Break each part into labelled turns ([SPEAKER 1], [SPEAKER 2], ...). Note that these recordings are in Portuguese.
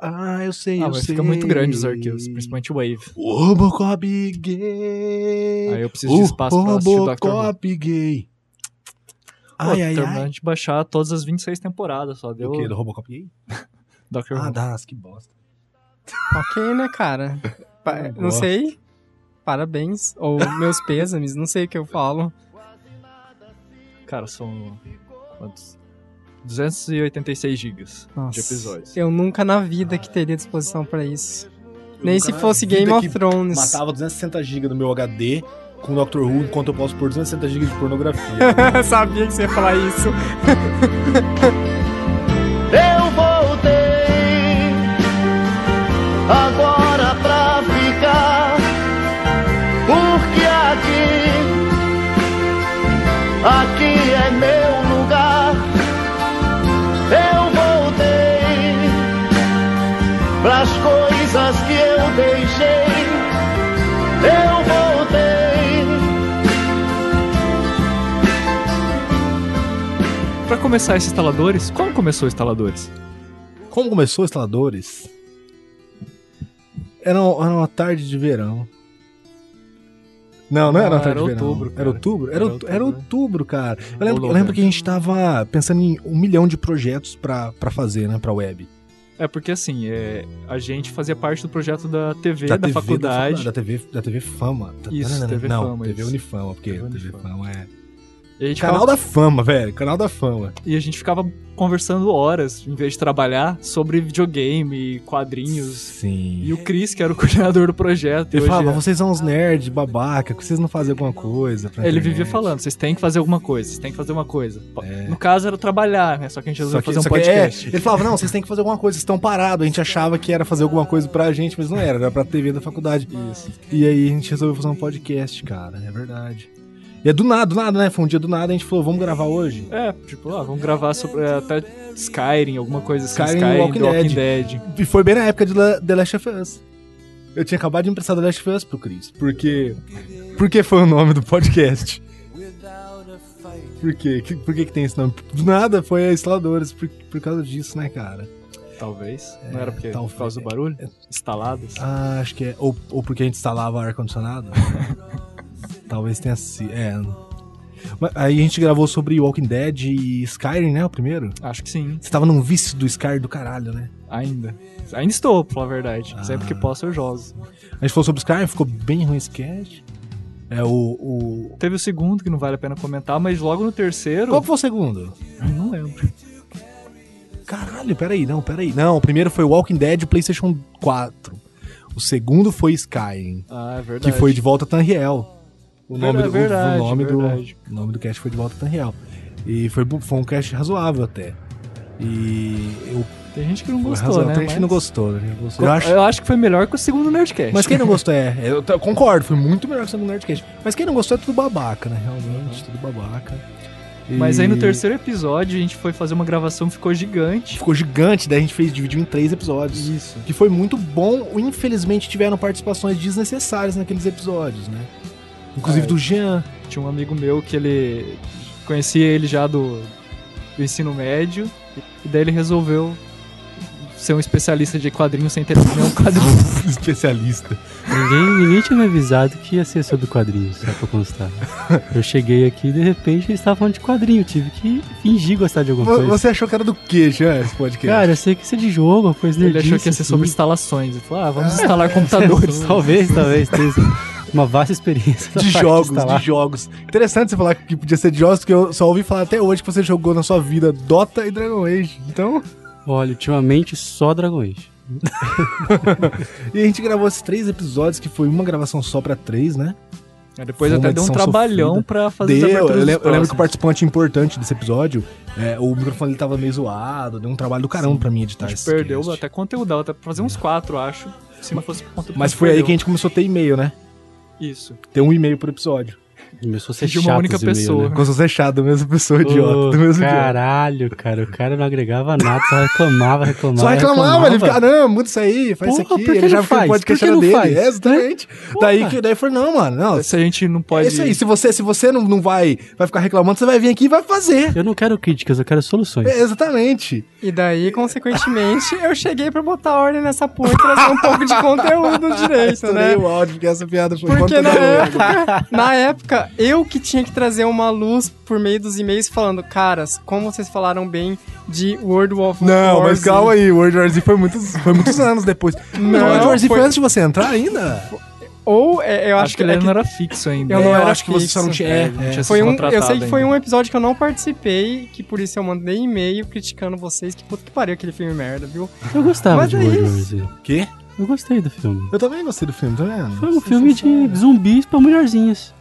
[SPEAKER 1] Ah, eu sei,
[SPEAKER 2] Ah,
[SPEAKER 1] eu
[SPEAKER 2] mas
[SPEAKER 1] sei.
[SPEAKER 2] fica muito grande os arquivos, principalmente Wave.
[SPEAKER 1] O Robocop gay.
[SPEAKER 2] Aí eu preciso de espaço pra assistir Dr. Who.
[SPEAKER 1] Robocop gay.
[SPEAKER 2] Pô,
[SPEAKER 1] Ai, ai,
[SPEAKER 2] terminou
[SPEAKER 1] ai.
[SPEAKER 2] de baixar todas as 26 temporadas, só deu
[SPEAKER 1] O quê? Do Robocop gay?
[SPEAKER 2] Doctor
[SPEAKER 1] Ah,
[SPEAKER 2] Who.
[SPEAKER 1] das, que bosta.
[SPEAKER 3] Ok, né, cara? Pa-
[SPEAKER 1] Eu
[SPEAKER 3] não sei. Parabéns. Ou meus pêsames, não sei o que eu falo.
[SPEAKER 2] Cara, são quantos? 286 gigas
[SPEAKER 3] Nossa,
[SPEAKER 2] de episódios.
[SPEAKER 3] Eu nunca na vida que teria disposição pra isso. Nem
[SPEAKER 1] nunca
[SPEAKER 3] se
[SPEAKER 1] na
[SPEAKER 3] fosse
[SPEAKER 1] vida
[SPEAKER 3] Game of
[SPEAKER 1] que
[SPEAKER 3] Thrones.
[SPEAKER 1] Matava 260 GB do meu HD com Doctor Who, enquanto eu posso pôr 260 GB de pornografia.
[SPEAKER 3] Sabia que você ia falar isso.
[SPEAKER 4] Eu voltei agora pra ficar, porque aqui, aqui é meu lugar. Eu voltei pras coisas que eu deixei. Eu voltei.
[SPEAKER 2] Pra começar esses instaladores, como começou os instaladores?
[SPEAKER 1] Como começou os instaladores? Era, uma- era uma tarde de verão. Não, não era uma
[SPEAKER 2] Ah,
[SPEAKER 1] tarde
[SPEAKER 2] era
[SPEAKER 1] de verão.
[SPEAKER 2] outubro, cara.
[SPEAKER 1] era outubro? Era,
[SPEAKER 2] Era
[SPEAKER 1] outu- era
[SPEAKER 2] outubro, né?
[SPEAKER 1] outubro, cara. Eu
[SPEAKER 2] Ou
[SPEAKER 1] lembro, eu lembro
[SPEAKER 2] novembro.
[SPEAKER 1] que a gente tava pensando em um milhão de projetos pra, pra fazer, né? Pra web.
[SPEAKER 2] É porque assim, é, a gente fazia parte do projeto da TV, da,
[SPEAKER 1] TV
[SPEAKER 2] faculdade,
[SPEAKER 1] Da, TV, da TV Fama.
[SPEAKER 2] Isso,
[SPEAKER 1] Tananana.
[SPEAKER 2] TV
[SPEAKER 1] não,
[SPEAKER 2] Fama,
[SPEAKER 1] TV
[SPEAKER 2] isso.
[SPEAKER 1] Unifama, porque
[SPEAKER 2] TV
[SPEAKER 1] TV,
[SPEAKER 2] Unifama.
[SPEAKER 1] Fama é.
[SPEAKER 2] E, a gente
[SPEAKER 1] Canal
[SPEAKER 2] ficava,
[SPEAKER 1] da Fama, velho. Canal da Fama.
[SPEAKER 2] e a gente ficava conversando horas, em vez de trabalhar, sobre videogame, quadrinhos.
[SPEAKER 1] Sim.
[SPEAKER 2] E o Chris, que era o coordenador do projeto,
[SPEAKER 1] Ele
[SPEAKER 2] hoje
[SPEAKER 1] falava,
[SPEAKER 2] é-
[SPEAKER 1] vocês são uns nerds, babaca, que vocês não fazem alguma coisa. pra
[SPEAKER 2] ele
[SPEAKER 1] internet." É.
[SPEAKER 2] vivia falando, vocês têm que fazer alguma coisa, vocês têm que fazer uma coisa. No caso era trabalhar, né? Só que a gente
[SPEAKER 1] Só
[SPEAKER 2] resolveu
[SPEAKER 1] que-
[SPEAKER 2] fazer um
[SPEAKER 1] só que-
[SPEAKER 2] podcast.
[SPEAKER 1] é, ele falava, não, vocês têm que fazer alguma coisa, vocês estão parados. A gente achava que era fazer alguma coisa pra gente, mas não era, era pra TV da faculdade. Isso. E aí a gente resolveu fazer um podcast, cara, é verdade. E é do nada, do nada, né? Foi um dia do nada, a gente falou, vamos gravar hoje.
[SPEAKER 2] É, tipo, ó, vamos gravar sobre é, até Skyrim, alguma coisa assim.
[SPEAKER 1] Skyrim,
[SPEAKER 2] Skyrim,
[SPEAKER 1] Walking
[SPEAKER 2] The Walking Dead.
[SPEAKER 1] E foi bem na época de La- The Last of Us. Eu tinha acabado de emprestar The Last of Us pro Cris, porque... Porque foi o nome do podcast. Por quê? Que- Por que, que tem esse nome? Do nada foi a Instaladores, por, por causa disso, né, cara?
[SPEAKER 2] Talvez. Não era porque
[SPEAKER 1] É, talvez. É.
[SPEAKER 2] por causa do barulho? Instalados.
[SPEAKER 1] Ah, acho que é. Ou, ou porque a gente instalava ar-condicionado. Talvez tenha sido. É. Mas aí a gente gravou sobre Walking Dead e Skyrim, né? O primeiro.
[SPEAKER 2] Acho que sim,
[SPEAKER 1] Você tava num vício do Skyrim do caralho, né?
[SPEAKER 2] ainda. Ainda estou, pra falar a verdade.
[SPEAKER 1] Ah.
[SPEAKER 2] Sempre que posso eu jogo.
[SPEAKER 1] A gente falou sobre Skyrim, ficou bem ruim esse cast. É o. o...
[SPEAKER 2] Teve o segundo, que não vale a pena comentar, mas logo no terceiro.
[SPEAKER 1] Qual que foi o segundo?
[SPEAKER 2] Não lembro.
[SPEAKER 1] Caralho, peraí, não, peraí. Não, o primeiro foi Walking Dead PlayStation 4. O segundo foi Skyrim,
[SPEAKER 2] Ah, é
[SPEAKER 1] que
[SPEAKER 2] verdade.
[SPEAKER 1] foi de volta a Tanriel. O nome,
[SPEAKER 2] É
[SPEAKER 1] do, o-
[SPEAKER 2] verdade,
[SPEAKER 1] o nome do,
[SPEAKER 2] verdade.
[SPEAKER 1] O nome do cast foi de volta tão real. E foi, bu- foi um cast razoável até. E eu
[SPEAKER 2] Tem gente que não
[SPEAKER 1] foi
[SPEAKER 2] gostou,
[SPEAKER 1] razoável.
[SPEAKER 2] né?
[SPEAKER 1] Tem gente que não
[SPEAKER 2] mas-
[SPEAKER 1] gostou, né? Não gostou.
[SPEAKER 2] Eu acho... que foi melhor que o segundo Nerdcast.
[SPEAKER 1] Mas quem não gostou é. Eu t- concordo, foi muito melhor que o segundo Nerdcast. Mas quem não gostou é tudo babaca, né? Realmente, tudo babaca. E-
[SPEAKER 2] Uhum. Mas aí no terceiro episódio a gente foi fazer uma gravação que ficou gigante.
[SPEAKER 1] Ficou gigante, daí a gente fez dividiu em três episódios.
[SPEAKER 2] Isso.
[SPEAKER 1] Que foi muito bom. Infelizmente tiveram participações desnecessárias naqueles episódios, né? Inclusive
[SPEAKER 2] É.
[SPEAKER 1] do Jean.
[SPEAKER 2] Tinha um amigo meu que ele. Conhecia ele já do, do ensino médio. E daí ele resolveu ser um especialista de quadrinhos sem ter nenhum quadrinho.
[SPEAKER 1] Especialista.
[SPEAKER 5] Ninguém, ninguém tinha me avisado que ia ser sobre quadrinhos, só pra constar. Eu cheguei aqui e de repente eles estavam falando de quadrinho. Tive que fingir gostar de alguma
[SPEAKER 1] Vo-
[SPEAKER 5] coisa.
[SPEAKER 1] Você achou que era do que, Jean, esse podcast?
[SPEAKER 5] Cara, eu sei que isso é de jogo, uma coisa
[SPEAKER 2] Ele
[SPEAKER 5] nerdice.
[SPEAKER 2] achou que ia ser
[SPEAKER 5] assim. É.
[SPEAKER 2] sobre instalações. Ele falou, ah, vamos instalar computadores.
[SPEAKER 5] talvez, talvez tenha sido uma vasta experiência.
[SPEAKER 2] Ah,
[SPEAKER 5] da
[SPEAKER 1] De
[SPEAKER 5] parte
[SPEAKER 1] jogos,
[SPEAKER 2] tá
[SPEAKER 5] instalar.
[SPEAKER 1] de jogos. Interessante você falar que podia ser de jogos, porque eu só ouvi falar até hoje que você jogou na sua vida Dota e Dragon Age. Então.
[SPEAKER 5] Olha, ultimamente só Dragon Age.
[SPEAKER 1] E a gente gravou esses três episódios, que foi uma gravação só pra três, né?
[SPEAKER 2] Aí Depois
[SPEAKER 1] Foi uma
[SPEAKER 2] até deu um
[SPEAKER 1] edição
[SPEAKER 2] trabalhão
[SPEAKER 1] sofrida.
[SPEAKER 2] pra fazer as
[SPEAKER 1] Deu, eu,
[SPEAKER 2] aberturas
[SPEAKER 1] lem-
[SPEAKER 2] dos
[SPEAKER 1] eu lembro que o
[SPEAKER 2] próximos.
[SPEAKER 1] participante importante desse episódio, é, o microfone ele tava meio zoado, deu um trabalho do caramba pra mim editar
[SPEAKER 2] A gente
[SPEAKER 1] esse
[SPEAKER 2] perdeu
[SPEAKER 1] cast.
[SPEAKER 2] até conteúdo, dava até pra fazer uns quatro, acho. Se não fosse por conta do
[SPEAKER 1] Tá Mas
[SPEAKER 2] que
[SPEAKER 1] foi aí que a
[SPEAKER 2] perdeu.
[SPEAKER 1] gente começou a ter e-mail, né?
[SPEAKER 2] Isso. Uhum.
[SPEAKER 1] Ter um e-mail por episódio.
[SPEAKER 5] Começou a ser
[SPEAKER 2] De uma
[SPEAKER 5] chato
[SPEAKER 2] única
[SPEAKER 5] os e-mail,
[SPEAKER 2] pessoa.
[SPEAKER 5] né?
[SPEAKER 1] Como se fosse chato, da mesma pessoa
[SPEAKER 5] Ô,
[SPEAKER 1] idiota, do mesmo idiota.
[SPEAKER 5] Caralho, cara, o cara não agregava nada, só reclamava, reclamava.
[SPEAKER 1] Só reclamava, ele ficava, não, muda isso aí, faz isso
[SPEAKER 5] Porra,
[SPEAKER 1] aqui.
[SPEAKER 5] por que
[SPEAKER 1] ele já
[SPEAKER 5] não
[SPEAKER 1] ficou
[SPEAKER 5] faz?
[SPEAKER 1] pode
[SPEAKER 5] Por que
[SPEAKER 1] queixar
[SPEAKER 5] não
[SPEAKER 1] dele.
[SPEAKER 5] faz?
[SPEAKER 1] É, exatamente. Daí, que, daí foi, não, mano, não.
[SPEAKER 2] Se a gente não
[SPEAKER 1] É
[SPEAKER 2] pode.
[SPEAKER 1] isso aí, se você, se você não, não vai, vai ficar reclamando, você vai vir aqui e vai fazer.
[SPEAKER 5] Eu não quero críticas, eu quero soluções.
[SPEAKER 1] É, exatamente.
[SPEAKER 3] E daí, consequentemente, eu cheguei pra botar ordem nessa porra e trazer um pouco de conteúdo direito,
[SPEAKER 1] Estourei
[SPEAKER 3] né?
[SPEAKER 1] o áudio, porque essa piada foi
[SPEAKER 3] Porque
[SPEAKER 1] contra
[SPEAKER 3] na
[SPEAKER 1] todo mundo.
[SPEAKER 3] época, na época, eu que tinha que trazer uma luz por meio dos e-mails falando, caras, como vocês falaram bem de World of
[SPEAKER 1] Não,
[SPEAKER 3] War
[SPEAKER 1] mas
[SPEAKER 3] Z."
[SPEAKER 1] calma aí, World War Z foi muitos, foi muitos anos depois. Mas World War Z foi
[SPEAKER 3] foi-
[SPEAKER 1] antes de você entrar ainda?
[SPEAKER 3] Ou é, eu
[SPEAKER 2] Acho,
[SPEAKER 3] acho,
[SPEAKER 2] que
[SPEAKER 3] que,
[SPEAKER 2] ele
[SPEAKER 3] é que
[SPEAKER 2] não era fixo ainda.
[SPEAKER 3] Eu
[SPEAKER 1] É,
[SPEAKER 3] não era
[SPEAKER 1] acho que você só não
[SPEAKER 3] fixo.
[SPEAKER 1] tinha.
[SPEAKER 2] É,
[SPEAKER 1] É,
[SPEAKER 2] não
[SPEAKER 1] é.
[SPEAKER 2] tinha
[SPEAKER 3] foi
[SPEAKER 2] sido
[SPEAKER 3] um, eu
[SPEAKER 2] contratado
[SPEAKER 3] sei que foi
[SPEAKER 2] ainda.
[SPEAKER 3] um episódio que eu não participei, que por isso eu mandei e-mail criticando vocês, que puta que pariu aquele filme merda, viu?
[SPEAKER 5] Eu gostava
[SPEAKER 3] Mas
[SPEAKER 5] de
[SPEAKER 3] é
[SPEAKER 5] World War
[SPEAKER 3] isso.
[SPEAKER 5] Z.
[SPEAKER 1] Quê?
[SPEAKER 5] Eu gostei do filme.
[SPEAKER 1] Eu também gostei do filme, tá vendo?
[SPEAKER 5] Foi um filme
[SPEAKER 1] né?
[SPEAKER 5] de zumbis pra mulherzinhas.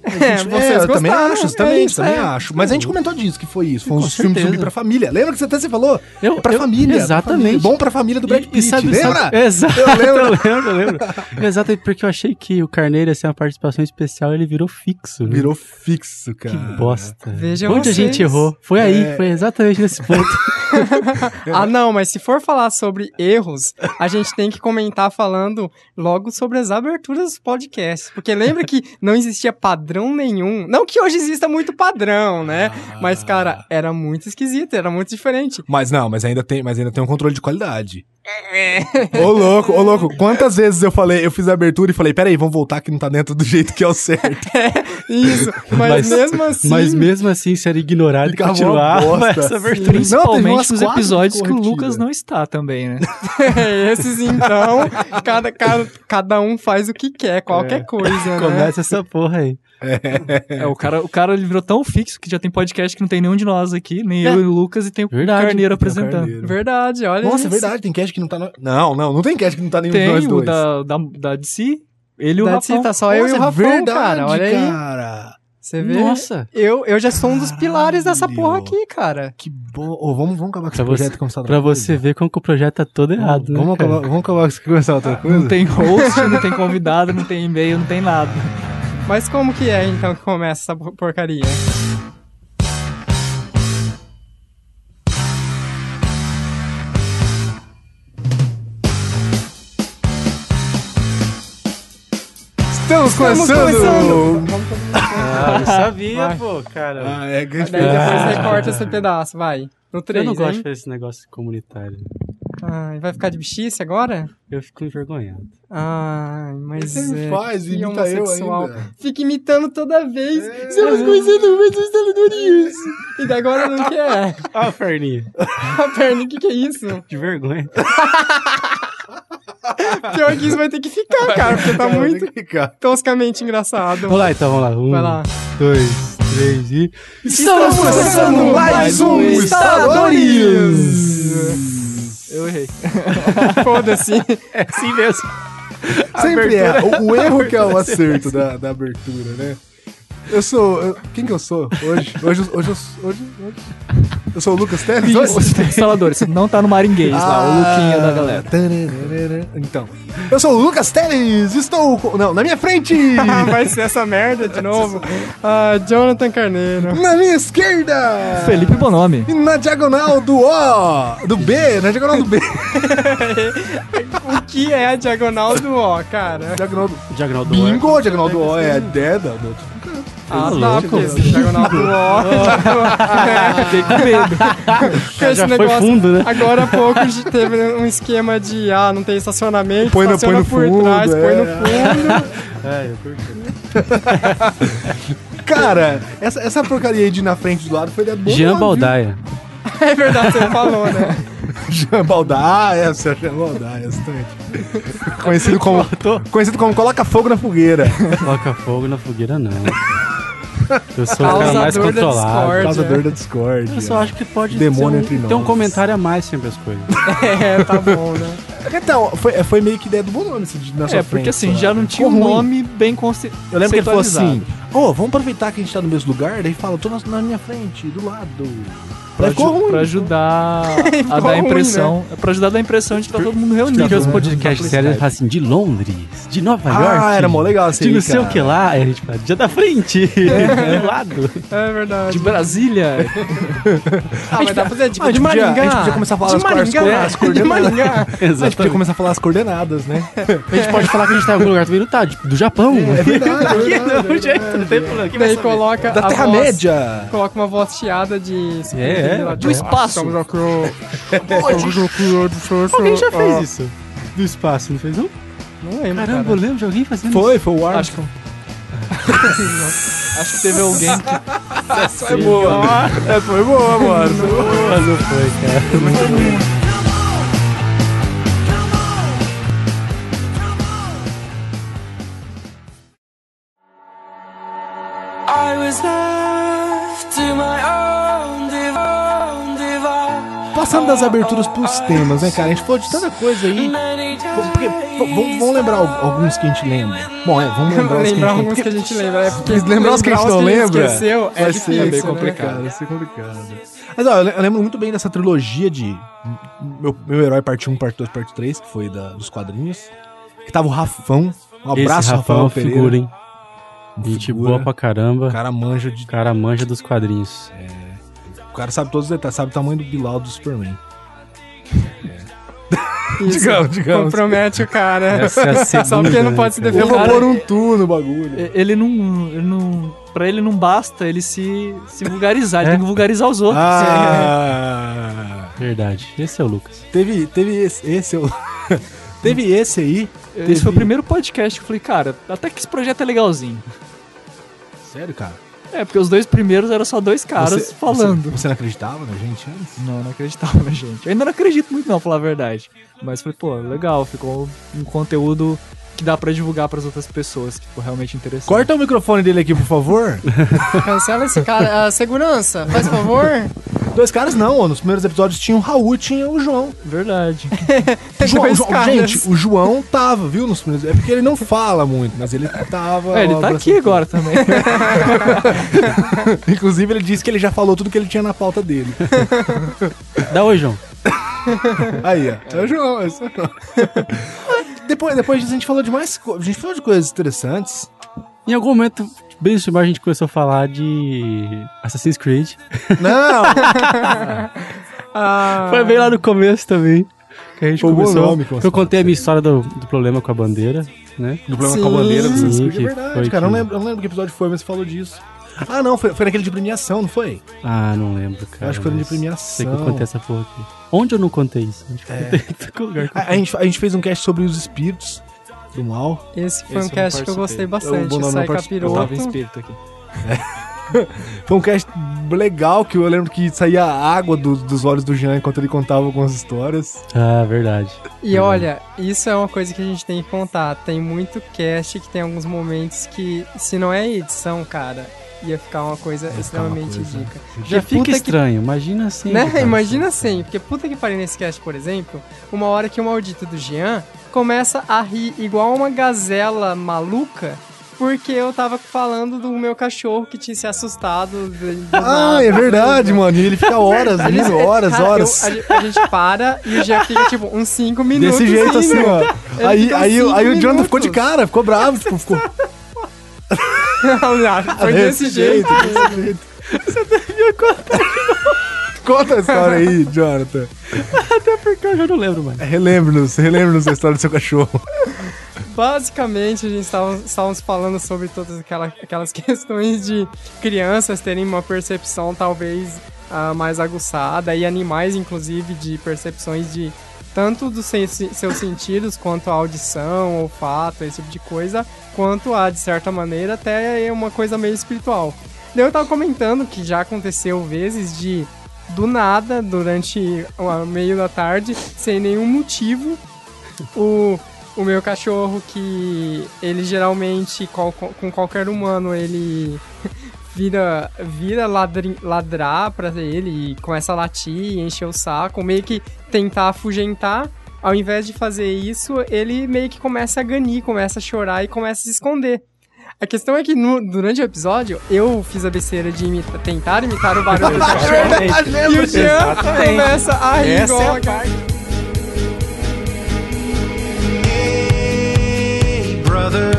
[SPEAKER 3] É,
[SPEAKER 1] É, eu também
[SPEAKER 3] gostaram,
[SPEAKER 1] acho,
[SPEAKER 3] é
[SPEAKER 1] também,
[SPEAKER 3] isso,
[SPEAKER 1] também
[SPEAKER 3] é.
[SPEAKER 1] acho. Mas a gente comentou disso, que foi isso. Foi um
[SPEAKER 5] Com
[SPEAKER 1] dos filmes de zumbi
[SPEAKER 5] certeza.
[SPEAKER 1] pra família. Lembra que você até você falou?
[SPEAKER 5] Eu,
[SPEAKER 1] Pra
[SPEAKER 5] eu-
[SPEAKER 1] família. pra família.
[SPEAKER 5] Exatamente.
[SPEAKER 1] Bom pra família do Brad Pitt, lembra?
[SPEAKER 5] Exato,
[SPEAKER 1] né? Eu
[SPEAKER 5] eu
[SPEAKER 1] lembro.
[SPEAKER 5] lembro, eu lembro. Exato, porque eu achei que o Carneiro ia ser uma participação especial ele virou fixo. né?
[SPEAKER 1] Virou fixo,
[SPEAKER 5] Que
[SPEAKER 1] cara.
[SPEAKER 5] bosta.
[SPEAKER 3] Vejam
[SPEAKER 5] Onde a
[SPEAKER 3] vocês.
[SPEAKER 5] gente errou? Foi aí,
[SPEAKER 1] É.
[SPEAKER 5] foi exatamente nesse ponto.
[SPEAKER 3] Ah, não, mas se for falar sobre erros, a gente tem que comentar falando logo sobre as aberturas dos podcasts. Porque lembra que não existia padrão nenhum. Não que hoje exista muito padrão, né?
[SPEAKER 2] Ah.
[SPEAKER 3] Mas, cara, era muito esquisito, era muito diferente.
[SPEAKER 1] Mas não, mas ainda tem, mas ainda tem um controle de qualidade.
[SPEAKER 3] É.
[SPEAKER 1] ô louco, ô louco, quantas vezes eu falei, eu fiz a abertura e falei, peraí, vamos voltar que não tá dentro do jeito que é o certo.
[SPEAKER 3] Isso, mas,
[SPEAKER 5] Mas-
[SPEAKER 3] mesmo assim.
[SPEAKER 5] Mas mesmo assim, se era ignorado e
[SPEAKER 1] Ficava uma
[SPEAKER 5] continuava
[SPEAKER 1] bosta.
[SPEAKER 5] essa abertura.
[SPEAKER 1] teve umas
[SPEAKER 2] Principalmente nos
[SPEAKER 1] quatro
[SPEAKER 2] um episódios que o
[SPEAKER 1] corretidas.
[SPEAKER 2] Lucas não está também, né?
[SPEAKER 3] Esses, então, cada, cada, cada um faz o que quer,
[SPEAKER 1] É.
[SPEAKER 3] qualquer coisa, né?
[SPEAKER 5] Começa essa porra aí.
[SPEAKER 2] É, o cara, o cara ele virou tão fixo que já tem podcast que não tem nenhum de nós aqui, nem eu e o Lucas, e tem o
[SPEAKER 5] Verdade.
[SPEAKER 2] Carneiro
[SPEAKER 1] É. Tem o
[SPEAKER 2] apresentando.
[SPEAKER 1] Carneiro.
[SPEAKER 3] Então, Verdade, olha
[SPEAKER 1] Nossa, é
[SPEAKER 3] isso.
[SPEAKER 1] verdade, tem cast que não tá no... Não, não, não tem cast que não tá nenhum de nós
[SPEAKER 2] Tem o
[SPEAKER 1] dois.
[SPEAKER 2] da, da, da DC, ele e o
[SPEAKER 3] Verdade,
[SPEAKER 2] Rafão.
[SPEAKER 3] tá só eu e
[SPEAKER 1] Nossa,
[SPEAKER 3] o
[SPEAKER 1] é
[SPEAKER 3] Rafão,
[SPEAKER 1] verdade,
[SPEAKER 3] cara. Olha aí.
[SPEAKER 1] cara.
[SPEAKER 3] Você
[SPEAKER 5] É.
[SPEAKER 3] vê?
[SPEAKER 5] Nossa.
[SPEAKER 3] Eu, eu já sou um dos pilares dessa
[SPEAKER 1] Caralho.
[SPEAKER 3] porra aqui, cara.
[SPEAKER 1] Que bom. Ô, vamos, vamos acabar com
[SPEAKER 5] Pra
[SPEAKER 1] esse projeto
[SPEAKER 5] você-
[SPEAKER 1] e começar outra
[SPEAKER 5] Pra
[SPEAKER 1] coisa.
[SPEAKER 5] você ver como que o projeto tá todo errado, né,
[SPEAKER 1] Vamos
[SPEAKER 5] cara?
[SPEAKER 1] acabar, vamos acabar com isso e começar outra coisa?
[SPEAKER 2] Não tem host, não tem convidado, não tem e-mail, não tem nada.
[SPEAKER 3] Mas como que é então que começa essa por- porcaria?
[SPEAKER 1] Estamos começando!
[SPEAKER 5] Ah, eu sabia,
[SPEAKER 3] Vai.
[SPEAKER 5] pô, cara.
[SPEAKER 1] Ah, é que a gente
[SPEAKER 3] Daí depois
[SPEAKER 5] Ah.
[SPEAKER 3] recorta esse pedaço, vai. No 3,
[SPEAKER 5] eu não gosto de
[SPEAKER 3] hein?
[SPEAKER 5] fazer esse negócio comunitário.
[SPEAKER 3] Ai, vai ficar de bichice agora?
[SPEAKER 5] Eu fico envergonhado.
[SPEAKER 3] Ai, mas
[SPEAKER 1] Você me
[SPEAKER 3] é,
[SPEAKER 1] faz,
[SPEAKER 3] que
[SPEAKER 1] imita eu
[SPEAKER 3] homossexual.
[SPEAKER 1] ainda.
[SPEAKER 3] Fica imitando toda vez.
[SPEAKER 1] É.
[SPEAKER 3] Estamos conhecendo mais os teledorinhos. tá E daí agora não quer.
[SPEAKER 5] Ah, Ferninha,
[SPEAKER 3] A perna, o que que é isso?
[SPEAKER 5] de vergonha.
[SPEAKER 3] Pior que isso vai ter que ficar, cara, porque tá muito
[SPEAKER 1] Fica.
[SPEAKER 3] toscamente engraçado.
[SPEAKER 5] Vamos lá, então, vamos lá. Um,
[SPEAKER 3] Vai lá.
[SPEAKER 5] dois, três e...
[SPEAKER 3] Estamos Tá começando mais um
[SPEAKER 1] Instaladores!
[SPEAKER 2] Eu errei.
[SPEAKER 3] Foda-se.
[SPEAKER 5] É assim mesmo.
[SPEAKER 1] Sempre é. O, o erro que é o acerto da, da abertura, né? Eu sou. eu- quem que eu sou hoje? Hoje, eu- hoje, eu sou- hoje, hoje. Eu sou o Lucas Teles? hoje?
[SPEAKER 2] Os instaladores, não tá no Maringuês lá,
[SPEAKER 1] Ah.
[SPEAKER 2] o Luquinha da galera.
[SPEAKER 1] Tararara. Então, eu sou o Lucas Teles, estou. com- Não, na minha frente!
[SPEAKER 3] Ah, vai ser essa merda de novo. Ah, Jonathan Carneiro.
[SPEAKER 1] na minha esquerda!
[SPEAKER 2] Felipe Bonomi.
[SPEAKER 1] E na diagonal do O, do B, na diagonal do B.
[SPEAKER 3] O que é a diagonal do O, cara?
[SPEAKER 1] diagonal do
[SPEAKER 5] Diagonal do
[SPEAKER 1] Bingo, diagonal do O é deda. do-
[SPEAKER 3] Ah, tá,
[SPEAKER 5] louco,
[SPEAKER 3] porque esse diagonal do O.
[SPEAKER 2] Fiquei com medo.
[SPEAKER 3] Porque
[SPEAKER 5] Já foi fundo, né?
[SPEAKER 3] Agora há pouco de- teve um esquema de ah, não tem estacionamento,
[SPEAKER 1] Põe no-
[SPEAKER 3] estaciona
[SPEAKER 1] põe no
[SPEAKER 3] por
[SPEAKER 1] fundo,
[SPEAKER 3] trás, põe no
[SPEAKER 1] é.
[SPEAKER 3] fundo.
[SPEAKER 5] É, eu curti.
[SPEAKER 1] Cara, essa, essa porcaria aí de na frente do lado foi deda do
[SPEAKER 5] Jean
[SPEAKER 1] Bonomi, viu?
[SPEAKER 5] Baldaia.
[SPEAKER 3] É verdade, você falou, né?
[SPEAKER 1] Jean Baldaia, essa é Jean Baldaia, essa também. Conhecido como, conhecido como Coloca Fogo na Fogueira.
[SPEAKER 5] Coloca fogo na fogueira, não. Eu sou o cara
[SPEAKER 3] Causador
[SPEAKER 5] mais
[SPEAKER 3] da
[SPEAKER 5] controlado.
[SPEAKER 3] discórdia.
[SPEAKER 2] é.
[SPEAKER 1] Causador da Discord. é.
[SPEAKER 5] Eu só acho que pode
[SPEAKER 1] Demônio
[SPEAKER 5] ter,
[SPEAKER 1] entre
[SPEAKER 5] um,
[SPEAKER 1] nós.
[SPEAKER 5] ter um comentário a mais sobre as coisas.
[SPEAKER 3] É, tá bom, né?
[SPEAKER 1] Então, foi, foi meio que ideia do Bonomi esse de na sua
[SPEAKER 2] É,
[SPEAKER 1] frente.
[SPEAKER 2] porque assim,
[SPEAKER 1] sabe?
[SPEAKER 2] já não tinha um
[SPEAKER 1] Ficou ruim.
[SPEAKER 2] nome bem conce...
[SPEAKER 1] Eu lembro que ele falou assim: Ô, vamos aproveitar que a gente tá no mesmo lugar, daí fala, tô na, na minha frente, do lado.
[SPEAKER 2] Pra,
[SPEAKER 1] Ficou
[SPEAKER 2] aju-
[SPEAKER 1] ruim.
[SPEAKER 2] pra ajudar a
[SPEAKER 3] Ficou
[SPEAKER 2] dar a
[SPEAKER 3] ruim,
[SPEAKER 2] impressão. Pra ajudar a dar a impressão de que tá todo mundo reunido.
[SPEAKER 5] Porque os
[SPEAKER 2] né?
[SPEAKER 5] podcasts
[SPEAKER 2] Simplicidade.
[SPEAKER 5] sérios falam assim, de Londres, de Nova
[SPEAKER 1] Ah,
[SPEAKER 5] York.
[SPEAKER 1] era mó legal esse
[SPEAKER 5] De
[SPEAKER 1] aí,
[SPEAKER 5] não Tipo, sei o
[SPEAKER 1] cara.
[SPEAKER 5] que lá. Aí a gente fala, dia da frente, do lado.
[SPEAKER 3] É verdade.
[SPEAKER 2] De Brasília.
[SPEAKER 3] Ah, mas dá pra
[SPEAKER 1] Ah, a
[SPEAKER 3] fazer de,
[SPEAKER 1] gente
[SPEAKER 3] de
[SPEAKER 1] podia-
[SPEAKER 3] Maringá.
[SPEAKER 1] a gente podia começar a falar
[SPEAKER 3] de
[SPEAKER 1] as co- as
[SPEAKER 3] Maringá.
[SPEAKER 1] co- as
[SPEAKER 3] de Maringá.
[SPEAKER 1] A gente podia começar a falar as coordenadas, né?
[SPEAKER 5] A gente pode falar que a gente tá em algum lugar também, não tá? Tipo, do Japão.
[SPEAKER 1] Verdade,
[SPEAKER 5] Aqui não, gente, não tem problema.
[SPEAKER 2] né?
[SPEAKER 5] Quem vai
[SPEAKER 3] Daí
[SPEAKER 5] saber?
[SPEAKER 3] coloca
[SPEAKER 1] da
[SPEAKER 3] a voz,
[SPEAKER 1] Terra-média.
[SPEAKER 3] coloca uma voz chiada de...
[SPEAKER 5] É, é.
[SPEAKER 3] Do espaço. Estamos aqui... Estamos aqui...
[SPEAKER 5] Alguém já fez isso? Do espaço, não fez não?
[SPEAKER 3] Não lembro,
[SPEAKER 5] Caramba, eu lembro de alguém fazendo
[SPEAKER 1] Foi, foi o Armstrong.
[SPEAKER 2] Acho que... Acho que teve alguém que
[SPEAKER 5] isso. Foi boa. É, foi boa, mano. Foi boa. Mas não foi, cara.
[SPEAKER 6] I was left to my own div- own device.
[SPEAKER 1] Passando das aberturas pros temas, né, cara? A gente falou de tanta coisa aí.
[SPEAKER 6] Many
[SPEAKER 1] Pô, Porque, pô, vamos, vamos lembrar al- alguns que a gente lembra. Bom, é, vamos lembrar os que
[SPEAKER 3] lembrar
[SPEAKER 1] a gente
[SPEAKER 3] alguns que a gente lembra. É porque
[SPEAKER 1] lembrar os que a gente não
[SPEAKER 3] lembrar os
[SPEAKER 1] lembra
[SPEAKER 3] esqueceu é
[SPEAKER 1] vai
[SPEAKER 3] difícil,
[SPEAKER 1] ser meio
[SPEAKER 3] né,
[SPEAKER 1] complicado,
[SPEAKER 3] cara?
[SPEAKER 1] vai ser complicado. Mas ó, eu le- eu lembro muito bem dessa trilogia de Meu, Meu Herói Parte 1, Parte 2, Parte 3, que foi da- dos quadrinhos. Que tava o Rafão. Um
[SPEAKER 5] Esse
[SPEAKER 1] abraço,
[SPEAKER 5] Rafael é uma
[SPEAKER 1] Pereira.
[SPEAKER 5] figura, hein?
[SPEAKER 1] Um
[SPEAKER 5] Gente
[SPEAKER 1] figura.
[SPEAKER 5] boa pra caramba.
[SPEAKER 1] O cara manja de.
[SPEAKER 5] O cara manja dos quadrinhos.
[SPEAKER 1] O cara sabe todos os detalhes, sabe o tamanho do Bilal do Superman.
[SPEAKER 3] Isso.
[SPEAKER 1] Digamos, digamos.
[SPEAKER 3] Compromete o cara.
[SPEAKER 5] Essa é a
[SPEAKER 3] Só
[SPEAKER 5] segunda,
[SPEAKER 3] porque não pode se
[SPEAKER 5] cara.
[SPEAKER 3] defender.
[SPEAKER 1] Eu vou
[SPEAKER 2] cara-
[SPEAKER 1] pôr um tu no bagulho.
[SPEAKER 2] Ele não. Ele não pra ele não basta ele se, se vulgarizar, ele
[SPEAKER 5] É.
[SPEAKER 2] tem que vulgarizar os outros.
[SPEAKER 1] um Ah,
[SPEAKER 5] Verdade. Esse é o Lucas.
[SPEAKER 1] teve, teve esse, esse eu- teve esse aí.
[SPEAKER 2] Esse foi o primeiro podcast que eu falei, cara, até que esse projeto é legalzinho.
[SPEAKER 1] Sério, cara?
[SPEAKER 2] É, porque os dois primeiros eram só dois caras
[SPEAKER 1] Você-
[SPEAKER 2] falando.
[SPEAKER 1] Você, você não acreditava na gente antes?
[SPEAKER 2] Não, não acreditava, gente. Eu ainda não acredito muito, não, pra falar a verdade. Mas falei, pô, legal, ficou um conteúdo que dá pra divulgar pras outras pessoas, que ficou realmente interessante.
[SPEAKER 1] Corta o microfone dele aqui, por favor.
[SPEAKER 3] Cancela esse cara. Ah, segurança, faz favor.
[SPEAKER 1] Dois caras não, ó, nos primeiros episódios tinha o Raul e tinha o João.
[SPEAKER 2] Verdade.
[SPEAKER 1] João,
[SPEAKER 3] Dois
[SPEAKER 1] João-
[SPEAKER 3] caras.
[SPEAKER 1] gente, o João tava, viu, nos primeiros... É porque ele não fala muito, mas ele tava...
[SPEAKER 2] É, ele
[SPEAKER 1] ó,
[SPEAKER 2] tá aqui
[SPEAKER 1] abraçando-
[SPEAKER 2] agora também.
[SPEAKER 1] Inclusive, ele disse que ele já falou tudo que ele tinha na pauta dele.
[SPEAKER 5] Dá oi, João.
[SPEAKER 1] Aí, ó. É o João, é isso. depois, depois disso, a gente falou de mais coisas. A gente falou de coisas interessantes.
[SPEAKER 5] Em algum momento, bem no sumário, a gente começou a falar de Assassin's Creed.
[SPEAKER 1] Não!
[SPEAKER 3] Ah,
[SPEAKER 5] Foi bem lá no começo também. Que a gente
[SPEAKER 1] Foi um bom
[SPEAKER 5] começou.
[SPEAKER 1] nome que você
[SPEAKER 5] eu contei a minha história do, do problema com a bandeira, né?
[SPEAKER 1] Do problema
[SPEAKER 3] Sim.
[SPEAKER 1] com a bandeira do
[SPEAKER 5] Sim,
[SPEAKER 1] Assassin's Creed,
[SPEAKER 5] que
[SPEAKER 1] é verdade, cara.
[SPEAKER 5] foi
[SPEAKER 1] Eu
[SPEAKER 5] que-
[SPEAKER 1] não, lembro, eu não lembro que episódio foi, mas você falou disso. Ah, não, foi, foi naquele de premiação, não foi?
[SPEAKER 5] Ah, não lembro, cara.
[SPEAKER 1] eu acho que foi no de
[SPEAKER 5] mas
[SPEAKER 1] premiação.
[SPEAKER 5] Sei que eu contei essa porra aqui. Onde eu não contei isso? Acho que eu contei em todo lugar.
[SPEAKER 1] a, a gente, a gente fez um cast sobre os espíritos do mal.
[SPEAKER 3] Esse foi
[SPEAKER 2] Esse
[SPEAKER 3] um
[SPEAKER 2] eu não
[SPEAKER 3] cast que eu
[SPEAKER 2] participei.
[SPEAKER 3] gostei
[SPEAKER 1] Eu
[SPEAKER 3] bastante.
[SPEAKER 1] vou não- não
[SPEAKER 3] Sai
[SPEAKER 1] participei.
[SPEAKER 2] Eu tava em
[SPEAKER 3] capiroto.
[SPEAKER 2] espírito aqui.
[SPEAKER 1] Foi um cast legal, que eu lembro que saía água do- dos olhos do Jean enquanto ele contava algumas histórias.
[SPEAKER 5] Ah, verdade.
[SPEAKER 1] Uhum.
[SPEAKER 3] E olha, isso é uma coisa que a gente tem que contar. Tem muito cast que tem alguns momentos que, se não é edição, cara, ia ficar uma coisa
[SPEAKER 1] ficar uma
[SPEAKER 3] extremamente
[SPEAKER 1] coisa.
[SPEAKER 3] dica.
[SPEAKER 5] Já
[SPEAKER 3] Porque puta
[SPEAKER 5] fica
[SPEAKER 3] que
[SPEAKER 5] estranho, imagina assim.
[SPEAKER 3] Né?
[SPEAKER 5] cara.
[SPEAKER 3] Imagina assim, porque puta que pariu nesse cast, por exemplo, uma hora que o maldito do Jean começa a rir igual uma gazela maluca, porque eu tava falando do meu cachorro que tinha se assustado. do- do
[SPEAKER 1] Ah,
[SPEAKER 3] nada.
[SPEAKER 1] é verdade, mano. E ele fica horas,
[SPEAKER 3] A gente-
[SPEAKER 1] rindo, horas,
[SPEAKER 3] cara, eu-
[SPEAKER 1] horas.
[SPEAKER 3] a gente- a, gente para e o Jean fica tipo uns 5 minutos.
[SPEAKER 1] Desse jeito assim, ó.
[SPEAKER 3] Ele
[SPEAKER 1] Aí,
[SPEAKER 3] fica
[SPEAKER 1] aí, o-
[SPEAKER 3] cinco
[SPEAKER 1] aí o Jonathan
[SPEAKER 3] minutos.
[SPEAKER 1] ficou de cara, ficou bravo, tipo, ficou.
[SPEAKER 3] ó. Foi Ah, desse jeito.
[SPEAKER 1] desse jeito. Você devia contar. Conta a história aí, Jonathan.
[SPEAKER 5] Porque eu já não lembro mais.
[SPEAKER 1] Relembre-nos, relembre-nos da história do seu cachorro.
[SPEAKER 3] Basicamente, a gente estava estávamos falando sobre todas aquela- aquelas questões de crianças terem uma percepção talvez ah, mais aguçada e animais, inclusive, de percepções de tanto dos sen- seus sentidos quanto a audição, olfato, esse tipo de coisa, quanto a, de certa maneira, até é uma coisa meio espiritual. Daí eu tava comentando que já aconteceu vezes de do nada, durante o meio da tarde, sem nenhum motivo, o, o meu cachorro que ele geralmente qual- com qualquer humano ele vira vira ladri- ladrar pra ele e começa a latir, encher o saco, meio que tentar afugentar. Ao invés de fazer isso, ele meio que começa a ganir, começa a chorar e começa a se esconder. A questão é que no- durante o episódio, eu fiz a besteira de imita- tentar imitar o barulho do cachorro. e o Jean começa a rir
[SPEAKER 7] Essa é
[SPEAKER 3] igual
[SPEAKER 7] a
[SPEAKER 3] a-
[SPEAKER 7] parte.
[SPEAKER 6] Hey, brother,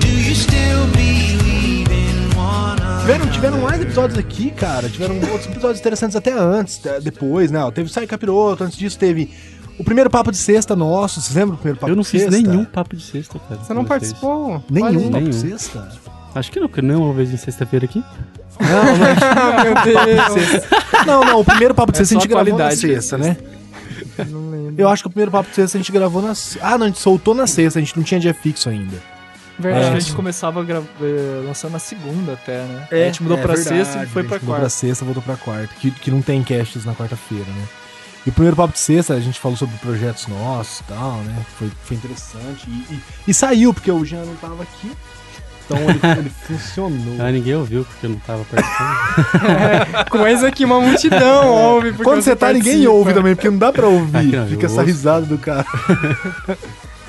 [SPEAKER 6] do you still believe in one another?
[SPEAKER 1] Tiveram, tiveram mais episódios aqui, cara. Tiveram outros episódios interessantes até antes, tá, depois, né? Teve Sai Capiroto, antes disso teve o primeiro papo de sexta nosso. Vocês lembram do primeiro papo
[SPEAKER 5] Eu não
[SPEAKER 1] de
[SPEAKER 5] fiz
[SPEAKER 1] sexta?
[SPEAKER 5] nenhum papo de sexta, cara.
[SPEAKER 3] Você não
[SPEAKER 5] com vocês.
[SPEAKER 3] participou?
[SPEAKER 1] Nenhum
[SPEAKER 5] Olha,
[SPEAKER 1] papo
[SPEAKER 5] nenhum.
[SPEAKER 1] de sexta?
[SPEAKER 5] Acho que não, porque não houve em sexta-feira aqui.
[SPEAKER 3] Ah, meu Deus.
[SPEAKER 1] Não, não, o primeiro papo
[SPEAKER 5] É
[SPEAKER 1] de sexta a
[SPEAKER 2] só
[SPEAKER 1] gente gravou na
[SPEAKER 2] qualidade,
[SPEAKER 1] sexta, né?
[SPEAKER 3] Não lembro.
[SPEAKER 1] Eu acho que o primeiro papo de sexta a gente gravou na. se- Ah, não, a gente soltou na sexta, a gente não tinha dia fixo ainda.
[SPEAKER 2] Acho que a
[SPEAKER 3] Verdade.
[SPEAKER 2] gente começava a gra- eh, lançar na segunda até, né?
[SPEAKER 1] É,
[SPEAKER 2] a gente mudou
[SPEAKER 1] é
[SPEAKER 2] pra
[SPEAKER 1] verdade,
[SPEAKER 2] sexta e foi
[SPEAKER 1] a
[SPEAKER 2] pra
[SPEAKER 1] gente mudou pra
[SPEAKER 2] quarta.
[SPEAKER 1] sexta, voltou pra quarta. Que, que não tem castes na quarta-feira, né? E o primeiro papo de sexta, a gente falou sobre projetos nossos e tal, né? Foi, foi interessante. E, e- e saiu, porque o Jean não tava aqui. Então ele, ele funcionou.
[SPEAKER 5] Ah, ninguém ouviu porque eu não tava participando.
[SPEAKER 3] Coisa que uma multidão ouve. porque
[SPEAKER 1] Quando você tá, ninguém
[SPEAKER 3] participa.
[SPEAKER 1] ouve também, porque não dá pra ouvir.
[SPEAKER 5] Ah, não,
[SPEAKER 1] Fica
[SPEAKER 5] eu
[SPEAKER 1] essa
[SPEAKER 5] ouço.
[SPEAKER 1] risada do cara.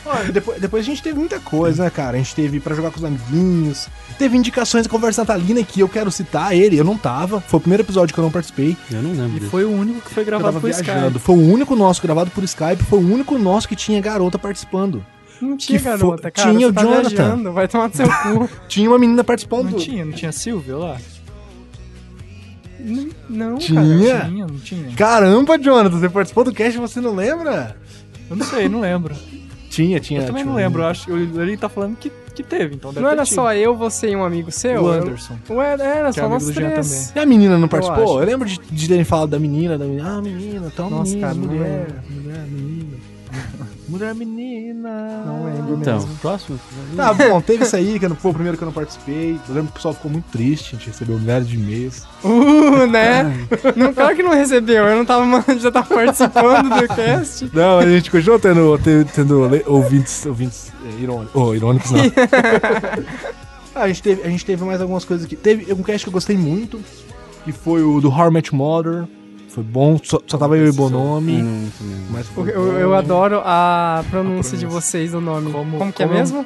[SPEAKER 1] Olha, depois, depois a gente teve muita coisa, né, cara? A gente teve pra jogar com os amiguinhos, teve indicações de conversa natalina que eu quero citar ele, eu não tava. Foi o primeiro episódio que eu não participei.
[SPEAKER 5] Eu não
[SPEAKER 2] E
[SPEAKER 5] lembro. disso.
[SPEAKER 2] foi o único que foi
[SPEAKER 1] Eu
[SPEAKER 2] gravado
[SPEAKER 1] tava
[SPEAKER 2] por
[SPEAKER 1] viajando.
[SPEAKER 2] Skype.
[SPEAKER 1] Foi o único nosso gravado por Skype, foi o único nosso que tinha garota participando.
[SPEAKER 3] Não tinha
[SPEAKER 1] Que
[SPEAKER 3] garota,
[SPEAKER 1] fo-
[SPEAKER 3] cara.
[SPEAKER 1] Tinha
[SPEAKER 3] você
[SPEAKER 1] o
[SPEAKER 3] tá
[SPEAKER 1] Jonathan.
[SPEAKER 3] viajando, Vai tomar no seu cu.
[SPEAKER 1] Tinha uma menina participando.
[SPEAKER 2] Não tinha, não tinha Silvio lá?
[SPEAKER 3] Não, não, cara.
[SPEAKER 1] Tinha?
[SPEAKER 2] Tinha, não tinha?
[SPEAKER 1] Caramba, Jonathan, você participou do cast e você não lembra?
[SPEAKER 2] Eu não sei, não lembro.
[SPEAKER 1] Tinha, tinha.
[SPEAKER 2] Eu também
[SPEAKER 1] tinha
[SPEAKER 2] não
[SPEAKER 1] uma
[SPEAKER 2] lembro, eu
[SPEAKER 1] menina.
[SPEAKER 2] acho que ele tá falando que, que teve, então deve
[SPEAKER 3] Não
[SPEAKER 2] ter
[SPEAKER 3] era
[SPEAKER 2] tido.
[SPEAKER 3] só eu, você e um amigo seu?
[SPEAKER 2] o Anderson.
[SPEAKER 3] Ué, era
[SPEAKER 2] Que é
[SPEAKER 3] só
[SPEAKER 2] amigo
[SPEAKER 3] nós
[SPEAKER 2] do Jean
[SPEAKER 3] três.
[SPEAKER 1] E a menina não participou?
[SPEAKER 3] acho.
[SPEAKER 1] Eu, lembro de, de terem falado da menina, da menina. Ah, menina, tal
[SPEAKER 3] Nossa,
[SPEAKER 1] menina,
[SPEAKER 3] cara, não
[SPEAKER 1] mulher, mulher, menina. mulher, menina.
[SPEAKER 3] Não lembro
[SPEAKER 5] Então,
[SPEAKER 3] mesmo.
[SPEAKER 5] próximo?
[SPEAKER 1] Tá bom, teve isso aí, que eu não- foi o primeiro que eu não participei. Eu lembro que o pessoal ficou muito triste, a gente recebeu milhares de e-mails.
[SPEAKER 3] Uh, né? Não, claro que não recebeu. Eu não tava, mandando, já tava participando do cast.
[SPEAKER 1] Não, a gente continua tendo, tendo, tendo le- ouvintes, ouvintes é, irônicos. Oh, irônicos não. Ah, a, gente teve, a gente teve mais algumas coisas aqui. Teve um cast que eu gostei muito, que foi o do How I Met Your Mother. Foi bom, só, só tava eu e o Bonomi.
[SPEAKER 5] Hum,
[SPEAKER 1] Mas
[SPEAKER 3] Eu,
[SPEAKER 1] foi
[SPEAKER 3] eu-
[SPEAKER 1] bom.
[SPEAKER 3] eu adoro a pronúncia
[SPEAKER 2] A pronúncia.
[SPEAKER 3] de vocês do nome. Como,
[SPEAKER 2] Como-
[SPEAKER 3] que é
[SPEAKER 2] como-
[SPEAKER 3] mesmo?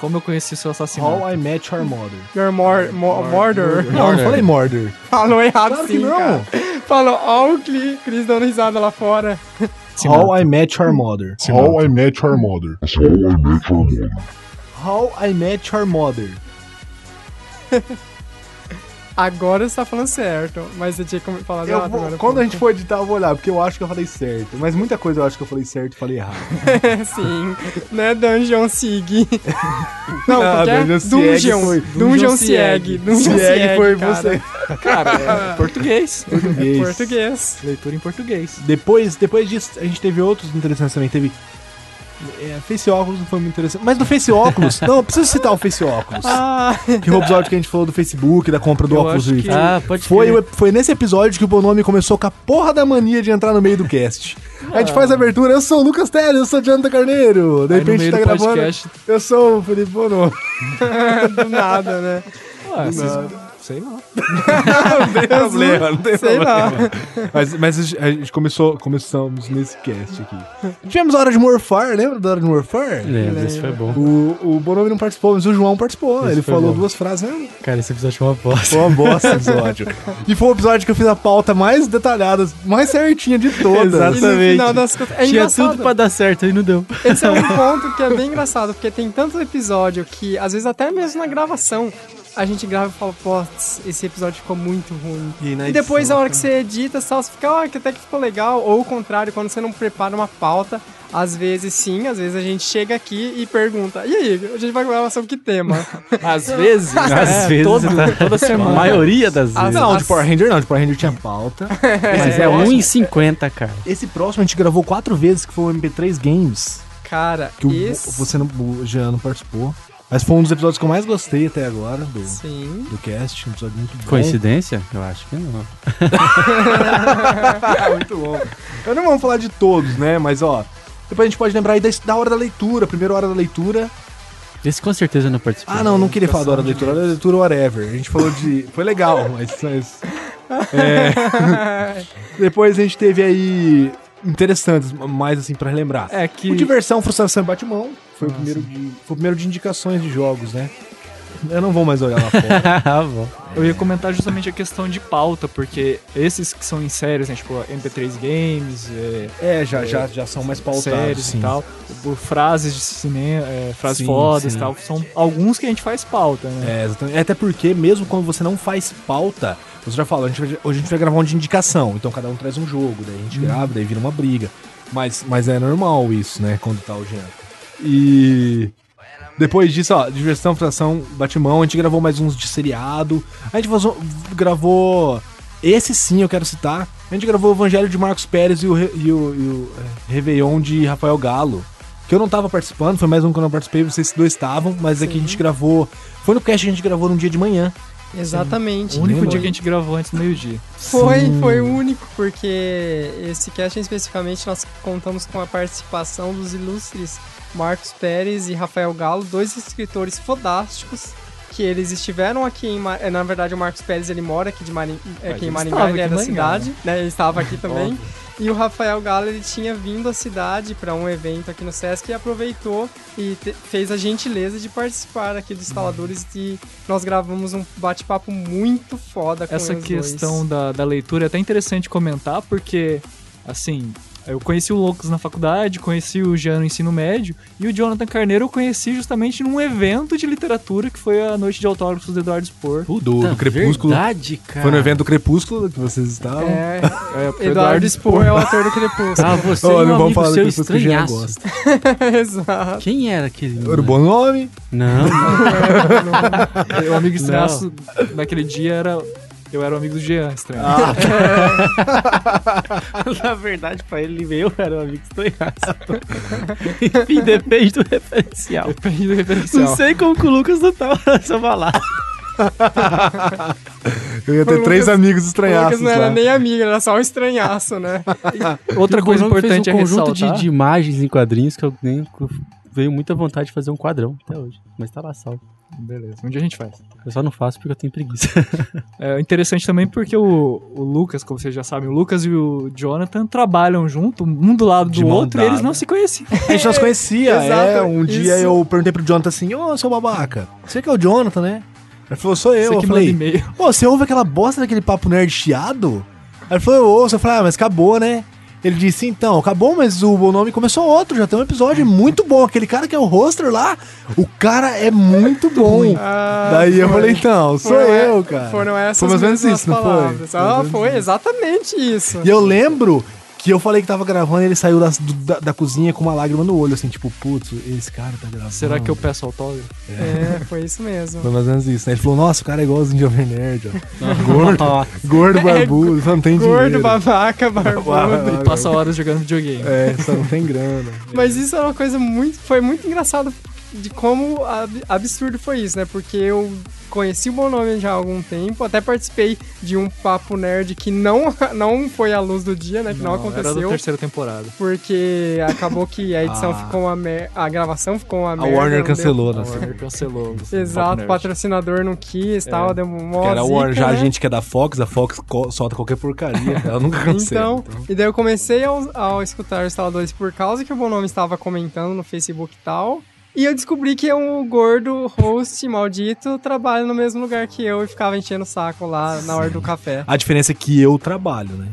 [SPEAKER 2] Como eu conheci seu assassinato.
[SPEAKER 1] How I Met Your Mother.
[SPEAKER 3] Your mor mo- Mordor.
[SPEAKER 1] Não, eu não falei Murder.
[SPEAKER 3] Falou errado
[SPEAKER 1] Claro que
[SPEAKER 3] sim,
[SPEAKER 1] não.
[SPEAKER 3] cara. Falou, ó o Cli- Cris dando risada lá fora.
[SPEAKER 1] How I Met Your Mother. How I, How I Met Your Mother.
[SPEAKER 3] Agora você tá falando certo, mas eu tinha que falar
[SPEAKER 1] Eu
[SPEAKER 3] errado
[SPEAKER 1] vou-
[SPEAKER 3] agora.
[SPEAKER 1] quando a gente for editar, eu vou olhar, porque eu acho que eu falei certo. Mas muita coisa eu acho que eu falei certo e falei errado.
[SPEAKER 3] Sim, né, Dungeon Sig. Não,
[SPEAKER 1] Não,
[SPEAKER 3] porque é
[SPEAKER 1] Dungeon Sieg foi-
[SPEAKER 3] Dungeon. Dungeon
[SPEAKER 2] Dungeon
[SPEAKER 3] Sieg.
[SPEAKER 2] Sieg.
[SPEAKER 3] Dungeon
[SPEAKER 1] Sieg foi
[SPEAKER 3] cara.
[SPEAKER 1] você.
[SPEAKER 2] Cara, é português.
[SPEAKER 1] Português.
[SPEAKER 3] Português.
[SPEAKER 2] Leitura em português.
[SPEAKER 1] Depois, depois disso, a gente teve outros interessantes também. Teve. É, face óculos não foi muito interessante. Mas do Face óculos. não, eu preciso citar o Face óculos.
[SPEAKER 3] Ah,
[SPEAKER 1] Que o episódio que a gente falou do Facebook, da compra do
[SPEAKER 2] Eu
[SPEAKER 1] óculos
[SPEAKER 2] acho
[SPEAKER 1] do
[SPEAKER 2] que-
[SPEAKER 1] Rift.
[SPEAKER 5] Ah, pode
[SPEAKER 1] Foi,
[SPEAKER 5] crer.
[SPEAKER 1] o- foi nesse episódio que o Bonomi começou com a porra da mania de entrar no meio do cast. A gente faz a abertura, eu sou o Lucas Teles, eu sou o Jonathan Carneiro. De
[SPEAKER 2] Ah. Aí no
[SPEAKER 1] repente
[SPEAKER 2] meio
[SPEAKER 1] tá
[SPEAKER 2] do
[SPEAKER 1] gravando.
[SPEAKER 2] podcast,
[SPEAKER 1] Eu sou o Felipe Bonomi.
[SPEAKER 3] do nada, né?
[SPEAKER 2] ah, vocês-
[SPEAKER 1] Sei lá. não tem problema, não tem
[SPEAKER 3] Sei lá.
[SPEAKER 1] Mas, mas a gente começou, começamos nesse cast aqui. Tivemos a Hora de Morfar, lembra da Hora de Morfar?
[SPEAKER 5] Lembro, esse foi bom.
[SPEAKER 1] O, o Bonomi não participou, mas o João participou.
[SPEAKER 5] Esse
[SPEAKER 1] ele
[SPEAKER 5] foi
[SPEAKER 1] falou
[SPEAKER 5] bom.
[SPEAKER 1] duas frases, né?
[SPEAKER 5] Cara, esse episódio foi uma bosta.
[SPEAKER 1] Foi uma bosta esse episódio. e foi o episódio que eu fiz a pauta mais detalhada, mais certinha de todas.
[SPEAKER 3] E no final das contas. É
[SPEAKER 5] Tinha
[SPEAKER 3] engraçado.
[SPEAKER 5] tudo pra dar certo e não deu.
[SPEAKER 3] Esse é um ponto que é bem engraçado, porque tem tanto episódio que, às vezes, até mesmo na gravação, a gente grava e fala, putz, esse episódio ficou muito ruim.
[SPEAKER 1] E, na
[SPEAKER 3] E depois,
[SPEAKER 1] edição,
[SPEAKER 3] na hora que você edita, só você fica, ó, que até que ficou legal. Ou o contrário, quando você não prepara uma pauta, às vezes sim, às vezes a gente chega aqui e pergunta, e aí, a gente vai gravar sobre que tema?
[SPEAKER 2] Às vezes,
[SPEAKER 5] Às vezes,
[SPEAKER 1] né?
[SPEAKER 5] tá-
[SPEAKER 2] é toda
[SPEAKER 5] A
[SPEAKER 2] semana.
[SPEAKER 5] maioria das
[SPEAKER 3] Ah,
[SPEAKER 5] vezes.
[SPEAKER 1] Não,
[SPEAKER 3] As-
[SPEAKER 1] de Power Ranger não, de Power Ranger tinha pauta.
[SPEAKER 5] Mas é 1,50, cara.
[SPEAKER 1] Esse próximo a gente gravou quatro vezes, que foi o MP3 Games.
[SPEAKER 3] Cara,
[SPEAKER 1] Que o,
[SPEAKER 3] esse...
[SPEAKER 1] você não, o Jean não participou. Mas foi um dos episódios que eu mais gostei até agora do,
[SPEAKER 3] Sim.
[SPEAKER 1] do cast. Um episódio muito bom.
[SPEAKER 5] Coincidência? Eu acho que não.
[SPEAKER 1] muito bom. Eu não vamos falar de todos, né? Mas ó. Depois a gente pode lembrar aí da, da hora da leitura, primeira hora da leitura.
[SPEAKER 5] Esse com certeza eu não participou.
[SPEAKER 1] Ah, não, não queria falar da hora da leitura, hora da leitura, whatever. A gente falou de. Foi legal, mas. mas- é. Depois a gente teve aí. Interessantes, mais assim, pra relembrar.
[SPEAKER 2] É que. Ah,
[SPEAKER 1] O Diversão, Frustração e Batimão foi, o primeiro de, foi o primeiro de indicações de jogos, né? Eu não vou mais olhar lá fora.
[SPEAKER 5] ah, bom.
[SPEAKER 2] Eu ia comentar justamente a questão de pauta, porque esses que são em séries, né, tipo MP3 Games, é,
[SPEAKER 1] É, já, já, já são mais pautados.
[SPEAKER 2] séries
[SPEAKER 1] sim.
[SPEAKER 2] e tal, por frases de cinema, é, frases
[SPEAKER 1] Sim,
[SPEAKER 2] fodas
[SPEAKER 1] sim.
[SPEAKER 2] e tal, são alguns que a gente faz pauta, né?
[SPEAKER 1] É, exatamente. Até porque, mesmo quando você não faz pauta, você já fala, a gente vai- hoje a gente vai gravar um de indicação, então cada um traz um jogo, daí a gente grava, daí vira uma briga. Mas, mas é normal isso, né, quando tá o Jean. E depois disso, ó, diversão, fração, batimão, a gente gravou mais uns de seriado, a gente vazou- gravou... Esse sim eu quero citar. A gente gravou o Evangelho de Marcos Pérez e o, Re- e o- e o, é, Réveillon de Rafael Galo. Que eu não tava participando, foi mais um que eu não participei, vocês dois estavam, mas aqui a gente gravou. Foi no cast que a gente gravou num dia de manhã.
[SPEAKER 3] Exatamente.
[SPEAKER 2] O único
[SPEAKER 1] lembra?
[SPEAKER 2] dia que a gente gravou antes do meio-dia.
[SPEAKER 3] Foi, foi o único, porque esse casting especificamente nós contamos com a participação dos ilustres Marcos Pérez e Rafael Galo, dois escritores fodásticos, que eles estiveram aqui em... Ma- eh, Na verdade, o Marcos Pérez, ele mora aqui, de Marim... é,
[SPEAKER 2] Mas
[SPEAKER 3] aqui em
[SPEAKER 2] ele
[SPEAKER 3] Maringá,
[SPEAKER 2] estava aqui
[SPEAKER 3] ele é
[SPEAKER 2] em
[SPEAKER 3] da
[SPEAKER 2] Maringá,
[SPEAKER 3] cidade, né? Ele estava aqui também. E o Rafael Galo, ele tinha vindo à cidade para um evento aqui no Sesc e aproveitou e te- fez a gentileza de participar aqui
[SPEAKER 2] Uhum.
[SPEAKER 3] dos instaladores e nós gravamos um bate-papo muito foda com
[SPEAKER 2] Essa
[SPEAKER 3] os dois.
[SPEAKER 2] questão da, da leitura é até interessante comentar, porque, assim, eu conheci o Loucos na faculdade, conheci o Jean no ensino médio, e o Jonathan Carneiro eu conheci justamente num evento de literatura que foi a Noite de Autógrafos do Eduardo Spohr.
[SPEAKER 1] O do, do Crepúsculo.
[SPEAKER 5] Tá Verdade, cara.
[SPEAKER 1] Foi no evento do Crepúsculo que vocês estavam.
[SPEAKER 3] É,
[SPEAKER 2] É, porque o
[SPEAKER 3] Eduardo Spohr é o ator do Crepúsculo.
[SPEAKER 5] Ah, você
[SPEAKER 1] Ó,
[SPEAKER 5] e
[SPEAKER 1] não
[SPEAKER 5] um
[SPEAKER 1] vamos
[SPEAKER 5] amigo
[SPEAKER 1] falar do
[SPEAKER 5] seu
[SPEAKER 1] Crepúsculo que o Jean
[SPEAKER 5] estranhaço.
[SPEAKER 1] gosta.
[SPEAKER 3] Exato.
[SPEAKER 5] Quem era
[SPEAKER 1] Era
[SPEAKER 5] aquele?
[SPEAKER 1] um
[SPEAKER 5] moleque?
[SPEAKER 1] bom nome.
[SPEAKER 5] Não,
[SPEAKER 2] meu amigo estranhaço naquele dia era. Eu era o amigo do Jean, estranho.
[SPEAKER 5] Ah. Na verdade, pra ele, eu era um amigo estranhaço. Enfim, depende do referencial.
[SPEAKER 2] Depende do
[SPEAKER 5] Não
[SPEAKER 2] referencial.
[SPEAKER 5] sei como que o Lucas não tava nessa balada.
[SPEAKER 1] Eu ia ter
[SPEAKER 3] O
[SPEAKER 1] três
[SPEAKER 3] Lucas-
[SPEAKER 1] amigos
[SPEAKER 3] O
[SPEAKER 1] estranhaços né?
[SPEAKER 3] Lucas um não era
[SPEAKER 1] lá.
[SPEAKER 3] nem amigo, era só um estranhaço, né?
[SPEAKER 2] Outra
[SPEAKER 5] O
[SPEAKER 2] coisa
[SPEAKER 5] Gonzalo
[SPEAKER 2] importante
[SPEAKER 5] fez um
[SPEAKER 2] é
[SPEAKER 5] conjunto de-
[SPEAKER 2] ressaltar.
[SPEAKER 5] de, imagens em quadrinhos que eu nem veio muita vontade de fazer um quadrão até hoje. Mas tá lá salvo.
[SPEAKER 2] Beleza, um dia a gente faz.
[SPEAKER 5] Eu só não faço porque eu tenho preguiça.
[SPEAKER 2] É interessante também porque o, o Lucas, como vocês já sabem, o Lucas e o Jonathan trabalham junto, um do lado
[SPEAKER 1] De
[SPEAKER 2] do
[SPEAKER 1] mão
[SPEAKER 2] outro, e eles
[SPEAKER 1] dada.
[SPEAKER 2] não se conheciam.
[SPEAKER 1] A gente não se conhecia,
[SPEAKER 3] Exato,
[SPEAKER 1] é. Um dia
[SPEAKER 3] isso.
[SPEAKER 1] eu perguntei pro Jonathan assim, ô, seu babaca, você que é o Jonathan, né? Ele falou, sou eu.
[SPEAKER 2] Você
[SPEAKER 1] Eu
[SPEAKER 2] que manda
[SPEAKER 1] falei,
[SPEAKER 2] e-mail.
[SPEAKER 1] Pô, você ouve aquela bosta daquele papo nerd chiado? Aí ele falou, eu ouço. Eu falei, ah, mas acabou, né? Ele disse, então, acabou, mas o Bom Nome começou outro, já tem um episódio muito bom. Aquele cara que é o roster lá, o cara é muito bom.
[SPEAKER 3] Ah,
[SPEAKER 1] Daí eu
[SPEAKER 3] foi. é
[SPEAKER 1] falei, então, sou
[SPEAKER 3] Foram
[SPEAKER 1] eu,
[SPEAKER 3] e-
[SPEAKER 1] cara.
[SPEAKER 3] Foram essas
[SPEAKER 1] Foi mais ou menos
[SPEAKER 3] mesmas
[SPEAKER 1] isso, não foi? Foi
[SPEAKER 3] palavras.
[SPEAKER 1] mais ou
[SPEAKER 3] Ah,
[SPEAKER 1] menos
[SPEAKER 3] foi exatamente isso.
[SPEAKER 1] E eu lembro que eu falei que tava gravando e ele saiu das- do- da, da cozinha com uma lágrima no olho, assim, tipo, putz, esse cara tá gravando.
[SPEAKER 2] Será que eu peço autógrafo?
[SPEAKER 3] É, foi isso mesmo.
[SPEAKER 1] Foi mais ou menos isso, né? Ele falou, nossa, o cara é igualzinho de Jovem Nerd, ó. gordo, gordo, É, barbudo, só não tem
[SPEAKER 3] Gordo,
[SPEAKER 1] dinheiro.
[SPEAKER 3] babaca, barbudo.
[SPEAKER 1] Ah,
[SPEAKER 2] Passa horas jogando videogame.
[SPEAKER 1] É, só não tem grana.
[SPEAKER 3] Mas isso é uma coisa muito. Foi muito engraçado de como ab- absurdo foi isso, né? Porque eu conheci o Bom Nome já há algum tempo, até participei de um papo nerd que não, não foi à luz do dia, né? Que não,
[SPEAKER 2] Era da
[SPEAKER 3] aconteceu.
[SPEAKER 2] terceira temporada.
[SPEAKER 3] Porque acabou que a edição
[SPEAKER 1] Ah.
[SPEAKER 3] ficou uma mer... A gravação ficou uma
[SPEAKER 1] A
[SPEAKER 3] merda.
[SPEAKER 1] Warner
[SPEAKER 3] não deu-
[SPEAKER 1] cancelou,
[SPEAKER 2] A
[SPEAKER 1] né?
[SPEAKER 2] Warner cancelou.
[SPEAKER 3] Exato, o
[SPEAKER 2] Pop Nerd.
[SPEAKER 3] patrocinador não quis, tal, deu uma
[SPEAKER 1] Que É. era a
[SPEAKER 3] zica,
[SPEAKER 1] Warner, já a
[SPEAKER 3] né?
[SPEAKER 1] gente que é da Fox, a Fox co- solta qualquer porcaria, ela nunca cancela.
[SPEAKER 3] Então, e daí eu comecei ao, ao escutar os instaladores por causa que o Bom Nome estava comentando no Facebook e tal. E eu descobri que um gordo host maldito trabalha no mesmo lugar que eu e ficava enchendo o saco lá na hora do café.
[SPEAKER 1] A diferença é que eu trabalho, né?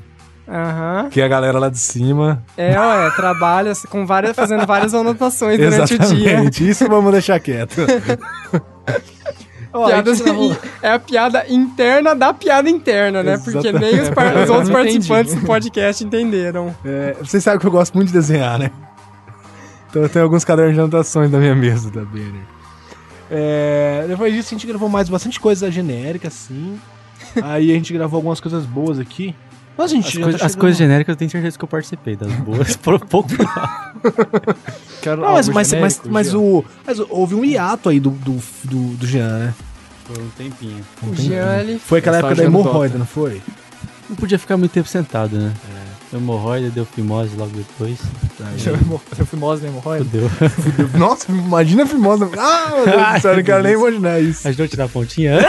[SPEAKER 3] Aham.
[SPEAKER 1] Que a galera lá de cima.
[SPEAKER 3] É, ué, trabalha com várias, fazendo várias anotações durante o dia.
[SPEAKER 1] Exatamente. Isso vamos deixar quieto.
[SPEAKER 2] Ó, a gente
[SPEAKER 3] Piadas-
[SPEAKER 2] gravou-
[SPEAKER 3] é a piada interna da piada interna, né? Porque nem os, par- os
[SPEAKER 2] Eu
[SPEAKER 3] outros
[SPEAKER 2] não entendi.
[SPEAKER 3] participantes do podcast entenderam.
[SPEAKER 1] É, vocês sabem que eu gosto muito de desenhar, né? Então eu tenho alguns cadernos de anotações na minha mesa da Banner. É, depois disso a gente gravou mais bastante coisa genérica, assim. Aí a gente gravou algumas coisas boas aqui. Nossa, gente,
[SPEAKER 5] As,
[SPEAKER 1] já
[SPEAKER 5] coisas-
[SPEAKER 1] tá
[SPEAKER 5] as
[SPEAKER 1] chegando-
[SPEAKER 5] coisas genéricas eu tenho certeza que eu participei. Das boas, por um pouco.
[SPEAKER 2] Quero
[SPEAKER 1] Não, mas, mas,
[SPEAKER 2] algo
[SPEAKER 1] mas,
[SPEAKER 2] genérico,
[SPEAKER 1] mas
[SPEAKER 2] Jean.
[SPEAKER 1] o, mas houve um hiato aí do, do, do, do Jean, né?
[SPEAKER 5] Foi um tempinho.
[SPEAKER 3] O Jean, ele
[SPEAKER 1] Foi aquela
[SPEAKER 2] Ele
[SPEAKER 1] época da
[SPEAKER 2] tá jogando
[SPEAKER 1] hemorroida, não foi?
[SPEAKER 5] Não podia ficar muito tempo sentado, né?
[SPEAKER 1] É.
[SPEAKER 5] Hemorroida, deu fimose logo depois.
[SPEAKER 2] Jean hemo- Eu fui mose na hemorroida.
[SPEAKER 5] Fudeu.
[SPEAKER 1] Nossa, imagina a Fimosa. Ah, meu Deus do céu, eu não quero nem imaginar isso.
[SPEAKER 5] Ajudou a tirar a pontinha?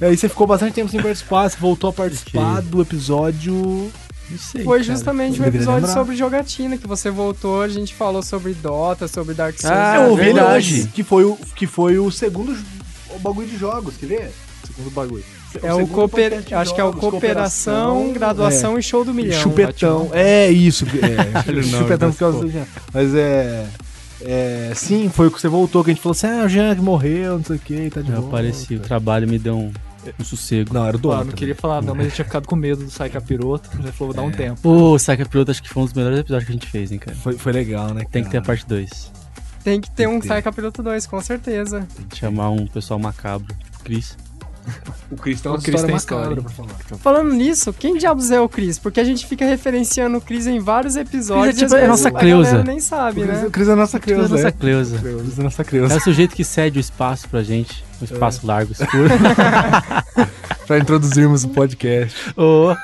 [SPEAKER 1] É, Aí você ficou bastante tempo sem participar, você voltou a participar do episódio
[SPEAKER 5] Não sei.
[SPEAKER 3] Foi
[SPEAKER 5] cara.
[SPEAKER 3] justamente um
[SPEAKER 1] deveria
[SPEAKER 3] episódio
[SPEAKER 1] lembrar.
[SPEAKER 3] sobre jogatina que você voltou, a gente falou sobre Dota, sobre Dark Souls.
[SPEAKER 7] Ah,
[SPEAKER 1] eu ouvi ele
[SPEAKER 7] verdade.
[SPEAKER 1] hoje, é, que foi, o, que foi o segundo j- o bagulho de jogos, quer ver? Segundo bagulho.
[SPEAKER 3] É o
[SPEAKER 1] segundo
[SPEAKER 3] cooper...
[SPEAKER 1] podcast de
[SPEAKER 3] Acho que é o
[SPEAKER 1] jogos,
[SPEAKER 3] cooperação, graduação e show do
[SPEAKER 1] é,
[SPEAKER 3] milhão.
[SPEAKER 1] Chupetão. É isso. É,
[SPEAKER 5] Olha o nome
[SPEAKER 1] chupetão
[SPEAKER 5] das
[SPEAKER 1] por causa do Jean. Mas é, é. Sim, foi o que você voltou, que a gente falou assim: ah, o Jean que morreu, não É. sei o que, tá de
[SPEAKER 5] Eu
[SPEAKER 1] volta.
[SPEAKER 5] apareci, o trabalho me deu um, um sossego.
[SPEAKER 1] Não, era né? o
[SPEAKER 2] Pô,
[SPEAKER 1] dono.
[SPEAKER 2] eu Ah, não queria falar, não, mas ele tinha ficado com medo do Sai Capiroto. Ele falou, vou dar um tempo.
[SPEAKER 5] Pô, Saca Piloto acho que foi um dos melhores episódios que a gente fez, hein, cara.
[SPEAKER 1] Foi, foi legal, né?
[SPEAKER 5] Tem que ter a
[SPEAKER 1] cara?
[SPEAKER 5] parte 2.
[SPEAKER 3] Tem que ter um
[SPEAKER 1] ter.
[SPEAKER 3] Saika Piloto 2, com certeza.
[SPEAKER 5] Chamar um pessoal macabro, tipo o Cris.
[SPEAKER 1] O Cristão
[SPEAKER 2] O Chris tem história.
[SPEAKER 3] Falando nisso, quem diabos é o Chris? Porque a gente fica referenciando o Chris em vários episódios.
[SPEAKER 5] Chris
[SPEAKER 3] e
[SPEAKER 5] é
[SPEAKER 3] às
[SPEAKER 5] tipo a
[SPEAKER 3] vezes
[SPEAKER 5] nossa
[SPEAKER 3] a
[SPEAKER 5] Cleusa.
[SPEAKER 3] galera nem sabe, né?
[SPEAKER 1] O Cris é a nossa
[SPEAKER 5] Cris
[SPEAKER 1] criança.
[SPEAKER 5] nossa
[SPEAKER 1] né?
[SPEAKER 5] Cleusa.
[SPEAKER 1] O Cris é a nossa criança.
[SPEAKER 5] É o sujeito que cede o espaço pra gente.
[SPEAKER 1] É.
[SPEAKER 5] Um espaço largo, escuro.
[SPEAKER 1] pra introduzirmos o podcast.
[SPEAKER 5] Ô,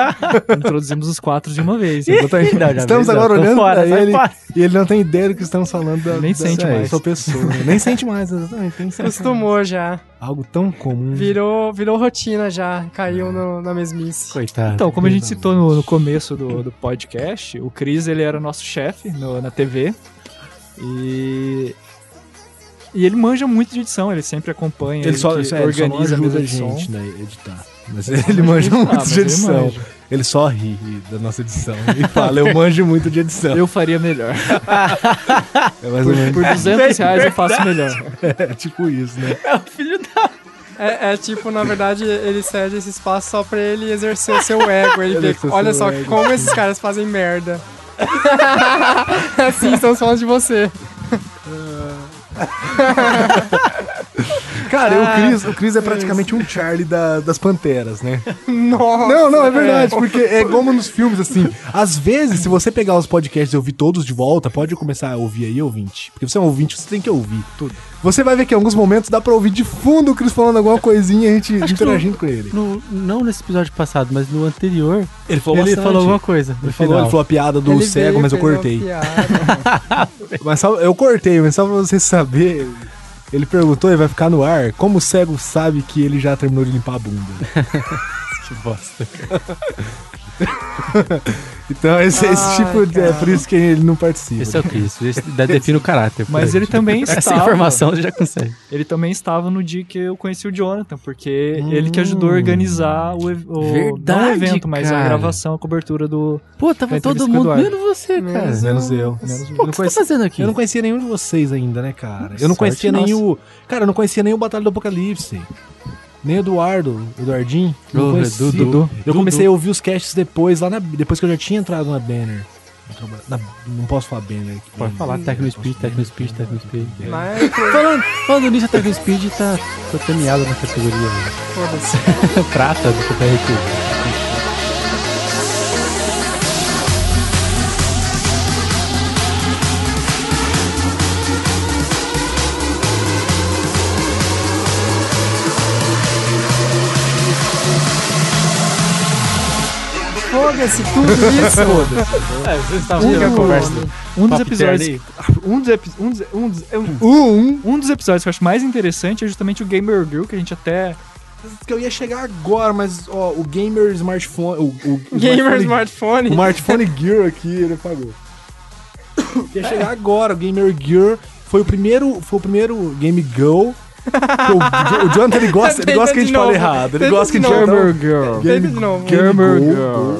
[SPEAKER 2] Introduzimos os quatro de uma vez.
[SPEAKER 1] Exatamente.
[SPEAKER 5] Não, já
[SPEAKER 1] Estamos
[SPEAKER 5] vi, já
[SPEAKER 1] agora
[SPEAKER 5] tô
[SPEAKER 1] olhando
[SPEAKER 5] fora,
[SPEAKER 1] pra
[SPEAKER 5] sai
[SPEAKER 1] ele
[SPEAKER 5] fora.
[SPEAKER 1] e ele não tem ideia do que estamos falando. Da,
[SPEAKER 2] Nem
[SPEAKER 1] da-
[SPEAKER 2] sente
[SPEAKER 1] é,
[SPEAKER 2] mais.
[SPEAKER 1] eu Sou pessoa. né? Nem sente mais, exatamente. Nem sente mais.
[SPEAKER 3] Acostumou já.
[SPEAKER 1] Algo tão comum.
[SPEAKER 3] Virou, virou rotina já. Caiu no- na mesmice.
[SPEAKER 5] Coitado.
[SPEAKER 2] Então, como a gente citou no, no começo do, do podcast, o Chris ele era nosso chefe no- na TV e e ele manja muito de edição, ele sempre acompanha, ele,
[SPEAKER 1] Ele só,
[SPEAKER 2] que
[SPEAKER 1] é, ele só não
[SPEAKER 2] organiza
[SPEAKER 1] ajuda
[SPEAKER 2] mesa
[SPEAKER 1] a
[SPEAKER 2] de som.
[SPEAKER 1] gente, né, editar. Mas ele manja
[SPEAKER 2] Ah,
[SPEAKER 1] muito
[SPEAKER 2] mas
[SPEAKER 1] de
[SPEAKER 2] ele
[SPEAKER 1] edição. Ele,
[SPEAKER 2] manja.
[SPEAKER 1] só ri da nossa edição e fala, eu manjo muito de edição.
[SPEAKER 2] Eu faria melhor.
[SPEAKER 1] É mais ou
[SPEAKER 2] Por,
[SPEAKER 1] menos
[SPEAKER 2] por 200 reais eu faço melhor.
[SPEAKER 1] é, tipo isso, né?
[SPEAKER 3] É, é tipo, na verdade, ele cede esse espaço só pra ele exercer o seu ego. Ele vê,
[SPEAKER 1] Exercer o
[SPEAKER 3] olha
[SPEAKER 1] seu
[SPEAKER 3] só
[SPEAKER 1] ego.
[SPEAKER 3] como esses caras fazem merda. assim estamos falando de você.
[SPEAKER 2] Ah,
[SPEAKER 1] Cara,
[SPEAKER 3] Ah,
[SPEAKER 1] o, Chris, o Chris é praticamente um Charlie da- das Panteras, né?
[SPEAKER 3] Nossa.
[SPEAKER 1] Não, não, é verdade, porque é como nos filmes, assim. Às vezes, se você pegar os podcasts e ouvir todos de volta, pode começar a ouvir aí, ouvinte. Porque você é um ouvinte, você tem que ouvir tudo. Você vai ver que em alguns momentos dá pra ouvir de fundo o Chris falando alguma coisinha e a gente interagindo com ele.
[SPEAKER 5] No- não nesse episódio passado, mas no anterior,
[SPEAKER 1] Ele falou
[SPEAKER 5] ele falou alguma coisa.
[SPEAKER 1] Ele falou, ele falou a piada do
[SPEAKER 3] Ele
[SPEAKER 1] cego,
[SPEAKER 3] veio,
[SPEAKER 1] mas eu
[SPEAKER 3] fez uma
[SPEAKER 1] cortei.
[SPEAKER 3] piada.
[SPEAKER 1] Mas só, eu cortei, mas só pra você saber. Ele perguntou e vai ficar no ar. Como o cego sabe que ele já terminou de limpar a bunda?
[SPEAKER 5] que bosta.
[SPEAKER 1] Então, esse, esse
[SPEAKER 3] Ai,
[SPEAKER 1] tipo de. É
[SPEAKER 3] cara.
[SPEAKER 1] por isso que ele não participa.
[SPEAKER 5] Esse é o Cris. Esse da- define o caráter.
[SPEAKER 2] Mas ele também
[SPEAKER 5] Essa
[SPEAKER 2] estava,
[SPEAKER 5] informação ele já consegue.
[SPEAKER 2] ele também estava no dia que eu conheci o Jonathan, porque ele que ajudou a organizar o, ev- o não o
[SPEAKER 5] Verdade,
[SPEAKER 2] evento, mas a
[SPEAKER 5] cara.
[SPEAKER 2] gravação, a cobertura do
[SPEAKER 5] Pô,
[SPEAKER 2] Vai
[SPEAKER 5] tava
[SPEAKER 2] entrevista
[SPEAKER 5] todo
[SPEAKER 2] com o
[SPEAKER 5] mundo,
[SPEAKER 2] Eduardo.
[SPEAKER 5] menos você, cara.
[SPEAKER 1] Menos, É, menos eu. Menos eu.
[SPEAKER 5] Pô, o
[SPEAKER 1] não
[SPEAKER 5] que você tá
[SPEAKER 1] conheci-
[SPEAKER 5] fazendo aqui?
[SPEAKER 1] Eu não conhecia nenhum de vocês ainda, né, cara? Eu não
[SPEAKER 5] Sorte
[SPEAKER 1] conhecia
[SPEAKER 5] nossa.
[SPEAKER 1] nem o. Cara, eu não conhecia nem o Batalha do Apocalipse. Nem o Eduardo, Eduardinho. Não
[SPEAKER 5] Ô,
[SPEAKER 1] conhecia.
[SPEAKER 5] Dudu.
[SPEAKER 1] Eu
[SPEAKER 5] Dudu.
[SPEAKER 1] comecei a ouvir os casts depois, lá na, depois que eu já tinha entrado na Banner. Na- não posso falar Banner. aqui. Hum.
[SPEAKER 5] Pode falar, Tecno Speed, Tecno Speed, Tecno Speed.
[SPEAKER 3] Mas,
[SPEAKER 5] Falando, falando nisso, a Tecno Speed tá, tá premiada na categoria né?
[SPEAKER 3] foda-se.
[SPEAKER 5] prata do PRQ.
[SPEAKER 3] Foda-se, tudo isso.
[SPEAKER 5] É, vocês estavam
[SPEAKER 2] Um, um dos
[SPEAKER 5] Papo
[SPEAKER 2] episódios. Um dos, epi- um, dos, um, dos,
[SPEAKER 1] Um,
[SPEAKER 2] um dos episódios que eu acho mais interessante é justamente o Gamer Girl, que a gente até.
[SPEAKER 1] que eu ia chegar agora, mas ó, o Gamer Smartphone. O, o, o
[SPEAKER 3] Gamer
[SPEAKER 1] smartphone-
[SPEAKER 3] smartphone.
[SPEAKER 1] O Smartphone Gear aqui, ele apagou. Ia chegar agora, o Gamer Gear foi o primeiro, foi o primeiro Game Girl. que O, o Jonathan ele gosta, ele
[SPEAKER 3] Tenta
[SPEAKER 1] gosta que a gente
[SPEAKER 3] de
[SPEAKER 1] fala
[SPEAKER 3] novo.
[SPEAKER 1] errado. Ele
[SPEAKER 3] Tenta
[SPEAKER 1] gosta que a
[SPEAKER 3] de
[SPEAKER 1] gente
[SPEAKER 3] novo.
[SPEAKER 1] fala
[SPEAKER 2] Girl.
[SPEAKER 3] Tenta de novo.
[SPEAKER 1] Gamer Girl.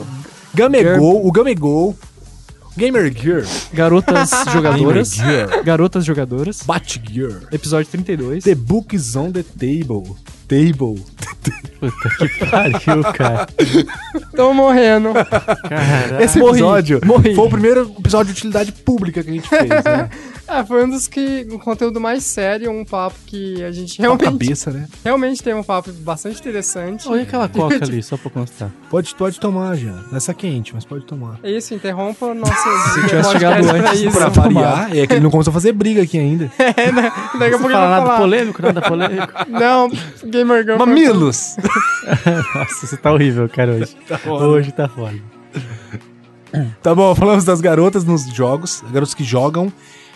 [SPEAKER 1] Gamegol, o Gamegol. o Gamer Gear,
[SPEAKER 2] Garotas jogadoras.
[SPEAKER 1] Gamer
[SPEAKER 2] Garotas jogadoras.
[SPEAKER 1] Bat Gear,
[SPEAKER 2] Episódio 32.
[SPEAKER 1] The Books on the Table. Table.
[SPEAKER 5] Puta que pariu, cara.
[SPEAKER 3] Tô morrendo.
[SPEAKER 5] Caralho.
[SPEAKER 1] Esse
[SPEAKER 2] Morri,
[SPEAKER 1] episódio
[SPEAKER 2] morri.
[SPEAKER 1] foi o primeiro episódio de utilidade pública que a gente fez, né?
[SPEAKER 3] Ah, foi um dos que. Um conteúdo mais sério, um papo que a gente
[SPEAKER 1] Com a
[SPEAKER 3] realmente.
[SPEAKER 1] cabeça, né?
[SPEAKER 3] Realmente tem um papo bastante interessante.
[SPEAKER 5] Olha aquela coca ali, só pra constar.
[SPEAKER 1] Pode, pode tomar, Jean. Essa é quente, mas pode tomar.
[SPEAKER 3] É isso, interrompa o nosso
[SPEAKER 2] Se tivesse chegado
[SPEAKER 3] podcast pra
[SPEAKER 2] antes,
[SPEAKER 3] isso.
[SPEAKER 1] Pra
[SPEAKER 2] Tomar.
[SPEAKER 1] variar, é que ele não começou a fazer briga aqui ainda.
[SPEAKER 3] Daqui a pouco eu vou
[SPEAKER 5] Falar nada
[SPEAKER 3] falar.
[SPEAKER 5] polêmico, nada polêmico.
[SPEAKER 3] Não, Gamer Girl. foi-
[SPEAKER 1] Mamilos!
[SPEAKER 5] Nossa, você tá horrível, cara, hoje. hoje tá foda.
[SPEAKER 1] Tá bom, falamos das garotas nos jogos, garotas que jogam.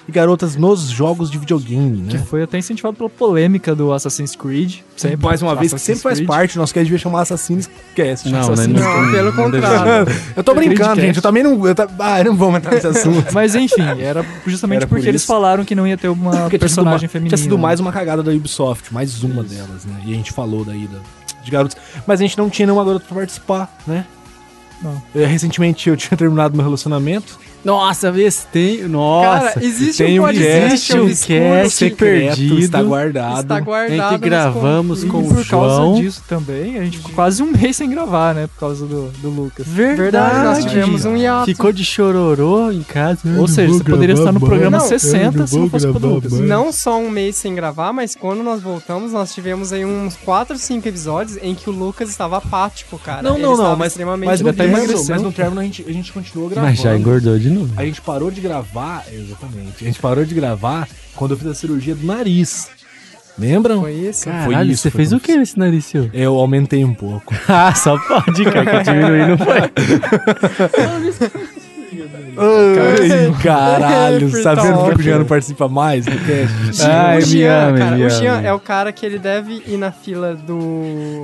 [SPEAKER 1] e garotas nos jogos de videogame,
[SPEAKER 2] Que
[SPEAKER 1] né?
[SPEAKER 2] foi até incentivado pela polêmica do Assassin's Creed. Sempre,
[SPEAKER 1] Mais uma vez, que sempre
[SPEAKER 2] Assassin's
[SPEAKER 1] faz
[SPEAKER 2] Creed.
[SPEAKER 1] parte, nosso cast devia chamar Assassin's Cast.
[SPEAKER 5] Não, né?
[SPEAKER 1] Assassin's-
[SPEAKER 5] Não,
[SPEAKER 3] Não, pelo
[SPEAKER 5] não deve-
[SPEAKER 3] contrário.
[SPEAKER 1] Eu tô brincando,
[SPEAKER 2] Creedcast.
[SPEAKER 1] gente. Eu também não. Eu ta- Ah, não vamos entrar nesse assunto.
[SPEAKER 2] Mas enfim, era justamente
[SPEAKER 1] Era por
[SPEAKER 2] porque eles
[SPEAKER 1] isso.
[SPEAKER 2] falaram que não ia ter uma
[SPEAKER 1] Porque tinha sido uma-
[SPEAKER 2] personagem feminina.
[SPEAKER 1] Tinha sido mais uma cagada da Ubisoft, mais uma delas, né? E a gente falou daí da, de garotos. Mas a gente não tinha nenhuma garota pra participar, né?
[SPEAKER 2] Não.
[SPEAKER 1] Eh, Recentemente eu tinha terminado meu relacionamento.
[SPEAKER 5] Nossa, esse tem. Nossa.
[SPEAKER 3] Cara, existe
[SPEAKER 1] tem
[SPEAKER 3] um
[SPEAKER 1] um
[SPEAKER 3] podcast
[SPEAKER 5] cast, um
[SPEAKER 3] obscuro
[SPEAKER 5] cast
[SPEAKER 3] que
[SPEAKER 5] Tem perdido,
[SPEAKER 1] é está guardado.
[SPEAKER 3] está guardado.
[SPEAKER 5] Tem que gravamos
[SPEAKER 1] um
[SPEAKER 2] E
[SPEAKER 5] com o
[SPEAKER 2] por causa
[SPEAKER 5] João.
[SPEAKER 2] disso também, a gente ficou quase um mês sem gravar, né? Por causa do, do Lucas.
[SPEAKER 3] Verdade, nós tivemos um hiato.
[SPEAKER 5] Ficou de chororô em casa. Eu
[SPEAKER 2] Ou
[SPEAKER 5] não
[SPEAKER 2] seja,
[SPEAKER 5] vou
[SPEAKER 2] você poderia
[SPEAKER 5] gravar
[SPEAKER 2] estar no
[SPEAKER 5] mais.
[SPEAKER 2] programa
[SPEAKER 3] Não,
[SPEAKER 2] 60 se não fosse pro do Lucas.
[SPEAKER 3] Não só um mês sem gravar, mas quando nós voltamos, nós tivemos aí uns 4, 5 episódios em que o Lucas estava apático, cara.
[SPEAKER 1] Não,
[SPEAKER 3] Ele
[SPEAKER 1] não,
[SPEAKER 3] estava
[SPEAKER 1] não, mas,
[SPEAKER 3] extremamente
[SPEAKER 1] mas, no
[SPEAKER 2] até
[SPEAKER 1] término,
[SPEAKER 2] emagreceu.
[SPEAKER 1] mas no término a gente, a gente continuou gravando.
[SPEAKER 5] Mas já engordou de novo.
[SPEAKER 1] A gente parou de gravar, exatamente. A gente parou de gravar quando eu fiz a cirurgia do nariz. Lembram?
[SPEAKER 3] Foi isso?
[SPEAKER 5] Caralho,
[SPEAKER 1] isso,
[SPEAKER 5] você
[SPEAKER 1] foi
[SPEAKER 5] fez
[SPEAKER 1] como
[SPEAKER 5] o que nesse nariz seu?
[SPEAKER 1] Eu aumentei um pouco.
[SPEAKER 5] Ah, só pode, cara, que eu diminuí não foi.
[SPEAKER 1] Ai, Caralho,
[SPEAKER 3] Foi
[SPEAKER 1] sabendo que
[SPEAKER 3] top.
[SPEAKER 1] o Giano participa mais do cast.
[SPEAKER 5] Ai,
[SPEAKER 3] o
[SPEAKER 5] me
[SPEAKER 3] Jean,
[SPEAKER 5] ama,
[SPEAKER 3] cara,
[SPEAKER 5] me
[SPEAKER 3] o Jean
[SPEAKER 5] ama.
[SPEAKER 3] é o cara que ele deve ir na fila do,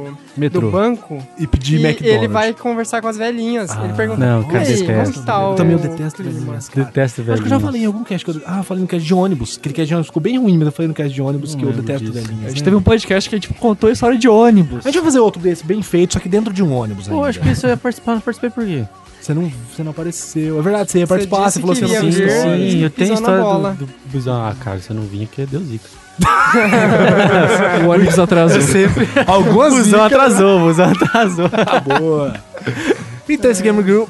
[SPEAKER 3] do
[SPEAKER 1] Metrô.
[SPEAKER 3] banco
[SPEAKER 1] E pedir
[SPEAKER 3] e
[SPEAKER 1] McDonald's. Ah,
[SPEAKER 3] ele vai conversar com as velhinhas. ele pergunta,
[SPEAKER 5] não,
[SPEAKER 3] e
[SPEAKER 5] cara,
[SPEAKER 3] aí, como
[SPEAKER 5] detesto.
[SPEAKER 3] que tá o
[SPEAKER 1] Eu também eu detesto
[SPEAKER 3] clima?"
[SPEAKER 1] velhinhas, cara.
[SPEAKER 5] Detesto, velho.
[SPEAKER 1] Acho que eu já falei em algum cast que eu... Ah, eu falei no cast de ônibus. Aquele cast de ônibus ficou bem ruim, mas eu falei no cast de ônibus que eu
[SPEAKER 5] lembro
[SPEAKER 1] detesto
[SPEAKER 5] disso.
[SPEAKER 1] velhinhas.
[SPEAKER 2] A
[SPEAKER 1] né?
[SPEAKER 2] gente teve um podcast que a gente contou a história de ônibus.
[SPEAKER 1] A gente vai fazer outro desse bem feito, só que dentro de um ônibus
[SPEAKER 5] Pô,
[SPEAKER 1] ainda.
[SPEAKER 5] acho que isso eu ia participar, não participei por quê?
[SPEAKER 1] Você não, você não apareceu. É verdade, você ia
[SPEAKER 3] Você
[SPEAKER 1] participar, você,
[SPEAKER 3] disse
[SPEAKER 1] falou
[SPEAKER 3] que
[SPEAKER 1] que você não
[SPEAKER 3] iria
[SPEAKER 1] tinha
[SPEAKER 3] vir.
[SPEAKER 1] história.
[SPEAKER 5] Sim, eu tenho
[SPEAKER 3] Pisou na
[SPEAKER 5] a história
[SPEAKER 3] bola.
[SPEAKER 5] do, do busão. Ah, cara, você não vinha que deu zica.
[SPEAKER 2] O ônibus atrasou.
[SPEAKER 1] Algumas
[SPEAKER 5] O busão atrasou, o busão atrasou.
[SPEAKER 1] Boa. Então, esse Game Girl...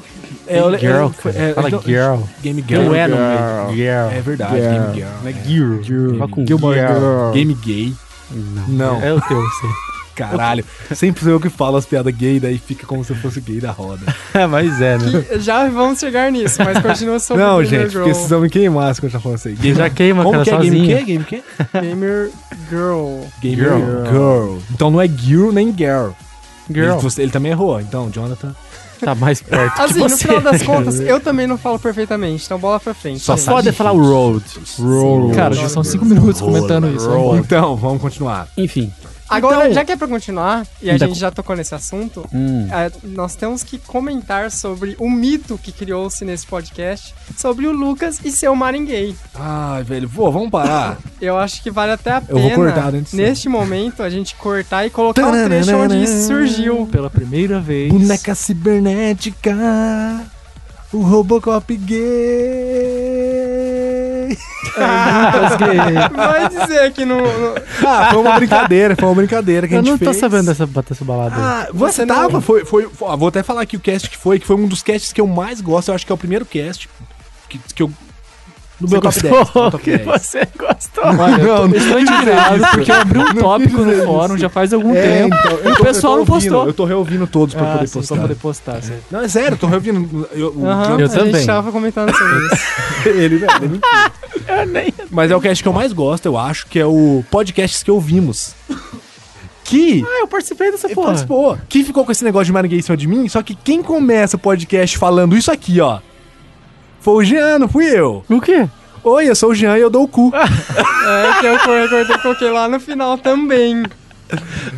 [SPEAKER 1] É, o- é,
[SPEAKER 5] girl,
[SPEAKER 1] foi-
[SPEAKER 5] cara.
[SPEAKER 1] é,
[SPEAKER 5] Fala
[SPEAKER 1] então-
[SPEAKER 5] girl.
[SPEAKER 1] Game Girl.
[SPEAKER 5] Não é não, é
[SPEAKER 1] É
[SPEAKER 5] girl.
[SPEAKER 1] verdade, Game Girl.
[SPEAKER 5] Não é girl. Fala com
[SPEAKER 1] Gilmore
[SPEAKER 5] girl.
[SPEAKER 1] Girl. Game Gay.
[SPEAKER 5] Não.
[SPEAKER 1] Não.
[SPEAKER 5] É o teu, você.
[SPEAKER 1] Caralho. Sempre sou eu que falo as piadas gay, daí fica como se eu fosse gay da roda.
[SPEAKER 5] É, mas é, né?
[SPEAKER 3] E Já vamos chegar nisso, mas continua sobre
[SPEAKER 1] Não,
[SPEAKER 3] Gamer
[SPEAKER 1] gente,
[SPEAKER 3] Girl.
[SPEAKER 1] porque esses homens queimar se eu já falando assim. Game...
[SPEAKER 5] Já queima,
[SPEAKER 1] Como
[SPEAKER 5] cara,
[SPEAKER 1] que é Game
[SPEAKER 5] sozinho.
[SPEAKER 1] Gay? Game que?
[SPEAKER 3] Gamer Girl.
[SPEAKER 1] Game
[SPEAKER 5] Girl.
[SPEAKER 1] Girl. Então não é Girl nem Girl. Ele,
[SPEAKER 5] Girl.
[SPEAKER 1] você- ele também errou. Então, Jonathan.
[SPEAKER 5] Tá mais perto
[SPEAKER 3] Assim,
[SPEAKER 5] que
[SPEAKER 3] no
[SPEAKER 5] você.
[SPEAKER 3] final das contas, eu também não falo perfeitamente, então bola pra
[SPEAKER 1] é,
[SPEAKER 3] frente.
[SPEAKER 1] né? Só
[SPEAKER 3] gente.
[SPEAKER 1] sabe-
[SPEAKER 5] Foda é falar o road. Road.
[SPEAKER 2] Cara, já são cinco minutos comentando isso. né?
[SPEAKER 1] Então, vamos continuar.
[SPEAKER 5] Enfim.
[SPEAKER 3] Agora,
[SPEAKER 1] Então-
[SPEAKER 3] já que é pra continuar, e a
[SPEAKER 5] Ainda
[SPEAKER 3] gente
[SPEAKER 5] co-
[SPEAKER 3] já tocou nesse assunto,
[SPEAKER 5] Hum.
[SPEAKER 3] Ah, nós temos que comentar sobre o mito que criou-se nesse podcast sobre o Lucas e seu maringuei.
[SPEAKER 1] Ai, velho. Pô, vamos parar.
[SPEAKER 3] Eu acho que vale até a
[SPEAKER 1] Eu
[SPEAKER 3] pena,
[SPEAKER 1] vou cortar antes,
[SPEAKER 3] neste momento, a gente cortar e colocar um trecho onde isso surgiu.
[SPEAKER 2] Pela primeira vez.
[SPEAKER 1] Boneca cibernética. O Robocop gay. É.
[SPEAKER 3] Vai dizer que não... não-
[SPEAKER 1] Ah, foi uma brincadeira. Foi uma brincadeira que a
[SPEAKER 5] Eu
[SPEAKER 1] gente
[SPEAKER 5] não tô
[SPEAKER 1] fez.
[SPEAKER 5] sabendo dessa, dessa balada. aí.
[SPEAKER 1] Ah, você,
[SPEAKER 3] Você não-
[SPEAKER 1] tava, foi, foi, foi- ah, Vou até falar aqui o cast que foi, que foi um dos casts que eu mais gosto. Eu acho que é o primeiro cast que, que eu. No meu top 10. no top 10.
[SPEAKER 5] você gostou?
[SPEAKER 2] Olha, eu tô-
[SPEAKER 1] Não,
[SPEAKER 2] eu estou indignado porque eu abri um tópico no fórum já faz algum
[SPEAKER 1] É,
[SPEAKER 2] tempo.
[SPEAKER 1] então, eu
[SPEAKER 2] o
[SPEAKER 1] tô-
[SPEAKER 2] pessoal
[SPEAKER 1] eu tô
[SPEAKER 2] não
[SPEAKER 1] ouvindo,
[SPEAKER 2] postou.
[SPEAKER 1] Eu tô reouvindo todos pra
[SPEAKER 2] Ah,
[SPEAKER 1] poder
[SPEAKER 2] sim,
[SPEAKER 1] postar.
[SPEAKER 2] Só poder postar. certo.
[SPEAKER 1] Não, é sério, eu tô reouvindo. Eu, o
[SPEAKER 3] Aham,
[SPEAKER 5] Eu
[SPEAKER 3] a
[SPEAKER 5] também.
[SPEAKER 3] gente tava comentando sobre isso.
[SPEAKER 1] ele, velho, ele mentiu. Mas é o cast que eu mais gosto, eu acho, que é o podcast que ouvimos. Que
[SPEAKER 5] Ah, eu participei dessa
[SPEAKER 1] ele tá
[SPEAKER 5] porra.
[SPEAKER 1] participou. Que ficou com esse negócio de maringuei em cima de mim, só que quem começa o podcast falando isso aqui, ó. Foi o Jean, não fui eu.
[SPEAKER 5] O quê?
[SPEAKER 1] Oi, eu sou o Jean e eu dou o cu.
[SPEAKER 2] Ah,
[SPEAKER 3] É, que eu cortei, coloquei lá no final também.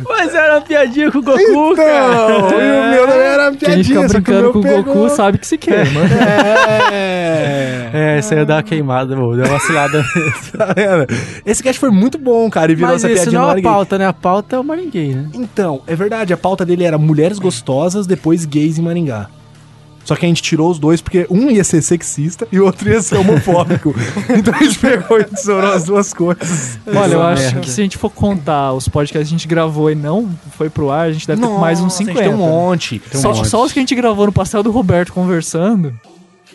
[SPEAKER 5] Mas era uma piadinha com o Goku,
[SPEAKER 3] Então.
[SPEAKER 1] Não, e Então, o meu não era
[SPEAKER 2] Quem
[SPEAKER 1] piadinha,
[SPEAKER 2] fica
[SPEAKER 1] só que o é meu
[SPEAKER 2] brincando com o Goku
[SPEAKER 1] pegou.
[SPEAKER 2] sabe que se queima.
[SPEAKER 1] É.
[SPEAKER 5] É, isso aí eu dava queimada, mano. Deu vacilada.
[SPEAKER 1] Tá vendo? Esse cast foi muito bom, cara, e virou
[SPEAKER 5] Mas
[SPEAKER 1] essa
[SPEAKER 5] isso
[SPEAKER 1] piadinha
[SPEAKER 5] não
[SPEAKER 1] no
[SPEAKER 5] é
[SPEAKER 1] ar
[SPEAKER 5] a
[SPEAKER 1] gay.
[SPEAKER 5] pauta, né? A pauta é o Maringuei, né?
[SPEAKER 1] Então, é verdade, a pauta dele era mulheres gostosas, depois gays em Maringá. Só que a gente tirou os dois, porque um ia ser sexista e o outro ia ser homofóbico. então a gente pegou e tesourou as duas coisas.
[SPEAKER 2] Olha, eu
[SPEAKER 5] Essa
[SPEAKER 2] acho
[SPEAKER 5] merda.
[SPEAKER 2] que se a gente for contar os podcasts que a gente gravou e não foi pro ar, a gente deve ter mais uns né?
[SPEAKER 1] Nossa, a gente
[SPEAKER 2] 50.
[SPEAKER 1] Tem um monte.
[SPEAKER 5] um
[SPEAKER 2] só,
[SPEAKER 5] monte.
[SPEAKER 2] só os que a gente gravou no pastel do Roberto conversando.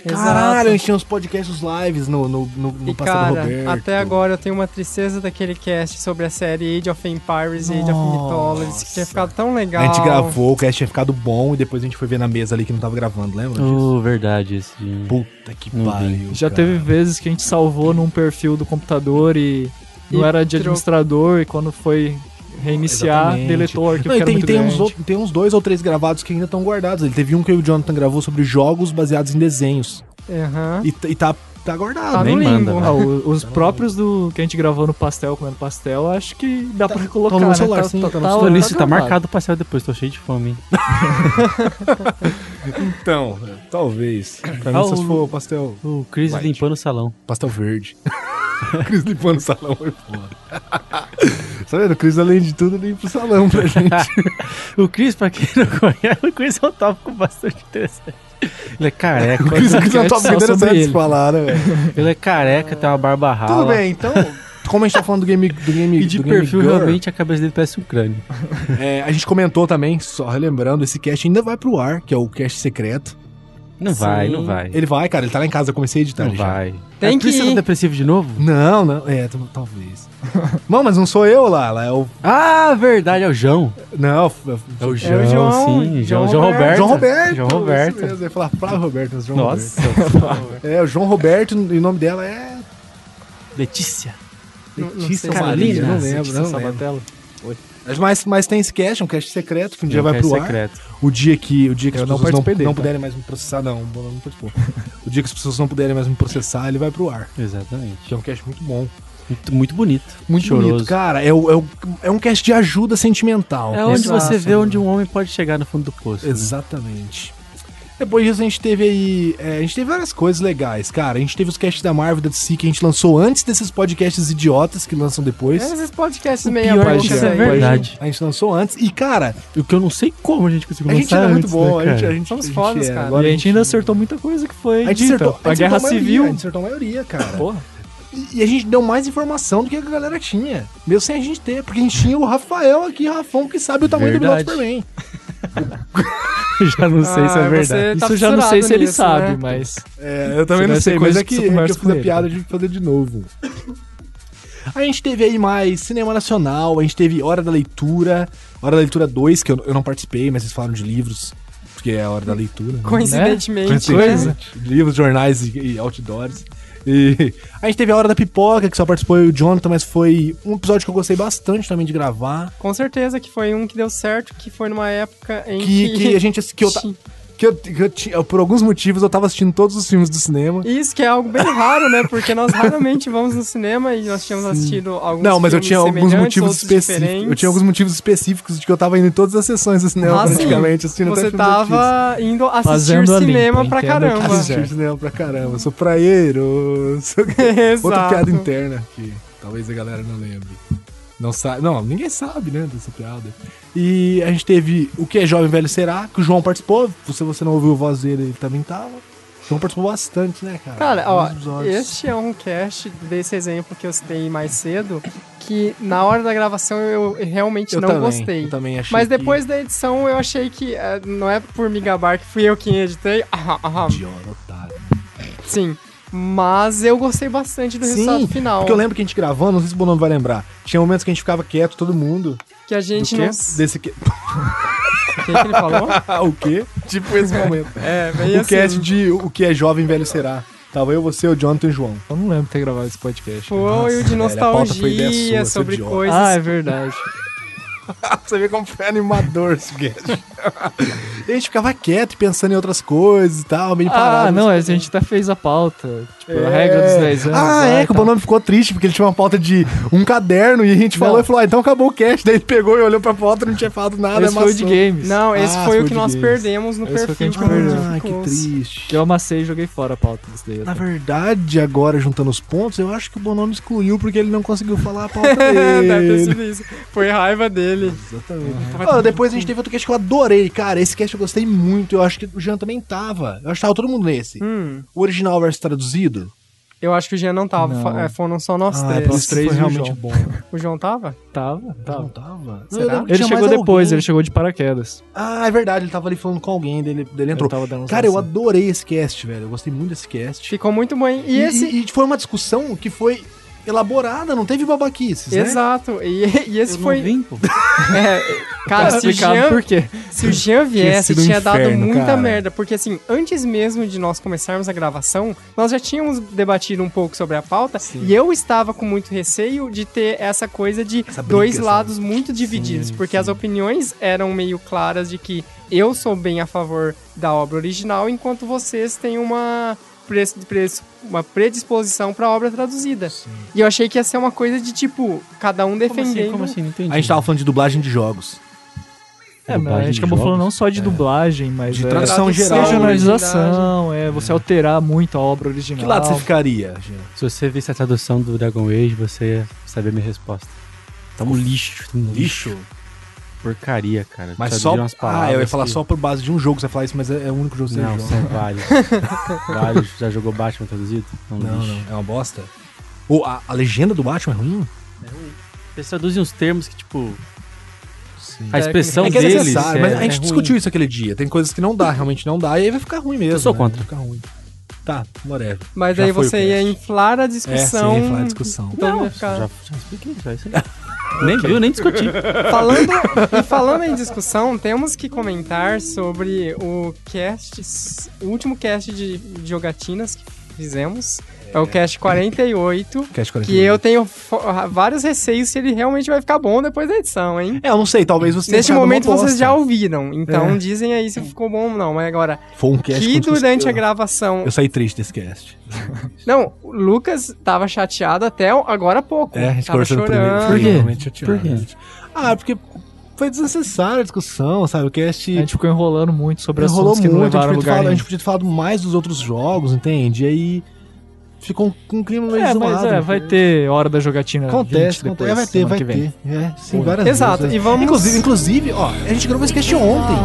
[SPEAKER 1] Caralho, a gente tinha uns podcasts, os lives no, no, no, no
[SPEAKER 3] E
[SPEAKER 1] Passado
[SPEAKER 3] cara,
[SPEAKER 1] Roberto.
[SPEAKER 3] até agora eu tenho uma tristeza daquele cast sobre a série Age of Empires e Age of Mythologies, que tinha ficado tão legal.
[SPEAKER 1] A gente gravou, o cast tinha ficado bom e depois a gente foi ver na mesa ali que não tava gravando, lembra?
[SPEAKER 5] Oh, verdade, esse.
[SPEAKER 1] Puta que
[SPEAKER 5] Não vi.
[SPEAKER 1] pariu.
[SPEAKER 2] Já
[SPEAKER 1] cara.
[SPEAKER 2] teve vezes que a gente salvou num perfil do computador e não
[SPEAKER 3] E
[SPEAKER 2] era de
[SPEAKER 3] tirou.
[SPEAKER 2] administrador e quando foi reiniciar,
[SPEAKER 1] Exatamente.
[SPEAKER 2] deletou o arquivo
[SPEAKER 1] Não,
[SPEAKER 2] que
[SPEAKER 1] e
[SPEAKER 2] era
[SPEAKER 1] tem,
[SPEAKER 2] muito
[SPEAKER 1] tem
[SPEAKER 2] grande.
[SPEAKER 1] uns outros- tem uns dois ou três gravados que ainda estão guardados. Ele teve um que o Jonathan gravou sobre jogos baseados em desenhos.
[SPEAKER 3] Aham.
[SPEAKER 1] E, t- e tá tá guardado.
[SPEAKER 3] Tá no
[SPEAKER 5] Nem manda,
[SPEAKER 3] limbo.
[SPEAKER 5] né?
[SPEAKER 2] Ah, o- os próprios do que a gente gravou no pastel, comendo pastel, acho que dá pra colocar,
[SPEAKER 1] Tá no
[SPEAKER 2] né?
[SPEAKER 1] celular, sim, tá no
[SPEAKER 5] Tô
[SPEAKER 2] tá
[SPEAKER 5] nisso, tá
[SPEAKER 2] gravado.
[SPEAKER 5] marcado o pastel depois, tô cheio de fome. hein?
[SPEAKER 1] Então, talvez. Pra
[SPEAKER 5] Ah,
[SPEAKER 1] mim, se
[SPEAKER 5] o-
[SPEAKER 1] for pastel.
[SPEAKER 5] O Chris
[SPEAKER 1] White.
[SPEAKER 5] limpando o salão.
[SPEAKER 1] Pastel verde. Cris limpando o salão, é foda. Sabe, o Cris, além de tudo, limpa o salão pra gente.
[SPEAKER 5] O Chris, pra quem não conhece, o Chris é um tópico bastante interessante. Ele é careca.
[SPEAKER 1] O Cris, o Cris é um
[SPEAKER 2] podcast
[SPEAKER 1] tópico
[SPEAKER 2] só sobre
[SPEAKER 1] interessante de
[SPEAKER 2] ele.
[SPEAKER 1] falar, né, velho?
[SPEAKER 5] ele é careca, tem uma barba rala.
[SPEAKER 1] Tudo bem, então. Como a gente tá falando do Game do game,
[SPEAKER 5] E de
[SPEAKER 1] do game
[SPEAKER 5] perfil,
[SPEAKER 1] Girl,
[SPEAKER 5] realmente, a cabeça dele parece um crânio.
[SPEAKER 1] é, a gente comentou também, só relembrando, esse cast ainda vai pro ar, que é o cast secreto.
[SPEAKER 5] Não vai,
[SPEAKER 3] Sim.
[SPEAKER 5] não vai.
[SPEAKER 1] Ele vai, cara, ele tá lá em casa, eu comecei a editar.
[SPEAKER 5] não
[SPEAKER 1] ele já.
[SPEAKER 5] vai.
[SPEAKER 3] Tem
[SPEAKER 5] é por
[SPEAKER 3] que
[SPEAKER 5] isso você tá
[SPEAKER 3] ir.
[SPEAKER 5] depressivo de novo?
[SPEAKER 1] Não, não, é, t- talvez. não, mas não sou eu lá, lá é o.
[SPEAKER 5] Ah, verdade, é o João.
[SPEAKER 1] Não, f- f-
[SPEAKER 5] É o
[SPEAKER 3] João, João,
[SPEAKER 5] sim. João,
[SPEAKER 3] João
[SPEAKER 5] João Roberto.
[SPEAKER 3] Roberto.
[SPEAKER 1] João Roberto.
[SPEAKER 5] João
[SPEAKER 1] isso
[SPEAKER 5] Roberto.
[SPEAKER 1] mesmo, Eu ia falar Flávio Roberto, mas João Roberto.
[SPEAKER 5] Nossa,
[SPEAKER 1] É, o João Roberto, e o nome dela é.
[SPEAKER 5] Letícia.
[SPEAKER 3] Não- não
[SPEAKER 1] Letícia
[SPEAKER 3] sei.
[SPEAKER 1] Maria,
[SPEAKER 2] né?
[SPEAKER 1] não
[SPEAKER 5] Carolina,
[SPEAKER 1] lembro, não lembro.
[SPEAKER 2] Sabatella.
[SPEAKER 1] Mas, mas tem esse cast, é um cast secreto, que um dia
[SPEAKER 5] Não,
[SPEAKER 1] vai
[SPEAKER 5] que é
[SPEAKER 1] pro ar.
[SPEAKER 5] secreto.
[SPEAKER 1] O dia que, o dia que
[SPEAKER 2] Eu
[SPEAKER 1] as
[SPEAKER 2] não
[SPEAKER 1] pessoas não,
[SPEAKER 2] participei dele,
[SPEAKER 1] não
[SPEAKER 2] tá?
[SPEAKER 1] puderem mais me processar, não, o Bolão não participou. o dia que as pessoas não puderem mais me processar, ele vai pro ar.
[SPEAKER 5] Exatamente.
[SPEAKER 1] Que é um cast muito bom.
[SPEAKER 5] Muito, muito bonito.
[SPEAKER 1] Muito
[SPEAKER 5] choroso.
[SPEAKER 1] bonito, cara. É, o- é, o- é um cast de ajuda sentimental.
[SPEAKER 5] É onde
[SPEAKER 3] Exato,
[SPEAKER 5] você vê
[SPEAKER 3] mano.
[SPEAKER 5] onde um homem pode chegar no fundo do poço. né?
[SPEAKER 1] Exatamente. Depois disso a gente teve aí. é, a gente teve várias coisas legais, cara. A gente teve os casts da Marvel da DC que a gente lançou antes desses podcasts idiotas que lançam depois.
[SPEAKER 3] É, Esses podcasts
[SPEAKER 5] O
[SPEAKER 3] meia
[SPEAKER 5] pior
[SPEAKER 3] boca
[SPEAKER 5] é que isso é
[SPEAKER 3] aí.
[SPEAKER 5] verdade.
[SPEAKER 1] A gente lançou antes. E, cara,
[SPEAKER 5] O que eu não sei como a gente conseguiu
[SPEAKER 1] a gente
[SPEAKER 5] lançar
[SPEAKER 1] era muito
[SPEAKER 5] antes,
[SPEAKER 1] bom.
[SPEAKER 5] né,
[SPEAKER 1] a gente,
[SPEAKER 5] cara?
[SPEAKER 1] a gente,
[SPEAKER 3] Somos
[SPEAKER 1] a gente
[SPEAKER 3] fodas,
[SPEAKER 1] é,
[SPEAKER 3] cara.
[SPEAKER 1] agora
[SPEAKER 2] e a gente ainda acertou muita coisa que foi
[SPEAKER 1] A gente
[SPEAKER 2] dita.
[SPEAKER 1] acertou,
[SPEAKER 2] a Guerra Civil.
[SPEAKER 1] A gente acertou a maioria, cara.
[SPEAKER 2] Porra.
[SPEAKER 1] E, e a gente deu mais informação do que a galera tinha. Mesmo sem a gente ter, porque a gente tinha o Rafael aqui, Rafão, que sabe o tamanho
[SPEAKER 5] Verdade.
[SPEAKER 1] do Bilhão Superman.
[SPEAKER 5] Já não sei se é
[SPEAKER 3] Ah,
[SPEAKER 5] verdade.
[SPEAKER 3] você tá
[SPEAKER 2] Isso eu já não sei
[SPEAKER 3] fissurado
[SPEAKER 2] se ele
[SPEAKER 3] nisso,
[SPEAKER 2] sabe,
[SPEAKER 3] né?
[SPEAKER 2] mas.
[SPEAKER 1] É, eu também não
[SPEAKER 2] Você deve
[SPEAKER 1] sei,
[SPEAKER 2] ser
[SPEAKER 1] mas
[SPEAKER 2] coisa
[SPEAKER 1] é que,
[SPEAKER 2] que você
[SPEAKER 1] é que eu
[SPEAKER 2] conversa
[SPEAKER 1] fiz a
[SPEAKER 2] com ele.
[SPEAKER 1] piada de fazer de novo. A gente teve aí mais cinema nacional, a gente teve Hora da Leitura, Hora da Leitura 2, que eu, eu não participei, mas vocês falaram de livros, porque é a Hora da Leitura. né?
[SPEAKER 3] Coincidentemente.
[SPEAKER 2] Coisa.
[SPEAKER 1] Livros, jornais e, e outdoors. E a gente teve a Hora da Pipoca, que só participou eu e o Jonathan, mas foi um episódio que eu gostei bastante também de gravar.
[SPEAKER 3] Com certeza que foi um que deu certo, que foi numa época em
[SPEAKER 1] Que,
[SPEAKER 3] que...
[SPEAKER 1] que a gente. assi- Que eu, ta- que eu, que eu tinha- por alguns motivos, eu tava assistindo todos os filmes do cinema.
[SPEAKER 3] Isso que é algo bem raro, né? Porque nós raramente vamos no cinema e nós tínhamos assistido alguns
[SPEAKER 1] Não, mas eu
[SPEAKER 3] filmes
[SPEAKER 1] tinha alguns
[SPEAKER 3] semelhantes,
[SPEAKER 1] motivos
[SPEAKER 3] outros
[SPEAKER 1] específicos. Eu
[SPEAKER 3] diferentes.
[SPEAKER 1] tinha alguns motivos específicos de que eu tava indo em todas as sessões do cinema,
[SPEAKER 3] Ah, sim.
[SPEAKER 1] praticamente, assistindo até
[SPEAKER 3] Você
[SPEAKER 1] filmes antigos.
[SPEAKER 3] tava indo assistir
[SPEAKER 2] Fazendo a limpa,
[SPEAKER 3] cinema pra
[SPEAKER 2] entendo que
[SPEAKER 3] caramba.
[SPEAKER 2] quiser.
[SPEAKER 1] Assistindo cinema pra caramba. Eu sou praieiro. sou-
[SPEAKER 3] Exato.
[SPEAKER 1] Outra piada interna que talvez a galera não lembre. Não sabe. Não, ninguém sabe, né, dessa piada. E a gente teve O que é Jovem Velho Será? Que o João participou. Se você não ouviu a voz dele, ele também tava. O João participou bastante, né, cara?
[SPEAKER 3] Cara, ó,
[SPEAKER 1] Nos episódios.
[SPEAKER 3] este é um cast desse exemplo que eu citei mais cedo, que na hora da gravação eu realmente não
[SPEAKER 1] também,
[SPEAKER 3] gostei.
[SPEAKER 1] Eu também achei.
[SPEAKER 3] Mas
[SPEAKER 1] que-
[SPEAKER 3] depois da edição eu achei que eh, não é por me gabar que fui eu quem editei. Aham, aham,
[SPEAKER 1] Idiota, otário.
[SPEAKER 3] sim. Mas eu gostei bastante do resultado final.
[SPEAKER 1] Porque eu lembro que a gente gravando, não sei se o Bonobo vai lembrar. Tinha momentos que a gente ficava quieto, todo mundo.
[SPEAKER 3] Que a gente não. O
[SPEAKER 1] Desse que...
[SPEAKER 3] que, que ele falou?
[SPEAKER 1] Ah, o quê? tipo esse momento.
[SPEAKER 3] É, bem
[SPEAKER 1] o
[SPEAKER 3] assim.
[SPEAKER 1] cast de O que é Jovem Velho Será. Tava eu, você, o Jonathan e o João.
[SPEAKER 2] Eu não lembro de ter gravado esse podcast.
[SPEAKER 3] Foi o
[SPEAKER 1] Nossa,
[SPEAKER 3] de
[SPEAKER 1] velho, a pauta foi ideia
[SPEAKER 3] nostalgia
[SPEAKER 1] sua, seu
[SPEAKER 3] sobre
[SPEAKER 1] idiota.
[SPEAKER 3] coisas.
[SPEAKER 2] Ah, é verdade.
[SPEAKER 1] Você vê como foi animador esse cast. a gente ficava quieto, pensando em outras coisas e tal, meio parado. É.
[SPEAKER 2] Ah, não, a gente até fez a pauta. Tipo, a regra dos 10 anos. tá.
[SPEAKER 1] Ah,
[SPEAKER 2] lá
[SPEAKER 1] é,
[SPEAKER 2] e
[SPEAKER 1] que o
[SPEAKER 2] tal.
[SPEAKER 1] Bonobo ficou triste, porque ele tinha uma pauta de um caderno e a gente falou
[SPEAKER 2] Não.
[SPEAKER 1] e falou, ah, então acabou o cast. Daí ele pegou e olhou pra pauta e não tinha falado nada. é
[SPEAKER 2] Esse foi o de
[SPEAKER 1] amassou.
[SPEAKER 2] games.
[SPEAKER 3] Não, esse
[SPEAKER 1] Ah,
[SPEAKER 3] foi
[SPEAKER 1] foi
[SPEAKER 3] o
[SPEAKER 1] de
[SPEAKER 3] que nós
[SPEAKER 1] games.
[SPEAKER 3] perdemos no
[SPEAKER 2] Esse foi o
[SPEAKER 3] perfil. tipo,
[SPEAKER 2] que a gente
[SPEAKER 3] do
[SPEAKER 2] perdeu.
[SPEAKER 1] Ah, que
[SPEAKER 3] Ficou-
[SPEAKER 1] triste.
[SPEAKER 2] Eu amassei e joguei fora a pauta desse daí.
[SPEAKER 1] Na
[SPEAKER 2] até.
[SPEAKER 1] verdade, agora juntando os pontos, eu acho que o Bonomo excluiu porque ele não conseguiu falar a pauta dele.
[SPEAKER 3] é, Deve ter sido isso. Foi raiva dele.
[SPEAKER 1] Ó, depois a gente teve outro cast que eu adorei, cara. Esse cast eu gostei muito. Eu acho que o Jean também tava. Eu acho que tava todo mundo nesse.
[SPEAKER 3] Hum,
[SPEAKER 1] O original versus traduzido.
[SPEAKER 3] eu acho que o Jean não tava.
[SPEAKER 2] Não.
[SPEAKER 3] fo- é, foram só nós
[SPEAKER 1] Ah, é
[SPEAKER 3] três.
[SPEAKER 1] por
[SPEAKER 2] nós
[SPEAKER 1] isso que
[SPEAKER 2] três
[SPEAKER 1] foi
[SPEAKER 2] e o
[SPEAKER 1] realmente
[SPEAKER 2] João.
[SPEAKER 1] bom.
[SPEAKER 3] O João tava?
[SPEAKER 2] Tava,
[SPEAKER 1] Não
[SPEAKER 2] tava.
[SPEAKER 1] tava?
[SPEAKER 3] Será?
[SPEAKER 1] Eu lembro que
[SPEAKER 2] Ele
[SPEAKER 1] tinha
[SPEAKER 2] chegou
[SPEAKER 1] mais
[SPEAKER 2] depois,
[SPEAKER 1] alguém.
[SPEAKER 2] ele chegou de paraquedas.
[SPEAKER 1] Ah, é verdade. Ele tava ali falando com alguém, dele, dele entrou.
[SPEAKER 2] Eu tava assim. dando uns
[SPEAKER 1] Cara, eu
[SPEAKER 2] lances.
[SPEAKER 1] adorei esse cast, velho. Eu gostei muito desse cast.
[SPEAKER 3] Ficou muito bom. hein? E esse.
[SPEAKER 1] e, foi uma discussão que foi elaborada, não teve babaquices, né?
[SPEAKER 3] Exato. E, e esse
[SPEAKER 5] Eu não
[SPEAKER 3] foi.
[SPEAKER 5] vim, pô.
[SPEAKER 3] É, cara, se o,
[SPEAKER 2] Explicado
[SPEAKER 3] Jean,
[SPEAKER 2] por quê.
[SPEAKER 3] se o Jean viesse,
[SPEAKER 1] Tinha sido um
[SPEAKER 3] tinha dado
[SPEAKER 1] inferno,
[SPEAKER 3] muita
[SPEAKER 1] cara.
[SPEAKER 3] merda. Porque, assim, antes mesmo de nós começarmos a gravação, nós já tínhamos debatido um pouco sobre a pauta. E eu estava com muito receio de ter essa coisa de
[SPEAKER 1] Essa briga,
[SPEAKER 3] dois
[SPEAKER 1] sabe?
[SPEAKER 3] lados muito divididos. porque as opiniões eram meio claras de que eu sou bem a favor da obra original, enquanto vocês têm uma pres- pres- uma predisposição pra obra traduzida. E eu achei que ia ser uma coisa de tipo, cada um
[SPEAKER 5] Como assim,
[SPEAKER 3] defendendo.
[SPEAKER 5] como assim? Não entendi.
[SPEAKER 1] A gente tá- tava falando de dublagem de jogos.
[SPEAKER 2] É, mas a
[SPEAKER 5] Dublagem
[SPEAKER 2] gente
[SPEAKER 5] de
[SPEAKER 2] acabou
[SPEAKER 5] jogos?
[SPEAKER 2] falando não só de dublagem, mas
[SPEAKER 1] De
[SPEAKER 2] é,
[SPEAKER 1] tradução
[SPEAKER 2] é
[SPEAKER 1] geral,
[SPEAKER 2] regionalização, é você alterar muito a obra original.
[SPEAKER 1] Que lado você ficaria, gente?
[SPEAKER 5] Se você visse a tradução do Dragon Age, você ia saber a minha resposta. Tá um lixo. Tá um lixo.
[SPEAKER 1] Lixo.
[SPEAKER 5] Porcaria, cara.
[SPEAKER 1] Mas
[SPEAKER 5] Traduziram
[SPEAKER 1] só.
[SPEAKER 5] umas
[SPEAKER 1] Ah, eu ia
[SPEAKER 5] palavras
[SPEAKER 1] falar
[SPEAKER 5] que-
[SPEAKER 1] só por base de um jogo, você vai falar isso, mas é, é o único jogo que você
[SPEAKER 5] Não,
[SPEAKER 1] joga.
[SPEAKER 5] são vários. vários. Já jogou Batman traduzido? Tá um
[SPEAKER 1] Não,
[SPEAKER 5] lixo.
[SPEAKER 1] não, é uma bosta. Ou a, a legenda do Batman é ruim?
[SPEAKER 5] Eles traduzem uns termos que, tipo,
[SPEAKER 1] Sim.
[SPEAKER 5] a expressão
[SPEAKER 1] É que é
[SPEAKER 5] deles.
[SPEAKER 1] necessário, mas a gente
[SPEAKER 5] é
[SPEAKER 1] discutiu isso aquele dia. Tem coisas que não dá, realmente não dá, e aí vai ficar ruim mesmo.
[SPEAKER 5] sou
[SPEAKER 1] né?
[SPEAKER 5] contra.
[SPEAKER 1] Vai ficar ruim. Tá, whatever.
[SPEAKER 3] Mas
[SPEAKER 1] Já
[SPEAKER 3] aí
[SPEAKER 1] foi o
[SPEAKER 3] você ia
[SPEAKER 1] cast.
[SPEAKER 3] inflar a
[SPEAKER 1] É, sim,
[SPEAKER 3] discussão.
[SPEAKER 1] falar a discussão.
[SPEAKER 3] Então ia
[SPEAKER 5] ruim.
[SPEAKER 3] ficar...
[SPEAKER 5] Já, já expliquei já isso aí. nem viu, nem discuti.
[SPEAKER 3] Falando, e falando em discussão, temos que comentar sobre o cast, o último cast de, de jogatinas que fizemos. É o cast 48,
[SPEAKER 5] Uhum.
[SPEAKER 1] Cast um.
[SPEAKER 3] que
[SPEAKER 1] 48.
[SPEAKER 3] eu tenho fo- vários receios se ele realmente vai ficar bom depois da edição, hein?
[SPEAKER 1] É, eu não sei, talvez você tenha
[SPEAKER 3] Neste
[SPEAKER 1] achado uma
[SPEAKER 3] momento vocês
[SPEAKER 1] bosta.
[SPEAKER 3] já ouviram, então
[SPEAKER 1] É.
[SPEAKER 3] dizem aí se ficou bom ou não. Mas agora,
[SPEAKER 1] Foi um
[SPEAKER 5] é
[SPEAKER 1] cast
[SPEAKER 3] que
[SPEAKER 1] com discussão.
[SPEAKER 3] durante a gravação.
[SPEAKER 1] Eu saí triste desse cast.
[SPEAKER 3] Não, o Lucas tava chateado até agora há pouco.
[SPEAKER 1] É, a gente
[SPEAKER 3] tava
[SPEAKER 1] conversou no primeiro.
[SPEAKER 3] chorando.
[SPEAKER 5] Por quê?
[SPEAKER 1] Realmente chateado.
[SPEAKER 5] Por quê?
[SPEAKER 1] gente. Ah, porque foi desnecessária a discussão, sabe? O cast
[SPEAKER 2] A gente ficou enrolando muito sobre
[SPEAKER 1] rolou
[SPEAKER 2] assuntos que
[SPEAKER 1] muito,
[SPEAKER 2] não
[SPEAKER 1] a,
[SPEAKER 2] levaram a
[SPEAKER 1] gente podia
[SPEAKER 2] lugar
[SPEAKER 1] falar, a
[SPEAKER 2] nenhum.
[SPEAKER 1] gente podia ter falado mais dos outros jogos, entende? E aí ficou um, um clima meio
[SPEAKER 2] É, mas
[SPEAKER 1] zoado.
[SPEAKER 2] é, vai ter hora da jogatina.
[SPEAKER 1] Acontece,
[SPEAKER 2] 20
[SPEAKER 1] acontece.
[SPEAKER 2] depois,
[SPEAKER 1] É, vai ter,
[SPEAKER 2] semana
[SPEAKER 1] vai
[SPEAKER 2] que vem.
[SPEAKER 1] ter. É, sim, várias
[SPEAKER 3] Exato,
[SPEAKER 1] vezes,
[SPEAKER 3] e
[SPEAKER 1] é.
[SPEAKER 3] vamos-
[SPEAKER 1] Inclusive, inclusive, ó, a gente gravou esse cast ontem.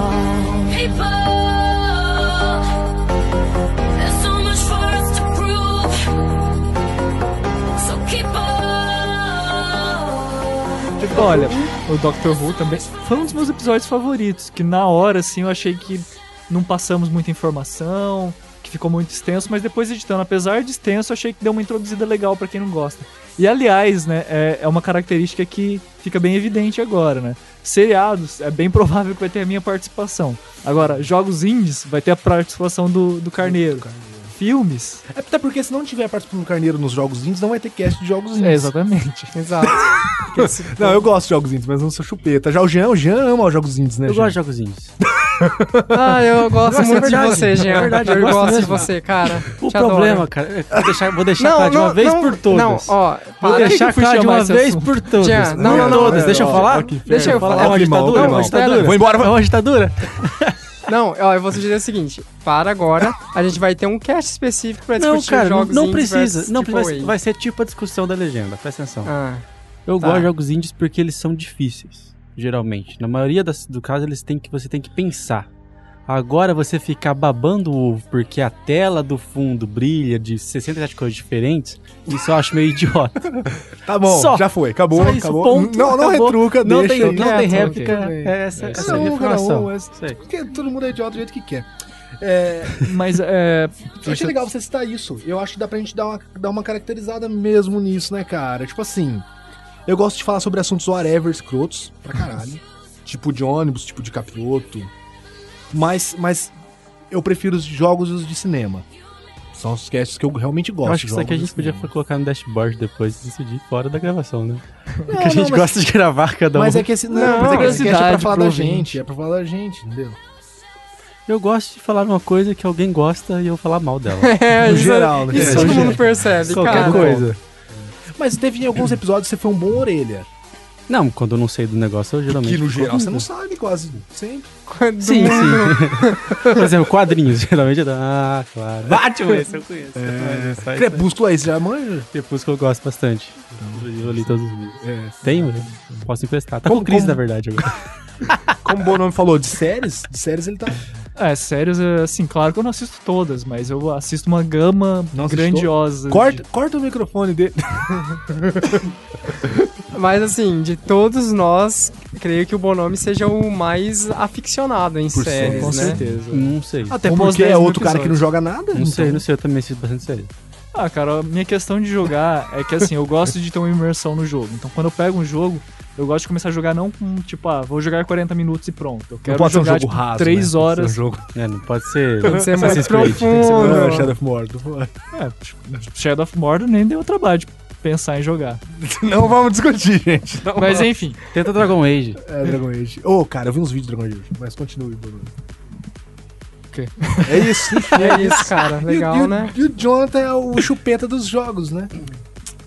[SPEAKER 7] There's so much for us to prove. So keep on.
[SPEAKER 2] Olha, o Doctor Who também foi um dos meus episódios favoritos, que na hora, assim, eu achei que não passamos muita informação, que ficou muito extenso, mas depois editando, apesar de extenso, eu achei que deu uma introduzida legal pra quem não gosta. E aliás, né, é, é uma característica que fica bem evidente agora, né? Seriados, é bem provável que vai ter a minha participação. Agora, jogos indies, vai ter a participação do, do Carneiro. Filmes,
[SPEAKER 1] É até porque se não tiver participando do Carneiro nos jogos indies, não vai ter cast de jogos indies.
[SPEAKER 2] é, exatamente.
[SPEAKER 3] Exato.
[SPEAKER 1] Não, eu gosto de jogos indies, mas não sou chupeta. Já o Jean, o Jean ama os jogos indies, né,
[SPEAKER 5] Eu
[SPEAKER 1] Jean?
[SPEAKER 5] gosto de jogos indies.
[SPEAKER 3] Ah, eu gosto
[SPEAKER 5] Nossa, é
[SPEAKER 3] muito
[SPEAKER 5] verdade.
[SPEAKER 3] de você, Jean.
[SPEAKER 5] É verdade, eu
[SPEAKER 3] eu,
[SPEAKER 5] gosto
[SPEAKER 3] gosto de
[SPEAKER 5] mesmo.
[SPEAKER 3] você, cara.
[SPEAKER 5] O
[SPEAKER 3] Te
[SPEAKER 5] problema,
[SPEAKER 3] adoro.
[SPEAKER 5] cara, é que vou deixar, vou deixar claro de uma vez
[SPEAKER 3] não,
[SPEAKER 5] por todas.
[SPEAKER 3] Não, ó,
[SPEAKER 5] vou
[SPEAKER 3] para que
[SPEAKER 5] deixar
[SPEAKER 3] eu fui
[SPEAKER 5] claro de
[SPEAKER 3] chamar
[SPEAKER 5] uma
[SPEAKER 3] esse
[SPEAKER 5] vez
[SPEAKER 3] assunto.
[SPEAKER 5] por todas.
[SPEAKER 3] Jean, não, não, não.
[SPEAKER 5] Todas, deixa eu falar?
[SPEAKER 3] Deixa eu falar.
[SPEAKER 5] É uma
[SPEAKER 1] Ó, climão,
[SPEAKER 5] ditadura? É
[SPEAKER 1] climão.
[SPEAKER 5] uma ditadura?
[SPEAKER 3] Vou
[SPEAKER 1] embora,
[SPEAKER 5] É uma ditadura?
[SPEAKER 3] Não, ó, eu vou sugerir o seguinte: para agora, a gente vai ter um cast específico pra
[SPEAKER 5] Não,
[SPEAKER 3] discutir
[SPEAKER 5] cara, não,
[SPEAKER 3] jogos
[SPEAKER 5] não
[SPEAKER 3] indies
[SPEAKER 5] precisa.
[SPEAKER 3] versus
[SPEAKER 5] Não, vai,
[SPEAKER 3] AAA.
[SPEAKER 5] vai ser tipo a discussão da legenda, presta atenção.
[SPEAKER 3] Ah,
[SPEAKER 5] Eu
[SPEAKER 3] Tá.
[SPEAKER 5] gosto de jogos indies porque eles são difíceis, geralmente. Na maioria das, do caso, eles têm que você tem que pensar. Agora você ficar babando o ovo porque a tela do fundo brilha de 67 cores diferentes, isso eu acho meio idiota.
[SPEAKER 1] Tá bom,
[SPEAKER 5] Só.
[SPEAKER 1] já foi, acabou,
[SPEAKER 5] Só isso,
[SPEAKER 1] acabou.
[SPEAKER 5] ponto,
[SPEAKER 1] não, não
[SPEAKER 5] acabou.
[SPEAKER 1] retruca,
[SPEAKER 5] não, tem,
[SPEAKER 1] deixa.
[SPEAKER 5] não tem
[SPEAKER 3] quieto,
[SPEAKER 5] réplica.
[SPEAKER 1] tudo bem.
[SPEAKER 5] É essa,
[SPEAKER 2] É
[SPEAKER 5] essa
[SPEAKER 2] isso
[SPEAKER 5] é a
[SPEAKER 1] aí.
[SPEAKER 5] minha
[SPEAKER 1] Cada um,
[SPEAKER 5] informação.
[SPEAKER 1] é-
[SPEAKER 5] Isso aí.
[SPEAKER 1] Porque todo mundo é idiota do jeito que quer. É,
[SPEAKER 2] Mas é.
[SPEAKER 1] eu achei legal você citar isso. Eu acho que dá pra gente dar uma, dar uma caracterizada mesmo nisso, né, cara? Tipo assim, eu gosto de falar sobre assuntos whatever escrotos, pra caralho. tipo de ônibus, tipo de capiroto. Mas, mas eu prefiro os jogos e os de cinema. São os casts que eu realmente gosto.
[SPEAKER 5] Eu acho que isso aqui a
[SPEAKER 1] jogos
[SPEAKER 5] gente
[SPEAKER 1] de
[SPEAKER 5] podia
[SPEAKER 1] cinema.
[SPEAKER 5] colocar no dashboard depois e decidir fora da gravação, né? Porque a
[SPEAKER 1] não,
[SPEAKER 5] gente
[SPEAKER 1] mas-
[SPEAKER 5] gosta de gravar cada um.
[SPEAKER 1] Mas é que esse. Não,
[SPEAKER 3] Não,
[SPEAKER 1] mas é que esse cast é pra
[SPEAKER 2] curiosidade
[SPEAKER 1] falar da
[SPEAKER 2] pro
[SPEAKER 1] gente.
[SPEAKER 2] ouvinte.
[SPEAKER 1] É pra falar da gente, entendeu?
[SPEAKER 5] Eu gosto de falar uma coisa que alguém gosta e eu falar mal dela.
[SPEAKER 3] é,
[SPEAKER 1] No
[SPEAKER 3] isso,
[SPEAKER 1] geral, né,
[SPEAKER 3] isso
[SPEAKER 1] cara?
[SPEAKER 3] todo
[SPEAKER 1] No
[SPEAKER 3] mundo percebe,
[SPEAKER 5] Qualquer
[SPEAKER 3] cara.
[SPEAKER 5] coisa.
[SPEAKER 1] Mas teve em alguns episódios que você foi um bom orelha. Tipo,
[SPEAKER 5] Não, quando eu não sei do negócio, eu geralmente.
[SPEAKER 1] Que no
[SPEAKER 5] fico
[SPEAKER 1] geral você
[SPEAKER 5] ouvindo.
[SPEAKER 1] não sabe quase sempre.
[SPEAKER 3] Quando-
[SPEAKER 5] Sim, sim. Por exemplo, quadrinhos, geralmente. eu dou, Ah, claro. Batman, esse eu conheço. É...
[SPEAKER 1] Crepúsculo aí, você já manja?
[SPEAKER 5] Crepúsculo eu gosto bastante. Eu li todos os livros.
[SPEAKER 1] É.
[SPEAKER 5] Tenho? né? Posso emprestar. Tá
[SPEAKER 1] Como-
[SPEAKER 5] com crise,
[SPEAKER 1] como-
[SPEAKER 5] na verdade, agora.
[SPEAKER 1] Como o Bonome falou, de séries? De séries ele tá.
[SPEAKER 2] É, séries, é, assim, claro que eu não assisto todas, mas eu assisto uma gama
[SPEAKER 1] Não assistiu?
[SPEAKER 2] grandiosa. de-
[SPEAKER 1] Corta, corta o microfone dele.
[SPEAKER 3] Mas assim, de todos nós, creio que o Bonome seja o mais aficionado em
[SPEAKER 1] Por
[SPEAKER 3] séries,
[SPEAKER 2] com
[SPEAKER 3] né?
[SPEAKER 2] certeza.
[SPEAKER 5] Não sei.
[SPEAKER 1] Até
[SPEAKER 2] Como aos
[SPEAKER 1] porque
[SPEAKER 2] dez
[SPEAKER 1] é
[SPEAKER 2] mil
[SPEAKER 1] outro cara que não
[SPEAKER 2] episódios.
[SPEAKER 1] joga nada.
[SPEAKER 5] Ah, tá. Não sei, não sei. Eu também assisto bastante série.
[SPEAKER 2] Ah, cara, a minha questão de jogar é que, assim, eu gosto de ter uma imersão no jogo. Então, quando eu pego um jogo, eu gosto de começar a jogar não com, tipo, ah, vou jogar 40 minutos e pronto. Eu quero
[SPEAKER 1] pode ser um
[SPEAKER 2] jogar,
[SPEAKER 1] jogo
[SPEAKER 2] tipo,
[SPEAKER 1] raso,
[SPEAKER 2] 3
[SPEAKER 1] né? Pode
[SPEAKER 2] horas.
[SPEAKER 1] ser um jogo.
[SPEAKER 5] É, não pode ser.
[SPEAKER 3] Tem que ser mais
[SPEAKER 5] Assassin's Creed.
[SPEAKER 3] profundo.
[SPEAKER 1] Ah, Shadow of Mordor.
[SPEAKER 2] É, tipo, Shadow of Mordor nem deu trabalho de pensar em jogar.
[SPEAKER 1] Não vamos discutir, gente.
[SPEAKER 2] Mas, enfim,
[SPEAKER 5] Tenta Dragon Age.
[SPEAKER 1] É, Dragon Age. Ô, cara, eu vi uns vídeos de Dragon Age, mas continue, Bruno.
[SPEAKER 2] Oscar.
[SPEAKER 1] É isso.
[SPEAKER 3] É isso, cara.
[SPEAKER 1] E o-
[SPEAKER 3] Legal,
[SPEAKER 1] e o,
[SPEAKER 3] né?
[SPEAKER 1] E o Jonathan é o chupeta dos jogos, né?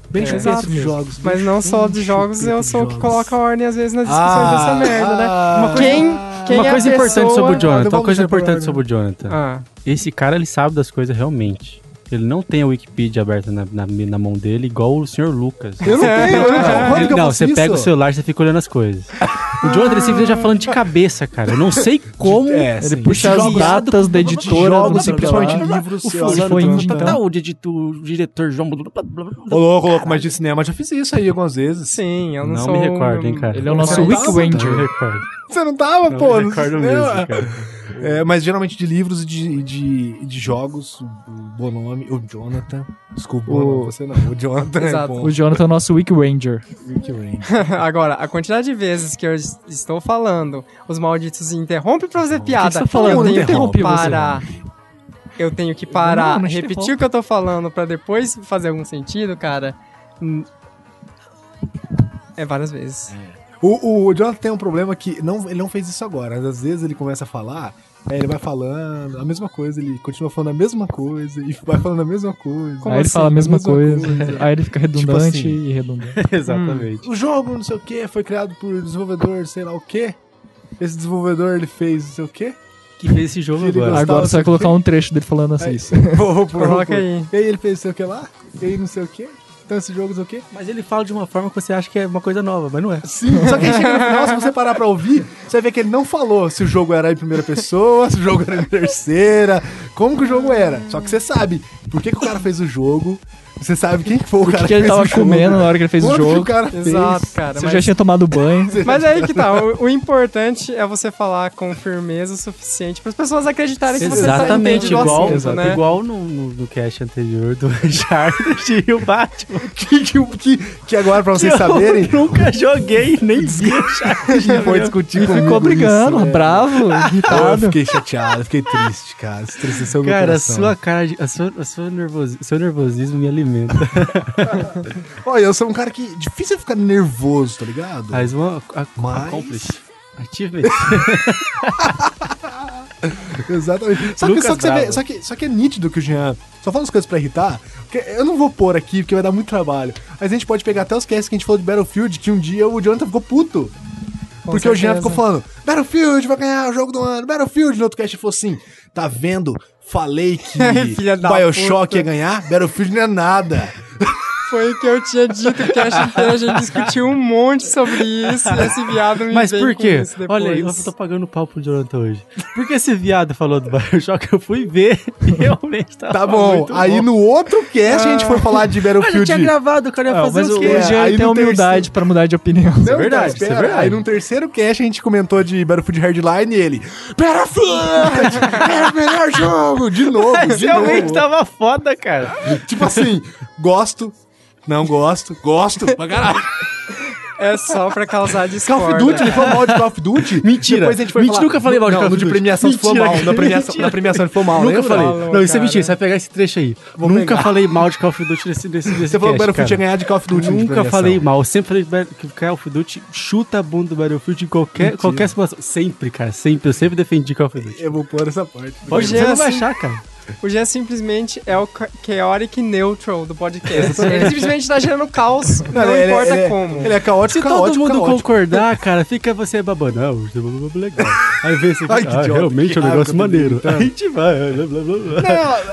[SPEAKER 1] Bem
[SPEAKER 2] É.
[SPEAKER 1] chupeta
[SPEAKER 2] Exato
[SPEAKER 1] dos
[SPEAKER 2] mesmo.
[SPEAKER 1] jogos. bem
[SPEAKER 3] Mas não só dos
[SPEAKER 1] chupeta
[SPEAKER 3] jogos, eu
[SPEAKER 1] dos
[SPEAKER 3] sou o que
[SPEAKER 1] tipo jogos.
[SPEAKER 3] coloca a ordem às vezes nas discussões
[SPEAKER 1] Ah,
[SPEAKER 5] Ah.
[SPEAKER 3] dessa merda, né?
[SPEAKER 1] Uma
[SPEAKER 3] coisa- Quem- quem
[SPEAKER 5] uma
[SPEAKER 3] é a
[SPEAKER 5] coisa importante
[SPEAKER 3] pessoa-
[SPEAKER 5] sobre o Jonathan, uma
[SPEAKER 1] Devolve
[SPEAKER 5] coisa
[SPEAKER 1] o Jeopardy.
[SPEAKER 5] importante sobre o Jonathan.
[SPEAKER 3] Ah,
[SPEAKER 5] Esse cara, ele sabe das coisas realmente. Ele não tem a Wikipedia aberta na, na- na mão dele, igual o senhor Lucas.
[SPEAKER 1] Eu não tenho, eu não tenho. Quando
[SPEAKER 5] Ele-
[SPEAKER 1] que eu
[SPEAKER 5] Ah, não,
[SPEAKER 1] faço
[SPEAKER 5] você
[SPEAKER 1] isso?
[SPEAKER 5] pega o celular e você fica olhando as coisas. O Jonathan, ele simplesmente já falando de cabeça, cara. Eu não sei como.
[SPEAKER 1] É,
[SPEAKER 5] ele
[SPEAKER 1] sim. tá
[SPEAKER 5] puxa as datas.
[SPEAKER 2] da editora,
[SPEAKER 1] jogos,
[SPEAKER 2] não sei o que lá.
[SPEAKER 1] principalmente livros,
[SPEAKER 5] O
[SPEAKER 1] sei lá,
[SPEAKER 5] fulano
[SPEAKER 2] foi
[SPEAKER 5] tá-
[SPEAKER 2] então.
[SPEAKER 5] tá onde edito o diretor João.
[SPEAKER 1] Ô, louco, louco, mas de cinema eu já fiz isso aí algumas vezes.
[SPEAKER 3] sim, eu não,
[SPEAKER 5] Não
[SPEAKER 3] sou... um Então,
[SPEAKER 5] me recordo, hein, cara.
[SPEAKER 2] Ele é o
[SPEAKER 5] Não
[SPEAKER 2] nosso
[SPEAKER 1] Não,
[SPEAKER 2] Wick
[SPEAKER 1] não,
[SPEAKER 5] me
[SPEAKER 2] Ranger.
[SPEAKER 5] recordo.
[SPEAKER 1] Você não tava,
[SPEAKER 5] Não
[SPEAKER 1] pô?
[SPEAKER 5] me
[SPEAKER 1] no
[SPEAKER 5] recordo
[SPEAKER 1] cinema?
[SPEAKER 5] mesmo, cara.
[SPEAKER 1] É, mas geralmente de livros e de, e de, e de jogos, o Bonomi, o Jonathan. Desculpa,
[SPEAKER 3] O-
[SPEAKER 1] o... você não. O Jonathan é
[SPEAKER 3] Exato.
[SPEAKER 1] bom.
[SPEAKER 2] O Jonathan é o nosso Wick Ranger.
[SPEAKER 1] Rick Rain.
[SPEAKER 3] Agora, a quantidade de vezes que eu es- estou falando, os malditos interrompem pra fazer
[SPEAKER 2] que você
[SPEAKER 3] piada.
[SPEAKER 2] tá falando?
[SPEAKER 3] Eu
[SPEAKER 2] Eu
[SPEAKER 3] tenho
[SPEAKER 2] interrompi
[SPEAKER 3] que
[SPEAKER 2] você.
[SPEAKER 3] parar. Eu tenho que parar,
[SPEAKER 2] Não, não te
[SPEAKER 3] repetir
[SPEAKER 2] interrompo.
[SPEAKER 3] o que eu tô falando pra depois fazer algum sentido, cara. Hum. É várias vezes.
[SPEAKER 1] O, o Jonathan tem um problema que não, ele não fez isso agora. mas Às vezes ele começa a falar, aí ele vai falando a mesma coisa, ele continua falando a mesma coisa e vai falando a mesma coisa.
[SPEAKER 2] Aí ele fala a mesma, coisa. Aí ele fica
[SPEAKER 1] Tipo
[SPEAKER 2] redundante
[SPEAKER 1] assim.
[SPEAKER 2] e redundante.
[SPEAKER 5] Exatamente.
[SPEAKER 1] O jogo, não sei o que, foi criado por desenvolvedor, sei lá o que. Esse desenvolvedor ele fez não sei o que.
[SPEAKER 5] Que fez esse jogo
[SPEAKER 1] Ele
[SPEAKER 5] agora.
[SPEAKER 1] gostava-
[SPEAKER 2] Agora você
[SPEAKER 1] sabe
[SPEAKER 2] vai colocar um trecho dele falando assim.
[SPEAKER 3] Coloca aí.
[SPEAKER 1] E aí ele fez não sei o que lá, e aí não sei o que. Então esse jogo não sei o que.
[SPEAKER 5] Mas ele fala de uma forma que você acha que é uma coisa nova, mas não é.
[SPEAKER 1] Sim. Só que aí chega no final, se você parar pra ouvir, você vai ver que ele não falou se o jogo era em primeira pessoa, se o jogo era em terceira, como que o jogo era. Só que você sabe por que, que o cara fez o jogo, você sabe quem foi o
[SPEAKER 2] O
[SPEAKER 1] cara
[SPEAKER 2] que, que ele
[SPEAKER 1] fez
[SPEAKER 2] tava
[SPEAKER 1] o jogo,
[SPEAKER 2] comendo na hora que ele fez o
[SPEAKER 1] quanto que
[SPEAKER 2] jogo.
[SPEAKER 1] o cara fez.
[SPEAKER 3] Exato, cara.
[SPEAKER 2] Você
[SPEAKER 3] mas-
[SPEAKER 2] já tinha tomado banho.
[SPEAKER 3] Mas aí que tá, o, o importante é você falar com firmeza o suficiente para as pessoas acreditarem que você tá
[SPEAKER 5] Exatamente,
[SPEAKER 3] entende do
[SPEAKER 5] igual,
[SPEAKER 3] assunto,
[SPEAKER 5] exato,
[SPEAKER 3] né?
[SPEAKER 5] igual no, no, no cast anterior do Uncharted e o Batman.
[SPEAKER 1] Que, que- que- que agora, pra vocês
[SPEAKER 5] eu
[SPEAKER 1] saberem,
[SPEAKER 5] nunca joguei, nem vi
[SPEAKER 1] quem foi
[SPEAKER 5] Uncharted.
[SPEAKER 1] discutir
[SPEAKER 2] E
[SPEAKER 1] comigo
[SPEAKER 2] ficou brigando,
[SPEAKER 1] isso, né?
[SPEAKER 2] bravo,
[SPEAKER 1] Eu
[SPEAKER 2] irritado.
[SPEAKER 1] fiquei chateado, eu fiquei triste, cara. Isso tristeceu meu
[SPEAKER 5] Cara, a
[SPEAKER 1] coração.
[SPEAKER 5] sua cara, de- a sua, a sua nervosi- o seu nervosismo me alimenta.
[SPEAKER 1] Olha, eu sou um cara que difícil é ficar nervoso, tá ligado?
[SPEAKER 5] Mas uma a,
[SPEAKER 1] Mas-
[SPEAKER 5] accomplish. Achievement.
[SPEAKER 1] Exatamente. Só que,
[SPEAKER 5] Lucas
[SPEAKER 1] só, que você vê,
[SPEAKER 5] Bravo.
[SPEAKER 1] só, que, só que é nítido que o Jean só fala as coisas pra irritar. Porque eu não vou pôr aqui, porque vai dar muito trabalho. Mas a gente pode pegar até os casts que a gente falou de Battlefield, que um dia o Jonathan ficou puto. porque o Jean
[SPEAKER 3] certeza.
[SPEAKER 1] ficou falando, Battlefield vai ganhar o jogo do ano, Battlefield. No outro cast ele falou assim, tá vendo? Falei que
[SPEAKER 3] Filha da
[SPEAKER 1] Bioshock
[SPEAKER 3] puta.
[SPEAKER 1] ia ganhar, Battlefield não é nada.
[SPEAKER 3] Foi o que eu tinha dito que a inteira a gente discutiu um monte sobre isso e esse viado me
[SPEAKER 5] Mas
[SPEAKER 3] veio
[SPEAKER 5] por
[SPEAKER 3] com
[SPEAKER 5] quê?
[SPEAKER 3] isso depois.
[SPEAKER 5] Olha aí, eu tô pagando pau pro Jonathan hoje. Porque esse viado falou do Bioshock, eu fui ver e realmente tava
[SPEAKER 1] Tá bom.
[SPEAKER 5] muito
[SPEAKER 1] Aí no outro cast a gente
[SPEAKER 3] Ah.
[SPEAKER 1] foi falar de
[SPEAKER 5] Mas eu
[SPEAKER 1] Battlefield.
[SPEAKER 5] tinha gravado, cara, eu ia
[SPEAKER 2] Ah,
[SPEAKER 5] fazer
[SPEAKER 2] mas
[SPEAKER 5] o
[SPEAKER 2] o
[SPEAKER 5] quê?
[SPEAKER 1] É,
[SPEAKER 2] Jean
[SPEAKER 1] aí
[SPEAKER 2] tem a
[SPEAKER 1] no
[SPEAKER 2] humildade pra mudar de opinião.
[SPEAKER 1] Não, então,
[SPEAKER 5] verdade, isso é
[SPEAKER 1] espera.
[SPEAKER 5] verdade.
[SPEAKER 1] Aí no terceiro cast a gente comentou de Battlefield Hardline e ele. Battlefield! é o melhor jogo! De novo,
[SPEAKER 5] Mas
[SPEAKER 1] de
[SPEAKER 5] realmente
[SPEAKER 1] novo.
[SPEAKER 5] tava foda, cara.
[SPEAKER 1] Tipo assim, gosto, não gosto, gosto pra caralho.
[SPEAKER 3] É só pra causar
[SPEAKER 1] Call
[SPEAKER 3] discórdia.
[SPEAKER 1] of Duty, ele falou mal de Call of Duty.
[SPEAKER 5] Mentira.
[SPEAKER 1] Depois a gente foi
[SPEAKER 5] Mentira,
[SPEAKER 1] falar-
[SPEAKER 5] nunca falei mal de
[SPEAKER 1] não,
[SPEAKER 5] Call of
[SPEAKER 1] no de
[SPEAKER 5] Duty.
[SPEAKER 1] premiação você falou
[SPEAKER 5] Mentira,
[SPEAKER 1] mal. Na
[SPEAKER 5] cara,
[SPEAKER 1] premiação,
[SPEAKER 5] mentira.
[SPEAKER 1] na premiação ele falou mal,
[SPEAKER 5] Nunca
[SPEAKER 1] lembra?
[SPEAKER 5] falei.
[SPEAKER 3] Falou,
[SPEAKER 5] não, isso é
[SPEAKER 3] cara.
[SPEAKER 5] mentira, você vai pegar esse trecho aí.
[SPEAKER 1] Vou
[SPEAKER 5] Nunca
[SPEAKER 1] pegar.
[SPEAKER 5] falei mal de Call of Duty nesse, nesse, nesse
[SPEAKER 1] Você falou que
[SPEAKER 5] cast,
[SPEAKER 1] Battlefield ia
[SPEAKER 5] cara.
[SPEAKER 1] ganhar de Call of Duty. no de
[SPEAKER 5] Nunca
[SPEAKER 1] premiação.
[SPEAKER 5] falei mal, eu sempre falei ba- que o Call of Duty chuta a bunda do Battlefield em qualquer, qualquer situação. Sempre, cara, sempre. Eu sempre defendi Call of Duty.
[SPEAKER 1] Eu vou pôr essa parte.
[SPEAKER 5] Pode
[SPEAKER 3] Hoje
[SPEAKER 5] você
[SPEAKER 3] é
[SPEAKER 5] não vai
[SPEAKER 3] assim.
[SPEAKER 5] achar, cara.
[SPEAKER 3] O Jean simplesmente é o cha- chaotic neutral do podcast. ele simplesmente tá gerando caos, não,
[SPEAKER 1] ele é-
[SPEAKER 3] importa
[SPEAKER 1] ele é-
[SPEAKER 3] como.
[SPEAKER 1] Ele é
[SPEAKER 5] Se
[SPEAKER 1] caótico,
[SPEAKER 5] todo
[SPEAKER 1] caótico,
[SPEAKER 5] mundo
[SPEAKER 1] caótico.
[SPEAKER 5] concordar, cara, fica você babando. Ah, hoje tem um bagulho legal. Aí vê se
[SPEAKER 1] Ai, que
[SPEAKER 5] ah,
[SPEAKER 1] idiota,
[SPEAKER 5] realmente
[SPEAKER 1] que
[SPEAKER 5] é um
[SPEAKER 1] raiva
[SPEAKER 5] negócio
[SPEAKER 1] que eu tô
[SPEAKER 5] maneiro. Aí a gente vai, blá, blá, blá,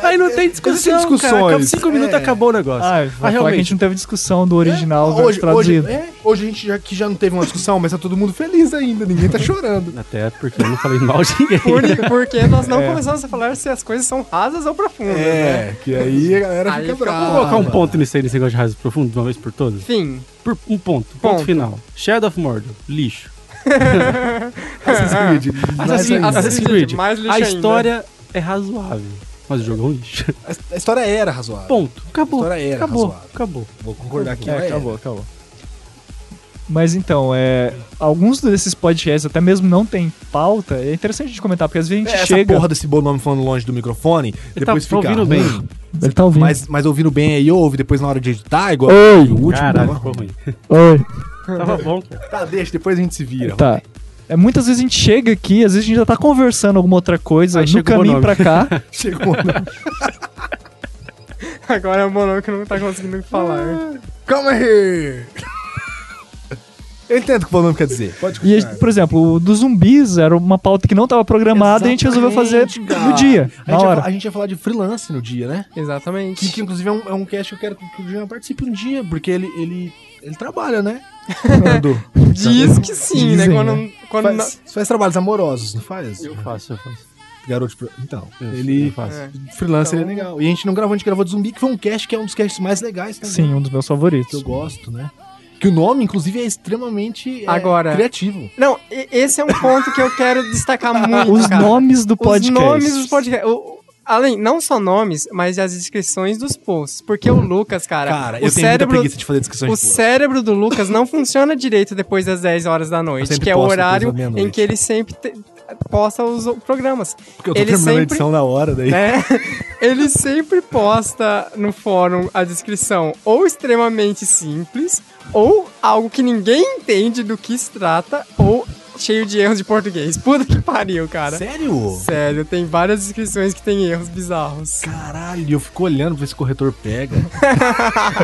[SPEAKER 5] blá. Aí não tem discussão,
[SPEAKER 1] existem
[SPEAKER 5] cara. Acaba-
[SPEAKER 1] discussões,
[SPEAKER 5] Cinco
[SPEAKER 1] é.
[SPEAKER 5] minutos acabou o negócio.
[SPEAKER 2] Ah, vai falar que a gente não teve discussão do original versus
[SPEAKER 1] hoje, hoje,
[SPEAKER 2] traduzido.
[SPEAKER 1] é, hoje a gente já, que já não teve uma discussão, mas tá todo mundo feliz ainda, ninguém tá chorando.
[SPEAKER 5] Até porque eu não falei mal de
[SPEAKER 3] Por,
[SPEAKER 5] ninguém.
[SPEAKER 3] porque nós não começamos a falar se as coisas são rasas ou profundas, né?
[SPEAKER 1] É, que aí a galera
[SPEAKER 3] Aí
[SPEAKER 1] fica
[SPEAKER 3] fica-
[SPEAKER 1] brava.
[SPEAKER 5] Vamos colocar um ponto nisso aí, nesse negócio de raso profundo, de uma vez por todas?
[SPEAKER 3] Enfim,
[SPEAKER 5] Por um ponto. Ponto,
[SPEAKER 3] Ponto.
[SPEAKER 5] final. Shadow of Mordor, lixo.
[SPEAKER 1] Assassin's Creed. Mas,
[SPEAKER 5] Assassin's,
[SPEAKER 1] assim,
[SPEAKER 3] Assassin's
[SPEAKER 5] Assassin's
[SPEAKER 3] Creed,
[SPEAKER 5] Creed.
[SPEAKER 3] mais lixo
[SPEAKER 5] a
[SPEAKER 3] ainda.
[SPEAKER 5] história
[SPEAKER 1] né?
[SPEAKER 5] é razoável, mas o jogo é um lixo.
[SPEAKER 1] a- A história era razoável.
[SPEAKER 5] Ponto. Acabou.
[SPEAKER 1] A história era
[SPEAKER 5] acabou.
[SPEAKER 1] razoável.
[SPEAKER 5] Acabou.
[SPEAKER 1] Vou concordar que
[SPEAKER 2] É,
[SPEAKER 1] ela era.
[SPEAKER 2] acabou, acabou. Mas então, é, alguns desses podcasts, até mesmo não tem pauta, é interessante de comentar, porque às vezes a gente
[SPEAKER 1] É, Essa
[SPEAKER 2] chega.
[SPEAKER 1] porra desse bom nome falando longe do microfone,
[SPEAKER 5] Ele
[SPEAKER 1] depois
[SPEAKER 5] tá
[SPEAKER 1] fica.
[SPEAKER 5] ouvindo
[SPEAKER 1] ruim,
[SPEAKER 5] bem.
[SPEAKER 2] Ele tá ouvindo.
[SPEAKER 1] Mas, mas ouvindo bem aí, ouve depois na hora de editar, igual
[SPEAKER 2] Oi,
[SPEAKER 1] o último.
[SPEAKER 5] Caralho,
[SPEAKER 1] tava-
[SPEAKER 5] ficou ruim.
[SPEAKER 2] oi.
[SPEAKER 5] Tava bom, cara.
[SPEAKER 1] Tá, deixa, depois a gente se vira.
[SPEAKER 2] Tá. É, muitas vezes a gente chega aqui, às vezes a gente já tá conversando alguma outra coisa
[SPEAKER 5] Aí
[SPEAKER 2] no
[SPEAKER 5] chega o
[SPEAKER 2] caminho pra
[SPEAKER 5] Bonomi.
[SPEAKER 2] cá.
[SPEAKER 1] Chegou, né?
[SPEAKER 3] Agora é o Bonomi que não tá conseguindo falar.
[SPEAKER 1] Calma aí! Eu entendo o que o nome quer dizer. Pode
[SPEAKER 2] E, a
[SPEAKER 1] continuar.
[SPEAKER 2] gente, por exemplo, o dos zumbis era uma pauta que não tava programada e a gente resolveu fazer
[SPEAKER 1] Exatamente, cara.
[SPEAKER 2] no dia,
[SPEAKER 1] A
[SPEAKER 2] na
[SPEAKER 1] gente, ia,
[SPEAKER 2] hora.
[SPEAKER 1] fa- a gente ia falar de freelance no dia, né? Que,
[SPEAKER 3] Exatamente.
[SPEAKER 1] que, inclusive é um, é um cast que eu quero que o Jean participe um dia, porque ele, ele, ele trabalha, né?
[SPEAKER 3] Diz que sim,
[SPEAKER 2] Dizem,
[SPEAKER 3] né? Quando, quando
[SPEAKER 1] faz, faz trabalhos amorosos, não faz?
[SPEAKER 5] Eu faço, eu faço.
[SPEAKER 1] Garoto, de pro- então,
[SPEAKER 5] Eu,
[SPEAKER 1] ele
[SPEAKER 5] eu faço.
[SPEAKER 3] É.
[SPEAKER 1] freelancer é legal. E a gente não gravou, a gente gravou de zumbi, que foi um cast que é um dos casts mais legais também.
[SPEAKER 2] Sim, um dos meus
[SPEAKER 1] Que eu
[SPEAKER 2] favoritos.
[SPEAKER 1] gosto, né? Que o nome, inclusive, é extremamente é,
[SPEAKER 3] Agora-
[SPEAKER 1] criativo.
[SPEAKER 3] Não, e- esse é um ponto que eu quero destacar muito.
[SPEAKER 2] Os
[SPEAKER 3] cara.
[SPEAKER 2] nomes do podcast.
[SPEAKER 3] Os nomes dos podcasts. O- Além, não só nomes, mas as descrições dos posts. Porque o Lucas, cara,
[SPEAKER 1] Cara,
[SPEAKER 3] o
[SPEAKER 1] eu tenho muita
[SPEAKER 3] cérebro.
[SPEAKER 1] preguiça de fazer descrições
[SPEAKER 3] O
[SPEAKER 1] de post.
[SPEAKER 3] cérebro do Lucas não funciona direito depois das 10 horas da noite,
[SPEAKER 1] sempre
[SPEAKER 3] que é o
[SPEAKER 1] posto depois
[SPEAKER 3] horário
[SPEAKER 1] da meia-noite.
[SPEAKER 3] em que ele sempre te- posta os programas.
[SPEAKER 1] Porque eu tô
[SPEAKER 3] ele
[SPEAKER 1] terminando a
[SPEAKER 3] sempre-
[SPEAKER 1] edição na hora daí.
[SPEAKER 3] né? Ele sempre posta no fórum a descrição ou extremamente simples, ou algo que ninguém entende do que se trata, ou cheio de erros de português. Puta que pariu, cara.
[SPEAKER 1] Sério?
[SPEAKER 3] Sério, tem várias descrições que tem erros bizarros.
[SPEAKER 1] Caralho, eu fico olhando pra ver se o corretor pega.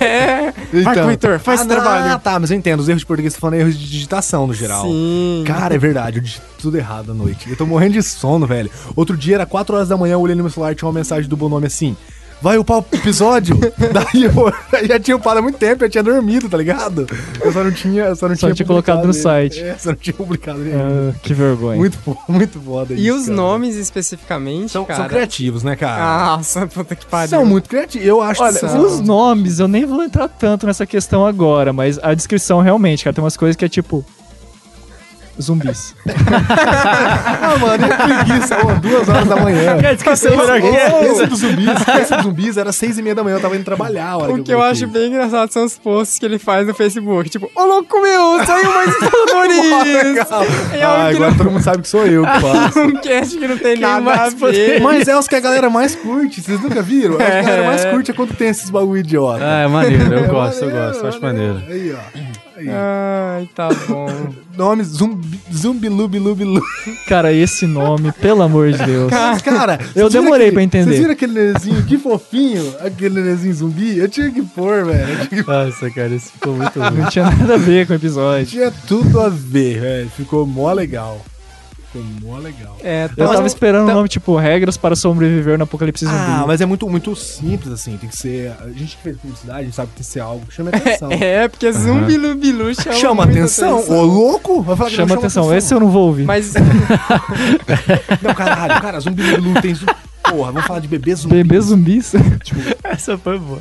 [SPEAKER 3] É. Vai, corretor, faz
[SPEAKER 1] ah,
[SPEAKER 3] esse
[SPEAKER 1] não, Ah,
[SPEAKER 3] trabalho.
[SPEAKER 1] tá, mas eu entendo. Os erros de português estão falando erros de digitação no geral.
[SPEAKER 3] Sim.
[SPEAKER 1] Cara, é verdade, eu digito tudo errado à noite. Eu tô morrendo de sono, velho. Outro dia era 4 horas da manhã, eu olhei no meu celular e tinha uma mensagem do Bonome assim: Vai upar o episódio? Daí eu, eu já tinha upado há muito tempo, eu tinha dormido, tá ligado? Eu só não tinha. Eu só não
[SPEAKER 2] Só
[SPEAKER 1] tinha,
[SPEAKER 2] tinha colocado
[SPEAKER 1] publicado
[SPEAKER 2] no
[SPEAKER 1] ele.
[SPEAKER 2] site.
[SPEAKER 1] É, só não tinha publicado ele.
[SPEAKER 2] Ah, que vergonha.
[SPEAKER 1] Muito, fo- muito foda
[SPEAKER 3] E
[SPEAKER 1] isso,
[SPEAKER 3] os
[SPEAKER 1] cara.
[SPEAKER 3] nomes especificamente,
[SPEAKER 1] São,
[SPEAKER 3] cara. Ah,
[SPEAKER 1] são criativos, né, cara?
[SPEAKER 3] Nossa, puta que pariu.
[SPEAKER 1] são muito criativos. Eu acho
[SPEAKER 2] Olha,
[SPEAKER 1] que
[SPEAKER 3] São.
[SPEAKER 2] os nomes, eu nem vou entrar tanto nessa questão agora, mas a descrição realmente, cara, tem umas coisas que é tipo. Zumbis.
[SPEAKER 1] Ah, mano, eu preguiça, ó, duas horas da manhã.
[SPEAKER 5] esqueceu
[SPEAKER 2] é?
[SPEAKER 1] Esse, esse dos zumbis, esse dos zumbis era seis e meia da manhã, eu tava indo trabalhar. a hora
[SPEAKER 3] O que eu acho
[SPEAKER 1] coloquei.
[SPEAKER 3] bem engraçado são os posts que ele faz no Facebook. Tipo, ô louco meu, saiu mais favoritos. É um
[SPEAKER 1] Ah,
[SPEAKER 3] que
[SPEAKER 1] agora todo mundo sabe que sou eu que faço.
[SPEAKER 3] não- um cast que não tem nada a
[SPEAKER 5] mais
[SPEAKER 3] ver.
[SPEAKER 1] Mas é os que a galera mais curte, vocês nunca viram? É os que a galera mais curte é quando tem esses bagulho idiota.
[SPEAKER 5] Ah, é maneiro, eu
[SPEAKER 1] É
[SPEAKER 5] gosto, eu
[SPEAKER 1] maneiro,
[SPEAKER 5] gosto, eu acho maneiro.
[SPEAKER 1] Aí, ó. Aí.
[SPEAKER 3] Ai, tá bom.
[SPEAKER 1] Nome zumbi, zumbi lubi lubi lu.
[SPEAKER 2] Cara, esse nome, pelo amor de Deus.
[SPEAKER 1] Mas, cara,
[SPEAKER 2] Eu
[SPEAKER 1] vocês
[SPEAKER 2] demorei
[SPEAKER 1] viram aquele-
[SPEAKER 2] pra entender.
[SPEAKER 1] Vocês viram aquele nenenzinho, que fofinho, aquele nenenzinho zumbi? Eu tinha que pôr, velho. Eu tinha que-
[SPEAKER 5] Nossa, cara, isso ficou muito ruim.
[SPEAKER 2] Não tinha nada a ver com o episódio.
[SPEAKER 1] Tinha tudo a ver, velho. Ficou mó legal. Ficou mó legal.
[SPEAKER 3] É,
[SPEAKER 2] Eu
[SPEAKER 3] tá-
[SPEAKER 2] tava esperando o nome tipo Regras para sobreviver no Apocalipse Zumbi.
[SPEAKER 1] Ah, mas é muito, muito simples, assim. Tem que ser. A gente que fez publicidade, a gente sabe que tem que ser algo que chame atenção.
[SPEAKER 3] É, porque Zumbilu Bilu chama,
[SPEAKER 1] Tá Chama
[SPEAKER 3] Então, muita
[SPEAKER 1] atenção, ô louco! Vai falar que não
[SPEAKER 2] Chama atenção, esse é eu não vou ouvir.
[SPEAKER 3] Mas
[SPEAKER 1] Não, caralho, cara, zumbi Bilu tem zumbi. Porra, vamos falar de bebê zumbi.
[SPEAKER 2] Bebê zumbis.
[SPEAKER 5] Essa foi boa.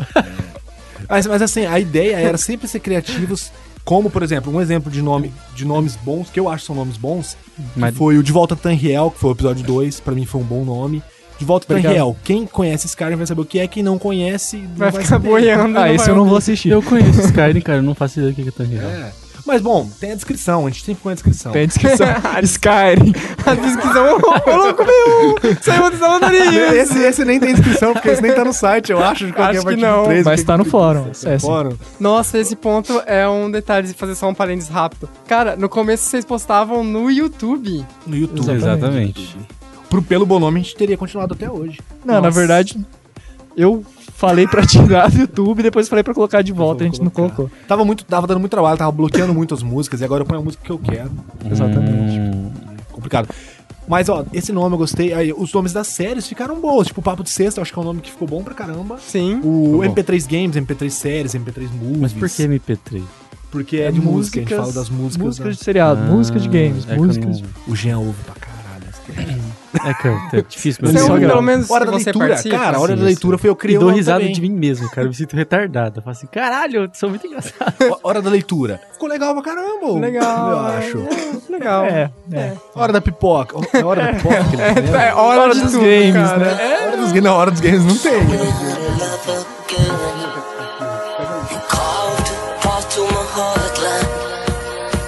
[SPEAKER 1] Mas, mas assim, a ideia era sempre ser criativos, como, por exemplo, um exemplo de nome de nomes bons, que eu acho que são nomes bons, que
[SPEAKER 5] Mas-
[SPEAKER 1] foi o De Volta a Tanriel, que foi o episódio 2, pra mim foi um bom nome. De Volta a
[SPEAKER 2] Obrigado.
[SPEAKER 1] Tanriel. Quem conhece esse cara vai saber o que é, quem não conhece não
[SPEAKER 3] vai ficar
[SPEAKER 1] saber.
[SPEAKER 3] boiando.
[SPEAKER 2] ah, esse eu não vou assistir.
[SPEAKER 5] Eu conheço esse cara, hein, cara, eu não faço ideia do que que tá rindo.
[SPEAKER 1] É. Mas bom, tem a descrição, a gente sempre põe a descrição.
[SPEAKER 2] Tem a descrição. Skyrim.
[SPEAKER 3] A descrição, ô ô, louco meu, saiu dos favoritos.
[SPEAKER 1] Esse, esse nem tem descrição, porque esse nem tá no site, eu acho, de qualquer
[SPEAKER 3] Acho
[SPEAKER 1] parte
[SPEAKER 3] que não.
[SPEAKER 1] três,
[SPEAKER 2] Mas
[SPEAKER 1] que-
[SPEAKER 2] tá no
[SPEAKER 1] que-
[SPEAKER 2] fórum,
[SPEAKER 1] que-
[SPEAKER 2] é, sim.
[SPEAKER 1] fórum.
[SPEAKER 3] Nossa, esse ponto é um detalhe de fazer só um parênteses rápido. Cara, no começo vocês postavam no YouTube.
[SPEAKER 1] No YouTube.
[SPEAKER 5] Exatamente.
[SPEAKER 1] Pro, pelo bom nome, a gente teria continuado até hoje.
[SPEAKER 2] Não, na
[SPEAKER 3] Nossa.
[SPEAKER 2] verdade, eu falei pra tirar do YouTube, depois falei pra colocar de volta, a gente não
[SPEAKER 1] colocar.
[SPEAKER 2] colocou.
[SPEAKER 1] Tava muito, tava dando muito trabalho, tava bloqueando muito as músicas, e agora eu ponho a música que eu quero.
[SPEAKER 2] Exatamente.
[SPEAKER 5] Hum,
[SPEAKER 1] Complicado. Mas, ó, esse nome eu gostei. Aí, os nomes das séries ficaram boas. Tipo, o Papo de Sexta, eu acho que é um nome que ficou bom pra caramba.
[SPEAKER 3] Sim.
[SPEAKER 1] O
[SPEAKER 5] bom.
[SPEAKER 1] MP3 Games, MP3 Séries, MP3 Movies.
[SPEAKER 5] mas por que MP3?
[SPEAKER 1] Porque é de música, a gente fala das músicas.
[SPEAKER 2] Música
[SPEAKER 1] né?
[SPEAKER 2] de seriado, música de
[SPEAKER 5] Ah,
[SPEAKER 2] games,
[SPEAKER 5] é que eu
[SPEAKER 2] música
[SPEAKER 5] não-
[SPEAKER 2] de...
[SPEAKER 1] O Jean ouve pra caralho. as coisas.
[SPEAKER 5] É que é difícil, mas
[SPEAKER 3] Você é
[SPEAKER 2] só
[SPEAKER 3] um,
[SPEAKER 2] grava.
[SPEAKER 3] pelo menos
[SPEAKER 1] Hora
[SPEAKER 3] se
[SPEAKER 1] da
[SPEAKER 3] você
[SPEAKER 1] leitura,
[SPEAKER 3] participa.
[SPEAKER 1] cara. A hora
[SPEAKER 5] Sim,
[SPEAKER 1] da leitura
[SPEAKER 5] sim.
[SPEAKER 1] foi eu criei
[SPEAKER 5] E
[SPEAKER 1] o
[SPEAKER 5] dou
[SPEAKER 1] nome
[SPEAKER 5] risada
[SPEAKER 1] também.
[SPEAKER 5] de mim mesmo, cara. Eu me sinto retardado. Eu falo assim, caralho, eu sou muito engraçado.
[SPEAKER 1] Ho- Hora da leitura. Ficou legal pra caramba.
[SPEAKER 3] Legal,
[SPEAKER 1] Eu
[SPEAKER 3] é.
[SPEAKER 1] acho.
[SPEAKER 3] Legal.
[SPEAKER 2] É, é.
[SPEAKER 1] Hora da pipoca. É hora da pipoca. que ele
[SPEAKER 3] É,
[SPEAKER 1] lembra?
[SPEAKER 3] é hora, de
[SPEAKER 2] dos
[SPEAKER 3] tudo,
[SPEAKER 2] games,
[SPEAKER 3] cara.
[SPEAKER 2] né?
[SPEAKER 3] É,
[SPEAKER 1] A hora dos games, na hora dos games não tem.
[SPEAKER 6] Carved apart to my heartland.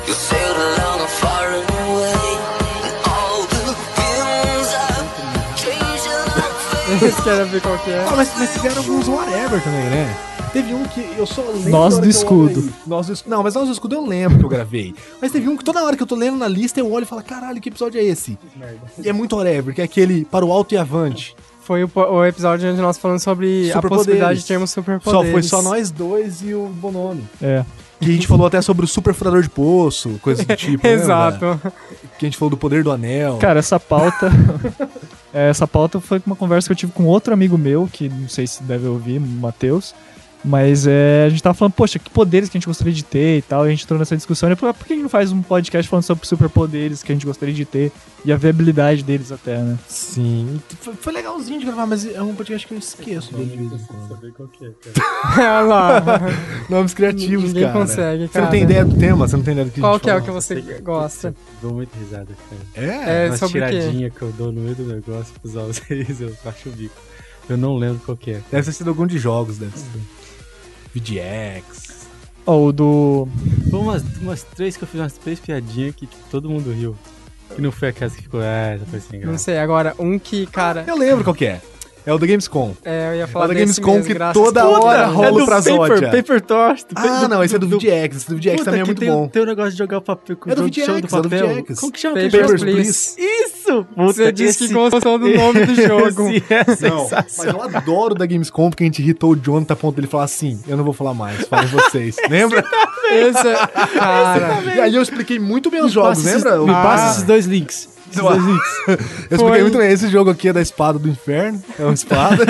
[SPEAKER 6] You sailed along a foreign way. And all the winds are changing my face.
[SPEAKER 3] Vocês querem ver qual que é?
[SPEAKER 1] Ah, mas, mas tiveram alguns whatever também, né? Teve um que eu só lembro.
[SPEAKER 2] Nós
[SPEAKER 1] na hora
[SPEAKER 2] do
[SPEAKER 1] que eu olho
[SPEAKER 2] Escudo.
[SPEAKER 1] aí. Nós do escudo. Não, mas nós do escudo eu lembro que eu gravei. Mas teve um que toda hora que eu tô lendo na lista eu olho e falo, caralho, que episódio é esse? E é muito whatever, que é aquele para o alto e avante.
[SPEAKER 3] Foi o, po- o episódio onde nós falamos sobre a
[SPEAKER 1] Superpoderes.
[SPEAKER 3] possibilidade de termos
[SPEAKER 1] Só
[SPEAKER 3] superpoderes.
[SPEAKER 1] foi só nós dois e o Bonomi.
[SPEAKER 2] É.
[SPEAKER 1] Que a gente falou até sobre o super furador de poço, coisa do tipo. lembra?
[SPEAKER 3] Exato.
[SPEAKER 1] Que a gente falou do poder do anel.
[SPEAKER 2] Cara, essa pauta. É, essa pauta foi uma conversa que eu tive com outro amigo meu, que não sei se deve ouvir, Matheus. Mas é, a gente tava falando, poxa, que poderes que a gente gostaria de ter e tal. E a gente entrou nessa discussão. E eu falei, ah, por que a gente não faz um podcast falando sobre superpoderes que a gente gostaria de ter e a viabilidade deles até, né?
[SPEAKER 1] Sim. Foi, foi legalzinho de gravar, mas é um podcast que eu esqueço dele de vez em quando.
[SPEAKER 3] Olha lá.
[SPEAKER 1] Nomes criativos,
[SPEAKER 3] Ninguém
[SPEAKER 1] cara.
[SPEAKER 3] consegue,
[SPEAKER 1] Você
[SPEAKER 3] cara.
[SPEAKER 1] não tem ideia do tema, você não tem ideia do que a
[SPEAKER 3] Qual
[SPEAKER 1] gente
[SPEAKER 3] que é o
[SPEAKER 1] falou.
[SPEAKER 3] que você gosta?
[SPEAKER 5] Dou muita risada, cara.
[SPEAKER 1] É?
[SPEAKER 3] É
[SPEAKER 5] Umas
[SPEAKER 3] sobre o quê?
[SPEAKER 5] tiradinha que eu dou no meio do negócio pros vocês, eu acho o bico. Eu não lembro qual que é.
[SPEAKER 1] Deve ter sido algum de jogos, deve ser. VGX.
[SPEAKER 2] Ou do.
[SPEAKER 5] Foi umas, umas três que eu fiz umas três piadinhas que tipo, todo mundo riu. Que não foi aquela que ficou, ah, essa foi sem
[SPEAKER 3] Não
[SPEAKER 5] graça.
[SPEAKER 3] sei, agora, um que, cara,
[SPEAKER 1] Eu lembro qual que é. É o da Gamescom.
[SPEAKER 3] é, eu ia
[SPEAKER 1] É o
[SPEAKER 3] falar
[SPEAKER 1] da
[SPEAKER 3] desse
[SPEAKER 1] Gamescom
[SPEAKER 3] mesmo,
[SPEAKER 1] que
[SPEAKER 3] graças-
[SPEAKER 1] toda
[SPEAKER 3] Puta,
[SPEAKER 1] hora
[SPEAKER 3] é
[SPEAKER 1] rola pra Zódia.
[SPEAKER 5] Paper Toast.
[SPEAKER 1] Ah, não, esse é do VGX. Esse do VGX também é muito
[SPEAKER 5] tem, um,
[SPEAKER 1] bom.
[SPEAKER 5] Tem o negócio de jogar o papel com
[SPEAKER 1] É do
[SPEAKER 5] o jogo de chão do
[SPEAKER 1] VGX, é do
[SPEAKER 5] papel.
[SPEAKER 1] VGX.
[SPEAKER 5] Como que chama
[SPEAKER 3] Papers,
[SPEAKER 5] aquele jogo?
[SPEAKER 1] Papers,
[SPEAKER 3] Please.
[SPEAKER 5] Isso!
[SPEAKER 3] Você disse que gostou do nome do jogo.
[SPEAKER 1] é. Não, mas eu adoro da Gamescom porque a gente irritou o Jonathan a ponto dele falar assim: eu não vou falar mais, falem vocês. Lembra?
[SPEAKER 3] Esse, é- cara,
[SPEAKER 1] E aí eu expliquei muito bem os jogos, lembra?
[SPEAKER 5] Me
[SPEAKER 1] Ah,
[SPEAKER 5] passa esses dois links. Esses
[SPEAKER 1] Não,
[SPEAKER 5] dois links.
[SPEAKER 1] eu expliquei
[SPEAKER 3] Foi.
[SPEAKER 1] muito bem. Esse jogo aqui é da espada do inferno. É uma espada.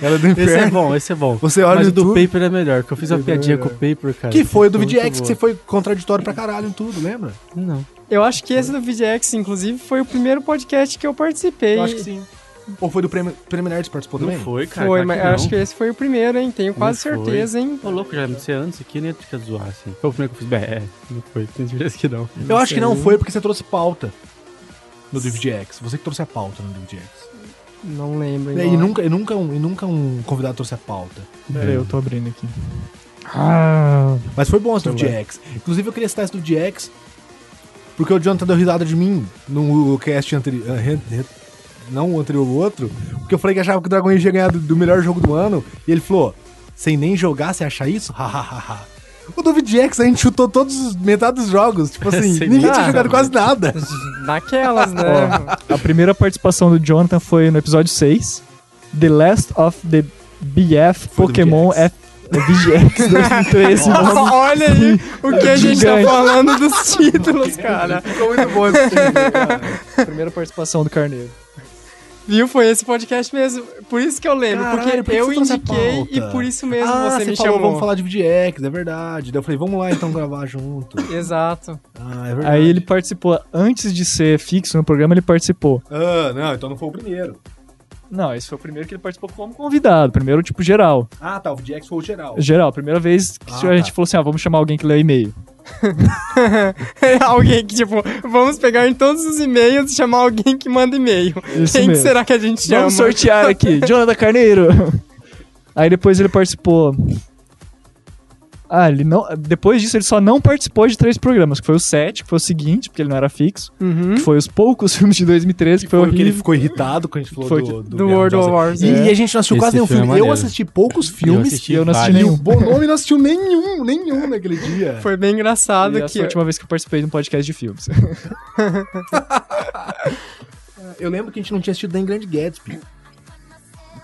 [SPEAKER 1] Ela é do
[SPEAKER 5] Esse é
[SPEAKER 1] inferno.
[SPEAKER 5] bom, esse é bom.
[SPEAKER 1] Você olha
[SPEAKER 5] Mas
[SPEAKER 1] no
[SPEAKER 5] o do
[SPEAKER 1] YouTube-
[SPEAKER 5] Paper é melhor, que eu fiz uma piadinha com o Paper, cara.
[SPEAKER 1] Que foi do
[SPEAKER 5] Muito
[SPEAKER 1] VGX que
[SPEAKER 5] boa.
[SPEAKER 1] você foi contraditório pra caralho em tudo, lembra?
[SPEAKER 5] Não.
[SPEAKER 3] eu acho que esse do VGX, inclusive, foi o primeiro podcast que eu participei.
[SPEAKER 1] Eu acho que sim. Ou foi do Prêmio, Prêmio Nerd que participou também?
[SPEAKER 5] foi, cara.
[SPEAKER 3] Foi,
[SPEAKER 5] claro
[SPEAKER 3] mas
[SPEAKER 5] que
[SPEAKER 3] eu acho
[SPEAKER 5] não.
[SPEAKER 3] que esse foi o primeiro, hein? Tenho quase
[SPEAKER 5] Não é foi.
[SPEAKER 3] certeza, hein?
[SPEAKER 5] Ô, louco, já sei antes aqui, nem ia ficar zoar, assim. Foi o primeiro que eu fiz. Bem, é, não foi. Tem certeza que não.
[SPEAKER 1] Eu acho que não foi porque você trouxe pauta no do VGX. Você que trouxe a pauta no do VGX.
[SPEAKER 3] Não lembro.
[SPEAKER 1] E,
[SPEAKER 3] agora.
[SPEAKER 1] nunca, e, nunca um, e nunca um convidado trouxe a pauta.
[SPEAKER 2] Pera aí, eu tô abrindo aqui. Ah,
[SPEAKER 1] Mas foi bom esse do VGX. Inclusive eu queria citar esse do VGX porque o Jonathan deu risada de mim no cast anterior. Não o anterior, o outro. Porque eu falei que achava que o Dragon Age ia ganhar do, do melhor jogo do ano. E ele falou: sem nem jogar, você acha isso? Hahaha. O do VGX a gente chutou todos, os- metade dos jogos. Tipo assim, ninguém
[SPEAKER 5] Sem nem
[SPEAKER 1] tinha jogado
[SPEAKER 5] jogar.
[SPEAKER 1] quase nada.
[SPEAKER 3] Daquelas, né?
[SPEAKER 2] Ó, a primeira participação do Jonathan foi no episódio 6, The Last of the BF
[SPEAKER 1] Foi do
[SPEAKER 2] Pokémon
[SPEAKER 1] VGX.
[SPEAKER 2] F. é VGX 2013.
[SPEAKER 3] Nossa,
[SPEAKER 2] mano.
[SPEAKER 3] olha aí o que a gente tá
[SPEAKER 2] Gigante.
[SPEAKER 3] falando dos títulos, cara.
[SPEAKER 1] Ficou muito bom esse time, cara.
[SPEAKER 2] Primeira participação do Carneiro.
[SPEAKER 3] Viu? Foi esse podcast mesmo. Por isso que eu lembro,
[SPEAKER 1] Caralho, por
[SPEAKER 3] porque
[SPEAKER 1] que
[SPEAKER 3] eu
[SPEAKER 1] você trouxe a
[SPEAKER 3] indiquei
[SPEAKER 1] pauta?
[SPEAKER 3] e por isso mesmo
[SPEAKER 1] Ah,
[SPEAKER 3] você me
[SPEAKER 1] falou,
[SPEAKER 3] chamou.
[SPEAKER 1] vamos falar de VGX, é verdade. Daí eu falei, vamos lá então gravar junto.
[SPEAKER 3] Exato.
[SPEAKER 1] Ah, é verdade.
[SPEAKER 2] Aí ele participou, antes de ser fixo no programa, ele participou.
[SPEAKER 1] Ah, não, então não foi o primeiro.
[SPEAKER 2] Não, esse foi o primeiro que ele participou como convidado, primeiro tipo geral.
[SPEAKER 1] Ah, tá, o VGX foi o geral.
[SPEAKER 2] Geral, primeira vez que
[SPEAKER 1] Ah,
[SPEAKER 2] a
[SPEAKER 1] tá.
[SPEAKER 2] gente falou assim, ah, vamos chamar alguém que leu e-mail.
[SPEAKER 3] alguém que, tipo, vamos pegar em todos os e-mails e chamar alguém que manda e-mail.
[SPEAKER 2] Isso
[SPEAKER 3] Quem que
[SPEAKER 2] mesmo.
[SPEAKER 3] será que a gente chama?
[SPEAKER 2] Vamos sortear aqui, Jonathan Carneiro. Aí depois ele participou. Ah, ele não. Depois disso, ele só não participou de três programas, que foi o 7, que foi o seguinte, porque ele não era fixo,
[SPEAKER 3] Uhum.
[SPEAKER 2] que foi os poucos filmes de 2013, que foi,
[SPEAKER 1] Foi porque
[SPEAKER 2] horrível.
[SPEAKER 1] ele ficou irritado quando a gente falou
[SPEAKER 2] Foi
[SPEAKER 1] do,
[SPEAKER 3] Do World of Wars.
[SPEAKER 1] E, e a gente não assistiu
[SPEAKER 5] Esse
[SPEAKER 1] quase nenhum
[SPEAKER 5] filme é
[SPEAKER 1] filme. eu
[SPEAKER 5] maneiro.
[SPEAKER 1] assisti poucos filmes
[SPEAKER 5] assisti
[SPEAKER 1] e eu não assisti
[SPEAKER 5] vários.
[SPEAKER 1] nenhum. Bonomi não assistiu nenhum, nenhum naquele dia.
[SPEAKER 3] Foi bem engraçado
[SPEAKER 2] E essa
[SPEAKER 3] que.
[SPEAKER 2] foi a última vez que eu participei de um podcast de filmes.
[SPEAKER 1] Eu lembro que a gente não tinha assistido nem Grande Gatsby.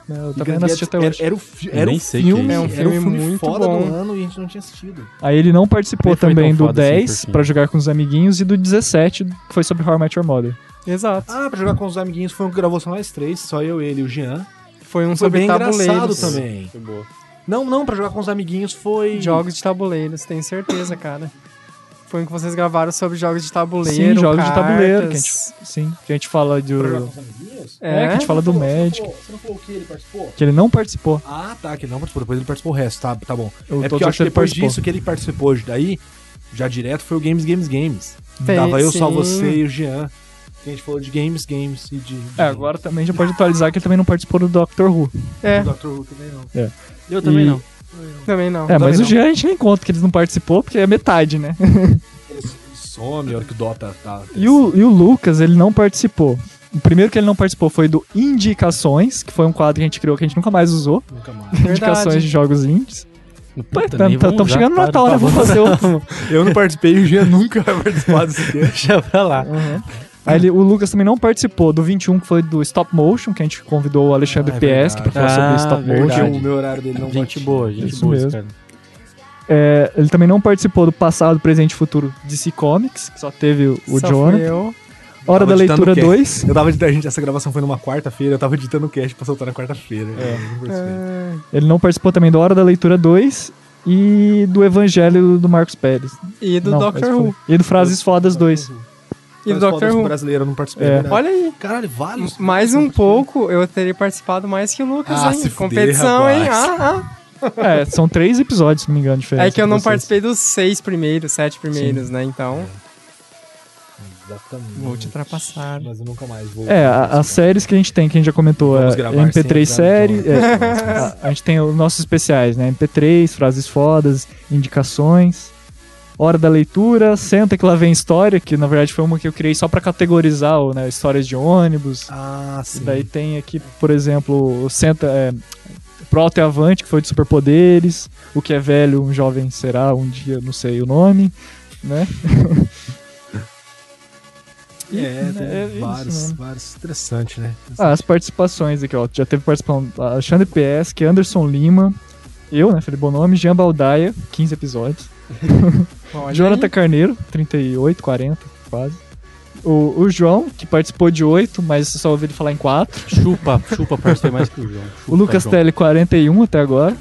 [SPEAKER 2] Não, eu
[SPEAKER 1] E
[SPEAKER 2] também
[SPEAKER 1] Grande
[SPEAKER 2] não assisti até
[SPEAKER 1] Gatsby era, era
[SPEAKER 2] hoje.
[SPEAKER 1] o, fi- era o
[SPEAKER 5] nem sei o que é
[SPEAKER 1] filme,
[SPEAKER 5] isso.
[SPEAKER 1] era um filme,
[SPEAKER 3] muito
[SPEAKER 1] foda
[SPEAKER 3] bom.
[SPEAKER 1] do ano e a gente não tinha assistido.
[SPEAKER 2] Aí ele não participou
[SPEAKER 5] Nem foi
[SPEAKER 2] também
[SPEAKER 1] é um
[SPEAKER 5] tão
[SPEAKER 2] do
[SPEAKER 5] foda assim,
[SPEAKER 2] 10,
[SPEAKER 5] porque-
[SPEAKER 2] pra jogar com os amiguinhos, e do 17, que foi sobre How I Met Your Mother.
[SPEAKER 3] Exato.
[SPEAKER 1] Ah, pra jogar com os amiguinhos foi um que gravou só nós três, só eu, ele e o Jean.
[SPEAKER 3] Foi um
[SPEAKER 1] Foi
[SPEAKER 3] sobre
[SPEAKER 1] bem engraçado
[SPEAKER 3] tabuleiros.
[SPEAKER 1] também. Não, não, pra jogar com os amiguinhos foi.
[SPEAKER 3] Jogos de tabuleiros, tenho certeza, cara. Foi um que vocês gravaram sobre jogos de tabuleiro.
[SPEAKER 2] Sim, jogos de tabuleiro, que a
[SPEAKER 3] cartas.
[SPEAKER 2] gente, sim, que a gente fala do... É, que a
[SPEAKER 3] É?
[SPEAKER 2] gente fala do Magic,
[SPEAKER 1] Você não falou o que ele participou?
[SPEAKER 2] que ele não participou.
[SPEAKER 1] Ah, tá, que ele não participou, depois ele participou o resto, tá, tá bom.
[SPEAKER 2] Eu
[SPEAKER 1] é
[SPEAKER 2] Então, tô
[SPEAKER 1] porque eu acho que
[SPEAKER 2] achando que
[SPEAKER 1] depois
[SPEAKER 2] ele participou.
[SPEAKER 1] disso que ele participou daí, já direto foi o Games Games Games.
[SPEAKER 3] Tem,
[SPEAKER 1] Tava eu, só
[SPEAKER 3] sim.
[SPEAKER 1] você e o Jean. Que a gente falou de Games Games e de. de
[SPEAKER 2] É, agora também já pode atualizar que ele também não participou do Doctor Who.
[SPEAKER 3] É,
[SPEAKER 1] Do Dr. Who também não.
[SPEAKER 5] Eu também
[SPEAKER 2] E-
[SPEAKER 5] não.
[SPEAKER 3] também não.
[SPEAKER 2] É, mas
[SPEAKER 1] não.
[SPEAKER 2] o Jean a gente nem conta que ele não participou, porque é metade, né?
[SPEAKER 1] Ele some, a hora que o Dota tá.
[SPEAKER 2] E o, e o Lucas, ele não participou O primeiro que ele não participou foi do Indicações, que foi um quadro que a gente criou que a gente nunca mais usou.
[SPEAKER 5] Nunca mais.
[SPEAKER 2] Indicações de jogos indies.
[SPEAKER 5] Puta, nem vamos
[SPEAKER 2] Estamos
[SPEAKER 5] usar,
[SPEAKER 2] chegando no
[SPEAKER 5] para,
[SPEAKER 2] Natal, né?
[SPEAKER 5] por
[SPEAKER 2] Vamos
[SPEAKER 5] favor.
[SPEAKER 2] fazer outro.
[SPEAKER 1] Eu não participei e o Jean nunca vai participar desse tema.
[SPEAKER 5] Deixa pra lá.
[SPEAKER 2] Uhum. Aí ele- o Lucas também não participou do 21, que foi do Stop Motion, que a gente convidou o Alexandre
[SPEAKER 1] Ah, é
[SPEAKER 2] Pies para falar sobre
[SPEAKER 5] Ah,
[SPEAKER 2] Stop
[SPEAKER 5] verdade.
[SPEAKER 2] Motion.
[SPEAKER 1] Porque o meu horário dele não
[SPEAKER 5] gente
[SPEAKER 1] bate.
[SPEAKER 5] boa, gente
[SPEAKER 2] Isso
[SPEAKER 5] boa,
[SPEAKER 2] mesmo.
[SPEAKER 5] esse cara.
[SPEAKER 2] É, ele também não participou do Passado, Presente e Futuro DC Comics, que só teve o
[SPEAKER 3] Só
[SPEAKER 2] Jonathan.
[SPEAKER 3] fui eu.
[SPEAKER 2] Hora
[SPEAKER 1] Tava
[SPEAKER 2] da
[SPEAKER 1] editando
[SPEAKER 2] Leitura
[SPEAKER 1] o cast.
[SPEAKER 2] 2.
[SPEAKER 1] Eu tava editando, gente, essa gravação foi numa quarta-feira, eu tava editando o cast pra soltar na quarta-feira.
[SPEAKER 2] É.
[SPEAKER 1] Eu não participei.
[SPEAKER 3] é,
[SPEAKER 2] Ele não participou também do Hora da Leitura 2 e do Evangelho do Marcos Pérez.
[SPEAKER 3] E do
[SPEAKER 2] Não,
[SPEAKER 3] Doctor
[SPEAKER 2] esse
[SPEAKER 3] Who.
[SPEAKER 2] foi- E do Frases Fodas 2.
[SPEAKER 3] E do
[SPEAKER 1] Mas foda-se,
[SPEAKER 3] Doctor Who.
[SPEAKER 1] brasileiro eu não participei.
[SPEAKER 2] É.
[SPEAKER 1] verdade.
[SPEAKER 3] Olha aí.
[SPEAKER 1] Caralho, vale.
[SPEAKER 3] Mais um pouco, eu teria participado mais que o Lucas,
[SPEAKER 1] Ah,
[SPEAKER 3] hein?
[SPEAKER 1] se fuder,
[SPEAKER 3] Competição, hein?
[SPEAKER 1] rapaz.
[SPEAKER 3] Ah,
[SPEAKER 2] É, são três episódios, se não me engano,
[SPEAKER 3] ah.
[SPEAKER 2] diferente.
[SPEAKER 3] É que eu não participei dos seis primeiros, sete primeiros, né? Então,
[SPEAKER 1] Exatamente.
[SPEAKER 3] vou te ultrapassar.
[SPEAKER 1] Mas eu nunca mais vou.
[SPEAKER 2] É, a- as séries que a gente tem, que a gente já comentou, é
[SPEAKER 1] Vamos gravar então.
[SPEAKER 2] MP3
[SPEAKER 1] sem
[SPEAKER 2] série.
[SPEAKER 1] usar
[SPEAKER 2] é, a, a gente tem os nossos especiais, né? MP3, frases fodas, indicações, hora da leitura, senta que lá vem história, que na verdade foi uma que eu criei só pra categorizar, o, né? Histórias de ônibus.
[SPEAKER 1] Ah, sim.
[SPEAKER 2] E daí tem aqui, por exemplo, o Senta. É, Proto e Avante, que foi de superpoderes. O que é velho, um jovem será, um dia, não sei o nome. Né?
[SPEAKER 1] É, tem
[SPEAKER 2] É isso,
[SPEAKER 1] vários,
[SPEAKER 2] né?
[SPEAKER 1] vários. Interessante, né?
[SPEAKER 2] Ah, as participações aqui, ó. Já teve participação a Alexandre PS, que Anderson Lima, eu, né, Felipe Bonome, Jean Baldaia, 15 episódios.
[SPEAKER 3] Olha
[SPEAKER 2] Jonathan
[SPEAKER 3] aí.
[SPEAKER 2] Carneiro, 38, 40, quase. O, o João, que participou de 8, mas só ouvi ele falar em 4.
[SPEAKER 5] Chupa, chupa, participei mais que o João.
[SPEAKER 2] O Lucas
[SPEAKER 5] Chupa, João.
[SPEAKER 2] Tele, 41 até agora.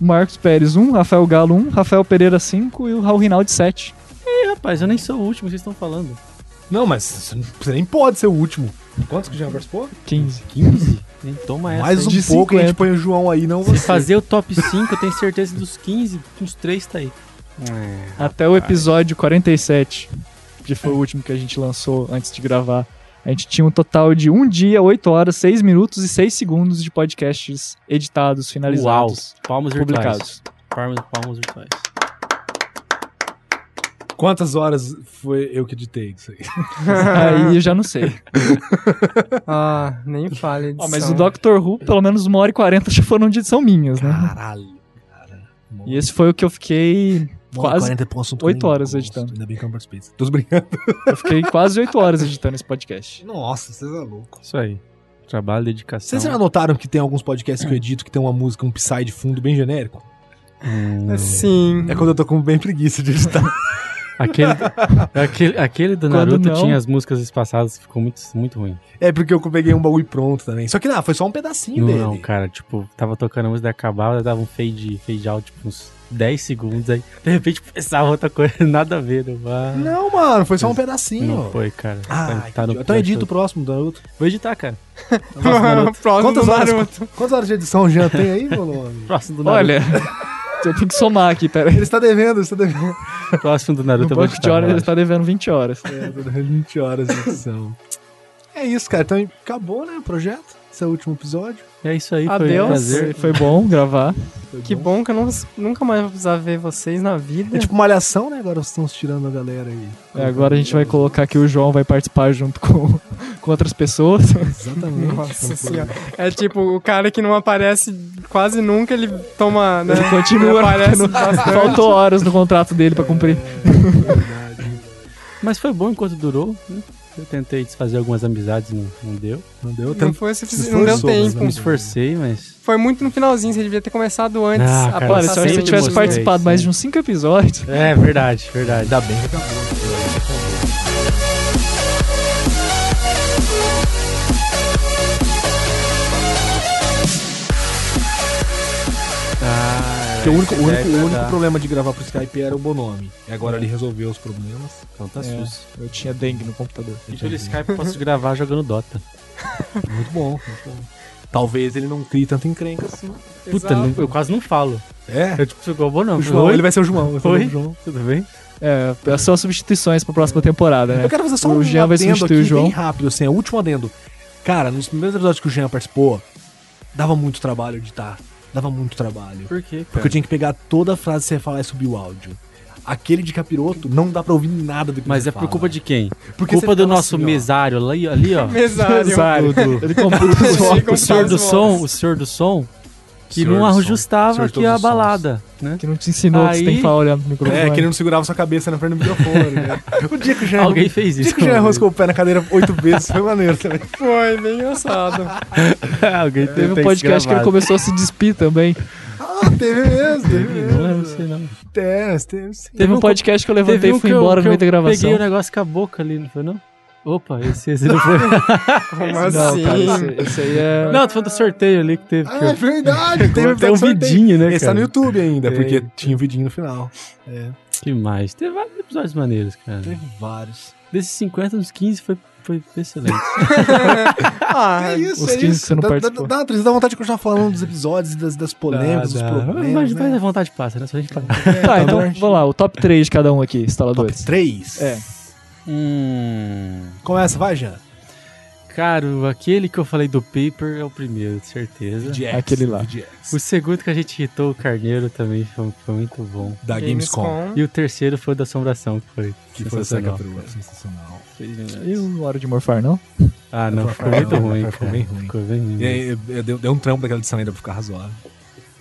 [SPEAKER 2] O Marcos Pérez, 1. Rafael Galo, 1. Rafael Pereira, 5. E o Raul Rinaldi, 7.
[SPEAKER 5] Ih, rapaz, eu nem sou o último, vocês estão falando.
[SPEAKER 1] Não, mas você não- você nem pode ser o último. Quantos que o Jean participou?
[SPEAKER 2] 15.
[SPEAKER 5] 15? Nem toma essa.
[SPEAKER 1] Mais um
[SPEAKER 5] hein?
[SPEAKER 2] de
[SPEAKER 1] pouco e a gente
[SPEAKER 2] 50.
[SPEAKER 1] põe o João aí, não
[SPEAKER 5] Se
[SPEAKER 1] você.
[SPEAKER 5] fazer o top 5, eu tenho certeza dos 15, uns 3 tá aí.
[SPEAKER 2] Até o episódio 47, que foi o último que a gente lançou antes de gravar, a gente tinha um total de 1 dia, 8 horas, 6 minutos e 6 segundos de podcasts editados,
[SPEAKER 5] Uau.
[SPEAKER 2] finalizados,
[SPEAKER 5] Palmas virtuais.
[SPEAKER 2] publicados.
[SPEAKER 5] Palmas, palmas virtuais.
[SPEAKER 1] Quantas horas foi eu que editei isso aí?
[SPEAKER 2] Aí eu já não sei.
[SPEAKER 3] Ah, nem fale disso.
[SPEAKER 2] Ó, mas o Doctor Who, pelo menos 1 hora e 40 já foram de edição minhas, né?
[SPEAKER 1] Caralho, cara.
[SPEAKER 2] E esse foi o que eu fiquei.
[SPEAKER 1] Mano,
[SPEAKER 2] quase
[SPEAKER 1] 40 pontos, assunto que
[SPEAKER 2] oito
[SPEAKER 1] nem
[SPEAKER 2] horas
[SPEAKER 1] gosto.
[SPEAKER 2] editando.
[SPEAKER 1] Ainda bem que eu não participei. disso. Tô brincando.
[SPEAKER 2] Eu fiquei quase 8 horas editando esse podcast.
[SPEAKER 1] Nossa, vocês é louco.
[SPEAKER 5] Isso aí. Trabalho, dedicação.
[SPEAKER 1] Vocês já notaram que tem alguns podcasts que eu edito que tem uma música, um psy de fundo bem genérico?
[SPEAKER 5] Hum,
[SPEAKER 3] Sim.
[SPEAKER 1] É quando eu tô com bem preguiça de editar.
[SPEAKER 5] aquele, aquele, aquele do
[SPEAKER 2] Quando
[SPEAKER 5] Naruto
[SPEAKER 2] não-
[SPEAKER 5] tinha as músicas espaçadas, que ficou muito, muito ruim.
[SPEAKER 1] É porque eu peguei um bagulho pronto também. Só que não, foi só um pedacinho
[SPEAKER 5] Não,
[SPEAKER 1] dele.
[SPEAKER 5] não, cara, tipo, tava tocando a música, acabava, dava um fade, fade out, tipo, uns 10 segundos, aí de repente começava outra coisa, nada a ver, né? Ah,
[SPEAKER 1] Não, mano, foi só um pedacinho.
[SPEAKER 5] não foi, cara.
[SPEAKER 1] Ah,
[SPEAKER 5] Tá- tá
[SPEAKER 1] entendi.
[SPEAKER 5] no
[SPEAKER 1] então
[SPEAKER 5] pior
[SPEAKER 1] edita o
[SPEAKER 5] todo.
[SPEAKER 1] próximo do Naruto.
[SPEAKER 5] Vou editar, cara.
[SPEAKER 3] Próximo do
[SPEAKER 1] Quantas horas,
[SPEAKER 3] Naruto.
[SPEAKER 1] quantas horas de edição o Jean tem aí, meu nome?
[SPEAKER 5] Próximo do Naruto.
[SPEAKER 2] Olha, eu tenho que somar aqui, peraí.
[SPEAKER 1] Ele está devendo, ele está devendo.
[SPEAKER 5] Próximo do
[SPEAKER 2] No
[SPEAKER 5] Naruto eu vou
[SPEAKER 2] banco de
[SPEAKER 5] editar.
[SPEAKER 2] horas ele
[SPEAKER 5] relaxa.
[SPEAKER 2] está devendo 20 horas.
[SPEAKER 1] É, tá devendo 20 horas de edição. É isso, cara. Então acabou, né, o projeto? Esse é o último episódio.
[SPEAKER 5] É isso aí, foi um
[SPEAKER 3] Adeus.
[SPEAKER 5] prazer.
[SPEAKER 2] Foi bom gravar.
[SPEAKER 1] Foi
[SPEAKER 3] Que bom que eu não- nunca mais vou precisar ver vocês na vida.
[SPEAKER 1] É tipo malhação, né? Agora vocês estão tirando a galera aí.
[SPEAKER 2] É, agora a gente vai colocar que o João vai participar junto com, com outras pessoas.
[SPEAKER 1] Exatamente.
[SPEAKER 3] Nossa senhora. É tipo, o cara que não aparece quase nunca, ele toma. Né?
[SPEAKER 2] Ele continua,
[SPEAKER 3] Ele aparece
[SPEAKER 2] porque
[SPEAKER 3] bastante.
[SPEAKER 2] Faltou horas no contrato dele pra cumprir.
[SPEAKER 5] Mas foi bom enquanto durou, né? Eu tentei desfazer algumas amizades, não, não deu.
[SPEAKER 1] Não deu
[SPEAKER 3] Não
[SPEAKER 1] tempo.
[SPEAKER 3] foi suficiente,
[SPEAKER 1] Então, Se
[SPEAKER 3] não deu
[SPEAKER 1] esforçou, mas
[SPEAKER 3] tempo.
[SPEAKER 5] Me esforcei, mas.
[SPEAKER 3] Foi muito no finalzinho, você devia ter começado antes.
[SPEAKER 5] Ah,
[SPEAKER 3] a
[SPEAKER 5] cara,
[SPEAKER 3] passar
[SPEAKER 2] Olha, só se
[SPEAKER 5] sempre
[SPEAKER 2] eu
[SPEAKER 3] sem
[SPEAKER 2] tivesse
[SPEAKER 3] você.
[SPEAKER 5] mostrei,
[SPEAKER 2] participado
[SPEAKER 5] sim.
[SPEAKER 2] mais de uns 5 episódios,
[SPEAKER 5] É verdade, verdade. Ainda bem.
[SPEAKER 1] Porque o único, o único- o
[SPEAKER 5] Deve
[SPEAKER 1] único
[SPEAKER 2] É.
[SPEAKER 5] dar.
[SPEAKER 1] problema de gravar pro Skype era o Bonome. E agora ele resolveu os problemas.
[SPEAKER 5] Então tá
[SPEAKER 2] É.
[SPEAKER 5] sus.
[SPEAKER 2] eu tinha dengue no computador.
[SPEAKER 5] E
[SPEAKER 1] Então um
[SPEAKER 5] pelo Skype eu posso gravar jogando Dota.
[SPEAKER 1] Muito bom. muito bom. Talvez ele não crie tanto encrenca assim.
[SPEAKER 5] Puta, não- eu quase não falo.
[SPEAKER 1] É.
[SPEAKER 5] Eu tipo, sou igual não.
[SPEAKER 1] O João, ele vai ser o João. vai ser o
[SPEAKER 5] Oi?
[SPEAKER 1] João.
[SPEAKER 5] Tudo bem?
[SPEAKER 2] É, as suas substituições pra próxima temporada,
[SPEAKER 5] É.
[SPEAKER 2] né?
[SPEAKER 1] Eu quero fazer só
[SPEAKER 2] O
[SPEAKER 1] um
[SPEAKER 2] Jean vai
[SPEAKER 1] adendo aqui
[SPEAKER 2] substituir o João.
[SPEAKER 1] bem rápido, assim, é o último adendo. Cara, nos primeiros episódios que o Jean participou, dava muito trabalho editar. Dava muito trabalho.
[SPEAKER 5] Por quê?
[SPEAKER 1] Porque eu tinha que pegar toda a frase que você ia falar e subir o áudio. Aquele de capiroto não dá pra ouvir nada do que
[SPEAKER 5] Mas
[SPEAKER 1] você
[SPEAKER 5] é por
[SPEAKER 1] fala.
[SPEAKER 5] culpa de quem?
[SPEAKER 1] Porque
[SPEAKER 5] culpa
[SPEAKER 1] você
[SPEAKER 5] do
[SPEAKER 1] fala
[SPEAKER 5] nosso
[SPEAKER 1] assim, ó.
[SPEAKER 5] mesário ali, ali ó.
[SPEAKER 3] Mesário.
[SPEAKER 1] Mesário.
[SPEAKER 5] Do- do-
[SPEAKER 1] Ele comprou os
[SPEAKER 3] Ele
[SPEAKER 1] óculos.
[SPEAKER 5] o senhor do
[SPEAKER 3] as
[SPEAKER 5] som,
[SPEAKER 3] vozes.
[SPEAKER 5] o senhor do som, que
[SPEAKER 1] Senhor
[SPEAKER 5] não
[SPEAKER 1] do som.
[SPEAKER 5] ajustava
[SPEAKER 1] Senhor de
[SPEAKER 5] aqui
[SPEAKER 1] todos
[SPEAKER 5] a
[SPEAKER 1] os sons.
[SPEAKER 5] balada, né?
[SPEAKER 2] Que não te ensinou que
[SPEAKER 5] Aí-
[SPEAKER 2] você tem que falar olhando pro microfone.
[SPEAKER 1] É, que ele não segurava sua cabeça na frente do microfone. Né? O dia que o Jean,
[SPEAKER 5] Alguém fez
[SPEAKER 1] o
[SPEAKER 5] isso. né?
[SPEAKER 1] dia que o Jean
[SPEAKER 5] uma
[SPEAKER 1] roscou o pé na cadeira oito vezes foi maneiro também.
[SPEAKER 3] Foi, bem engraçado.
[SPEAKER 5] vez. É, Alguém
[SPEAKER 2] Teve um podcast que ele começou a se despir também.
[SPEAKER 1] Ah, teve mesmo, teve
[SPEAKER 5] Não
[SPEAKER 1] mesmo.
[SPEAKER 5] lembro, sei não.
[SPEAKER 1] Teve, teve sim.
[SPEAKER 2] Teve um podcast que né? eu um levantei e fui embora no meio da gravação.
[SPEAKER 5] Peguei o negócio com a boca ali, não foi não? Opa, esse, esse não foi.
[SPEAKER 3] Como
[SPEAKER 2] Não,
[SPEAKER 3] assim?
[SPEAKER 2] cara, esse, esse aí é.
[SPEAKER 5] não, tu falou do sorteio ali que teve. que
[SPEAKER 1] Ah, é verdade.
[SPEAKER 5] eu-
[SPEAKER 1] Teve
[SPEAKER 5] Tem um vidinho, né,
[SPEAKER 1] Esse tá
[SPEAKER 5] cara?
[SPEAKER 1] no YouTube ainda,
[SPEAKER 5] Tem.
[SPEAKER 1] porque tinha um vidinho no final.
[SPEAKER 5] Que mais? Teve vários episódios maneiros, cara.
[SPEAKER 1] Teve vários.
[SPEAKER 5] Desses 50, uns 15 foi, foi excelente.
[SPEAKER 3] Ah,
[SPEAKER 1] É isso,
[SPEAKER 2] os
[SPEAKER 1] é
[SPEAKER 2] 15 que
[SPEAKER 1] isso.
[SPEAKER 2] você não
[SPEAKER 1] Dá- dá,
[SPEAKER 2] participou.
[SPEAKER 1] dá, uma tristeza, dá vontade de continuar falando dos episódios, das, das polêmicas,
[SPEAKER 5] Dá,
[SPEAKER 1] dos
[SPEAKER 5] dá.
[SPEAKER 1] problemas.
[SPEAKER 5] Mas, mas a
[SPEAKER 1] né?
[SPEAKER 5] vontade passa, né? Só a gente passa.
[SPEAKER 2] Tá, então
[SPEAKER 1] bom.
[SPEAKER 2] vamos lá, o top 3 de cada um aqui, instaladores.
[SPEAKER 1] Top 3.
[SPEAKER 2] É.
[SPEAKER 5] Hum.
[SPEAKER 1] Começa, vai, Jean.
[SPEAKER 5] Cara, aquele que eu falei do paper é o primeiro, de certeza.
[SPEAKER 1] VGX,
[SPEAKER 2] Aquele lá.
[SPEAKER 1] VGX.
[SPEAKER 5] O segundo que a gente irritou o Carneiro também foi, foi muito bom.
[SPEAKER 1] Da é Gamescom.
[SPEAKER 3] Gamescom.
[SPEAKER 5] E o terceiro foi o da Assombração, que foi
[SPEAKER 1] Que foi o
[SPEAKER 5] sensacional.
[SPEAKER 1] Sacatrua. Sensacional.
[SPEAKER 2] E o Hora de Morfar, não?
[SPEAKER 5] Ah, não,
[SPEAKER 1] Foi-
[SPEAKER 5] ficou
[SPEAKER 1] foi-
[SPEAKER 5] muito
[SPEAKER 1] foi-
[SPEAKER 5] ruim,
[SPEAKER 1] foi-
[SPEAKER 5] cara.
[SPEAKER 1] ficou bem ruim.
[SPEAKER 5] Ficou bem ruim.
[SPEAKER 1] E aí, eu- deu, deu um trampo daquela edição ainda pra ficar razoável.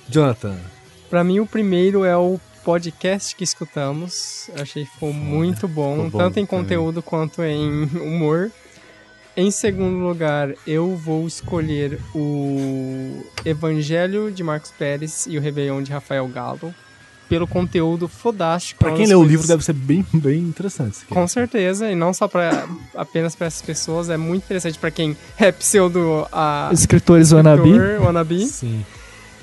[SPEAKER 1] Jonathan,
[SPEAKER 3] Pra mim, o primeiro é o podcast que escutamos. Eu achei que ficou muito bom,
[SPEAKER 1] Ficou bom
[SPEAKER 3] tanto
[SPEAKER 1] também.
[SPEAKER 3] em conteúdo quanto em humor. Em segundo lugar, eu vou escolher o Evangelho de Marcos Pérez e o Réveillon de Rafael Galo, pelo conteúdo fodástico.
[SPEAKER 1] pra
[SPEAKER 3] uma
[SPEAKER 1] quem
[SPEAKER 3] das
[SPEAKER 1] lê o
[SPEAKER 3] coisas-
[SPEAKER 1] livro deve ser bem, bem interessante. isso aqui.
[SPEAKER 3] Com certeza, e não só pra, apenas para essas pessoas, é muito interessante pra quem é pseudo a
[SPEAKER 2] Escritores Wannabe.
[SPEAKER 3] escritor, wannabe.
[SPEAKER 1] Sim.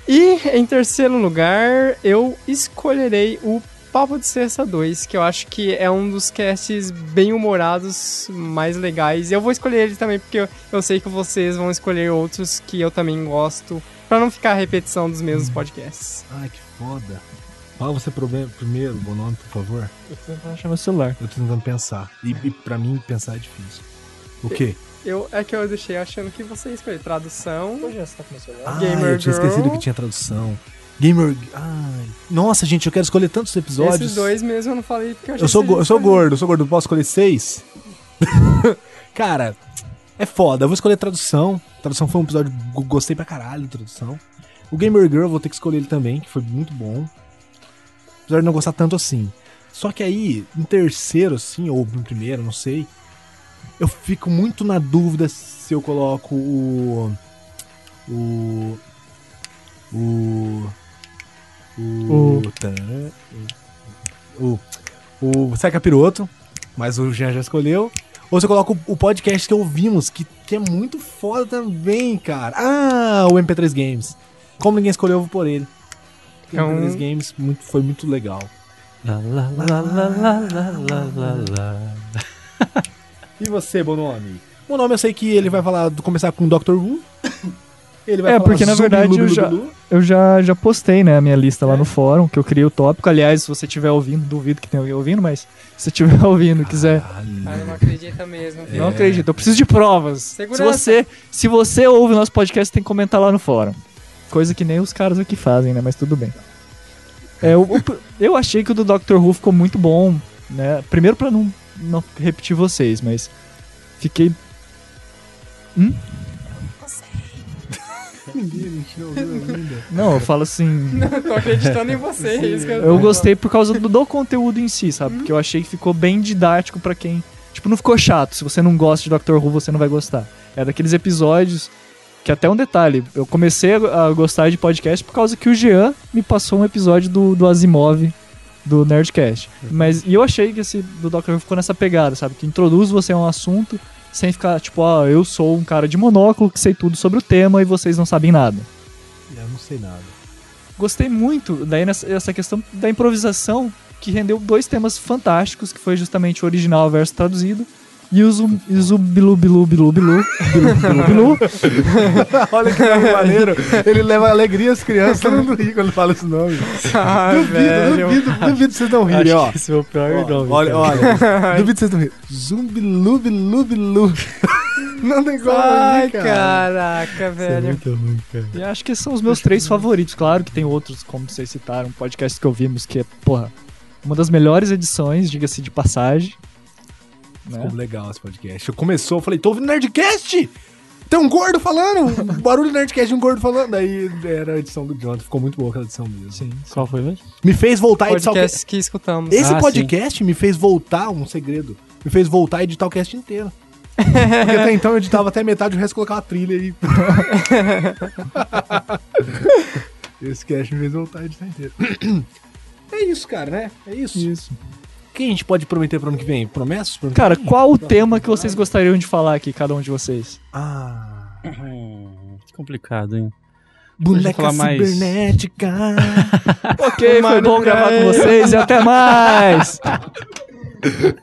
[SPEAKER 3] E em terceiro lugar, eu escolherei o Papo de Sexta 2, que eu acho que é um dos casts bem humorados, mais legais. E eu vou escolher ele também, porque eu, eu sei que vocês vão escolher outros que eu também gosto, pra não ficar a repetição dos mesmos
[SPEAKER 1] Hum.
[SPEAKER 3] podcasts.
[SPEAKER 1] Ai, que foda. Fala você problema primeiro, bom nome, por favor.
[SPEAKER 2] Eu tô tentando achar meu celular.
[SPEAKER 1] Eu tô tentando pensar. E, e pra mim, pensar é difícil. O quê?
[SPEAKER 3] Eu, é que eu deixei achando que você escolheu tradução.
[SPEAKER 1] Ah,
[SPEAKER 3] Gamer
[SPEAKER 1] eu tinha
[SPEAKER 3] Girl.
[SPEAKER 1] esquecido que tinha tradução. Gamer... Ai. Nossa, gente, eu quero escolher tantos episódios.
[SPEAKER 3] Esses dois mesmo eu não falei porque eu achei
[SPEAKER 1] Eu sou,
[SPEAKER 3] que vocês
[SPEAKER 1] go- eu sou
[SPEAKER 3] escolheram.
[SPEAKER 1] gordo, eu sou gordo. eu Posso escolher seis? Cara, é foda. Eu vou escolher tradução. Tradução foi um episódio que eu gostei pra caralho. Tradução. O Gamer Girl eu vou ter que escolher ele também, que foi muito bom. Apesar de não gostar tanto assim. Só que aí, em terceiro, assim, ou em primeiro, não sei. Eu fico muito na dúvida se eu coloco o. O. O. O. tan- O. O. O. Seca Piroto. Mas o Jean já escolheu. Ou você coloca o, o podcast que ouvimos, que, que é muito foda também, cara. Ah, o MP3 Games. Como ninguém escolheu, eu vou por ele. O
[SPEAKER 2] É
[SPEAKER 3] Então-
[SPEAKER 2] um
[SPEAKER 1] MP3 Games muito- foi muito legal.
[SPEAKER 5] Lá, lá, lá, lá, lá, lá, lá, lá, lá.
[SPEAKER 1] E você, Bonomi? Meu nome eu sei que ele vai falar, começar com Dr. Who. Ele vai
[SPEAKER 2] É,
[SPEAKER 1] falar
[SPEAKER 2] porque, na
[SPEAKER 1] Zubi,
[SPEAKER 2] verdade,
[SPEAKER 1] Lubi,
[SPEAKER 2] eu
[SPEAKER 1] Lubi,
[SPEAKER 2] já-
[SPEAKER 1] Lu.
[SPEAKER 2] Eu já, já postei, né, a minha lista
[SPEAKER 3] É.
[SPEAKER 2] lá no fórum, que eu criei o tópico. Aliás, se você estiver ouvindo, duvido que tenha alguém ouvindo, mas se você estiver ouvindo e quiser.
[SPEAKER 3] Ah, eu não acredita
[SPEAKER 1] É.
[SPEAKER 3] mesmo.
[SPEAKER 2] Não acredito, eu preciso de provas.
[SPEAKER 3] Segurança.
[SPEAKER 2] Se você, se você ouve o nosso podcast, tem que comentar lá no fórum. Coisa que nem os caras aqui fazem, né? Mas tudo bem. É, o- o- eu achei que o do Doctor Who ficou muito bom, né? Primeiro pra não, não repetir vocês, mas fiquei hum? Não, eu falo assim.
[SPEAKER 3] Eu tô acreditando em você. é isso que
[SPEAKER 2] Eu gostei por causa do, do conteúdo em si, sabe? Porque eu achei que ficou bem didático pra quem. Tipo, não ficou chato. Se você não gosta de Doctor Who, você não vai gostar. É daqueles episódios que até um detalhe. Eu comecei a, a gostar de podcast por causa que o Jean me passou um episódio do, do Asimov do Nerdcast. Mas e eu achei que esse do Doctor Who ficou nessa pegada, sabe? Que introduz você a um assunto sem ficar tipo, ah, eu sou um cara de monóculo que sei tudo sobre o tema e vocês não sabem nada
[SPEAKER 1] Eu não sei nada.
[SPEAKER 2] gostei muito daí nessa essa questão da improvisação que rendeu dois temas fantásticos que foi justamente o original versus traduzido e o zum- e o Zubilu Bilu Bilu Bilu Bilu Bilu Bilu
[SPEAKER 1] Olha que nome maneiro. Ele leva alegria às crianças. Todo mundo ri quando fala esse nome.
[SPEAKER 3] Ah, velho.
[SPEAKER 1] Duvido, duvido, duvido vocês não rirem, ó.
[SPEAKER 5] Esse foi o pior nome.
[SPEAKER 1] Olha,
[SPEAKER 5] cara.
[SPEAKER 1] olha. duvido vocês não rirem. Zumbilubilubilu. Não tem como
[SPEAKER 3] Ai,
[SPEAKER 1] rir, cara. é
[SPEAKER 3] caraca, velho.
[SPEAKER 2] e acho que esses são os meus três favoritos claro que tem outros como vocês citaram podcasts que ouvimos que é porra Uma das melhores edições, diga-se de passagem.
[SPEAKER 1] Ficou legal esse podcast. Eu começou, eu falei, tô ouvindo Nerdcast! Tem um gordo falando! um Barulho do Nerdcast de um gordo falando. Aí era a edição do Jonathan. Ficou muito boa aquela edição mesmo.
[SPEAKER 2] Sim.
[SPEAKER 5] Qual foi mesmo?
[SPEAKER 1] Me fez voltar a editar o cast.
[SPEAKER 3] Podcast que escutamos.
[SPEAKER 1] Esse
[SPEAKER 5] Ah,
[SPEAKER 1] podcast me fez voltar, um segredo, me fez voltar a editar o cast inteiro. Porque até então eu editava até metade, o resto colocava a trilha aí. Esse cast me fez voltar a editar inteiro. É isso, cara, né? É isso.
[SPEAKER 2] Isso.
[SPEAKER 1] O que a gente pode prometer pro ano que vem? Promessas? pro ano que
[SPEAKER 2] Cara,
[SPEAKER 1] vem?
[SPEAKER 2] qual o tema que vocês gostariam de falar aqui, cada um de vocês?
[SPEAKER 1] Ah,
[SPEAKER 5] Que complicado, hein?
[SPEAKER 1] boneca
[SPEAKER 5] falar mais.
[SPEAKER 1] cibernética.
[SPEAKER 2] Ok, foi bom gravar com vocês e até mais!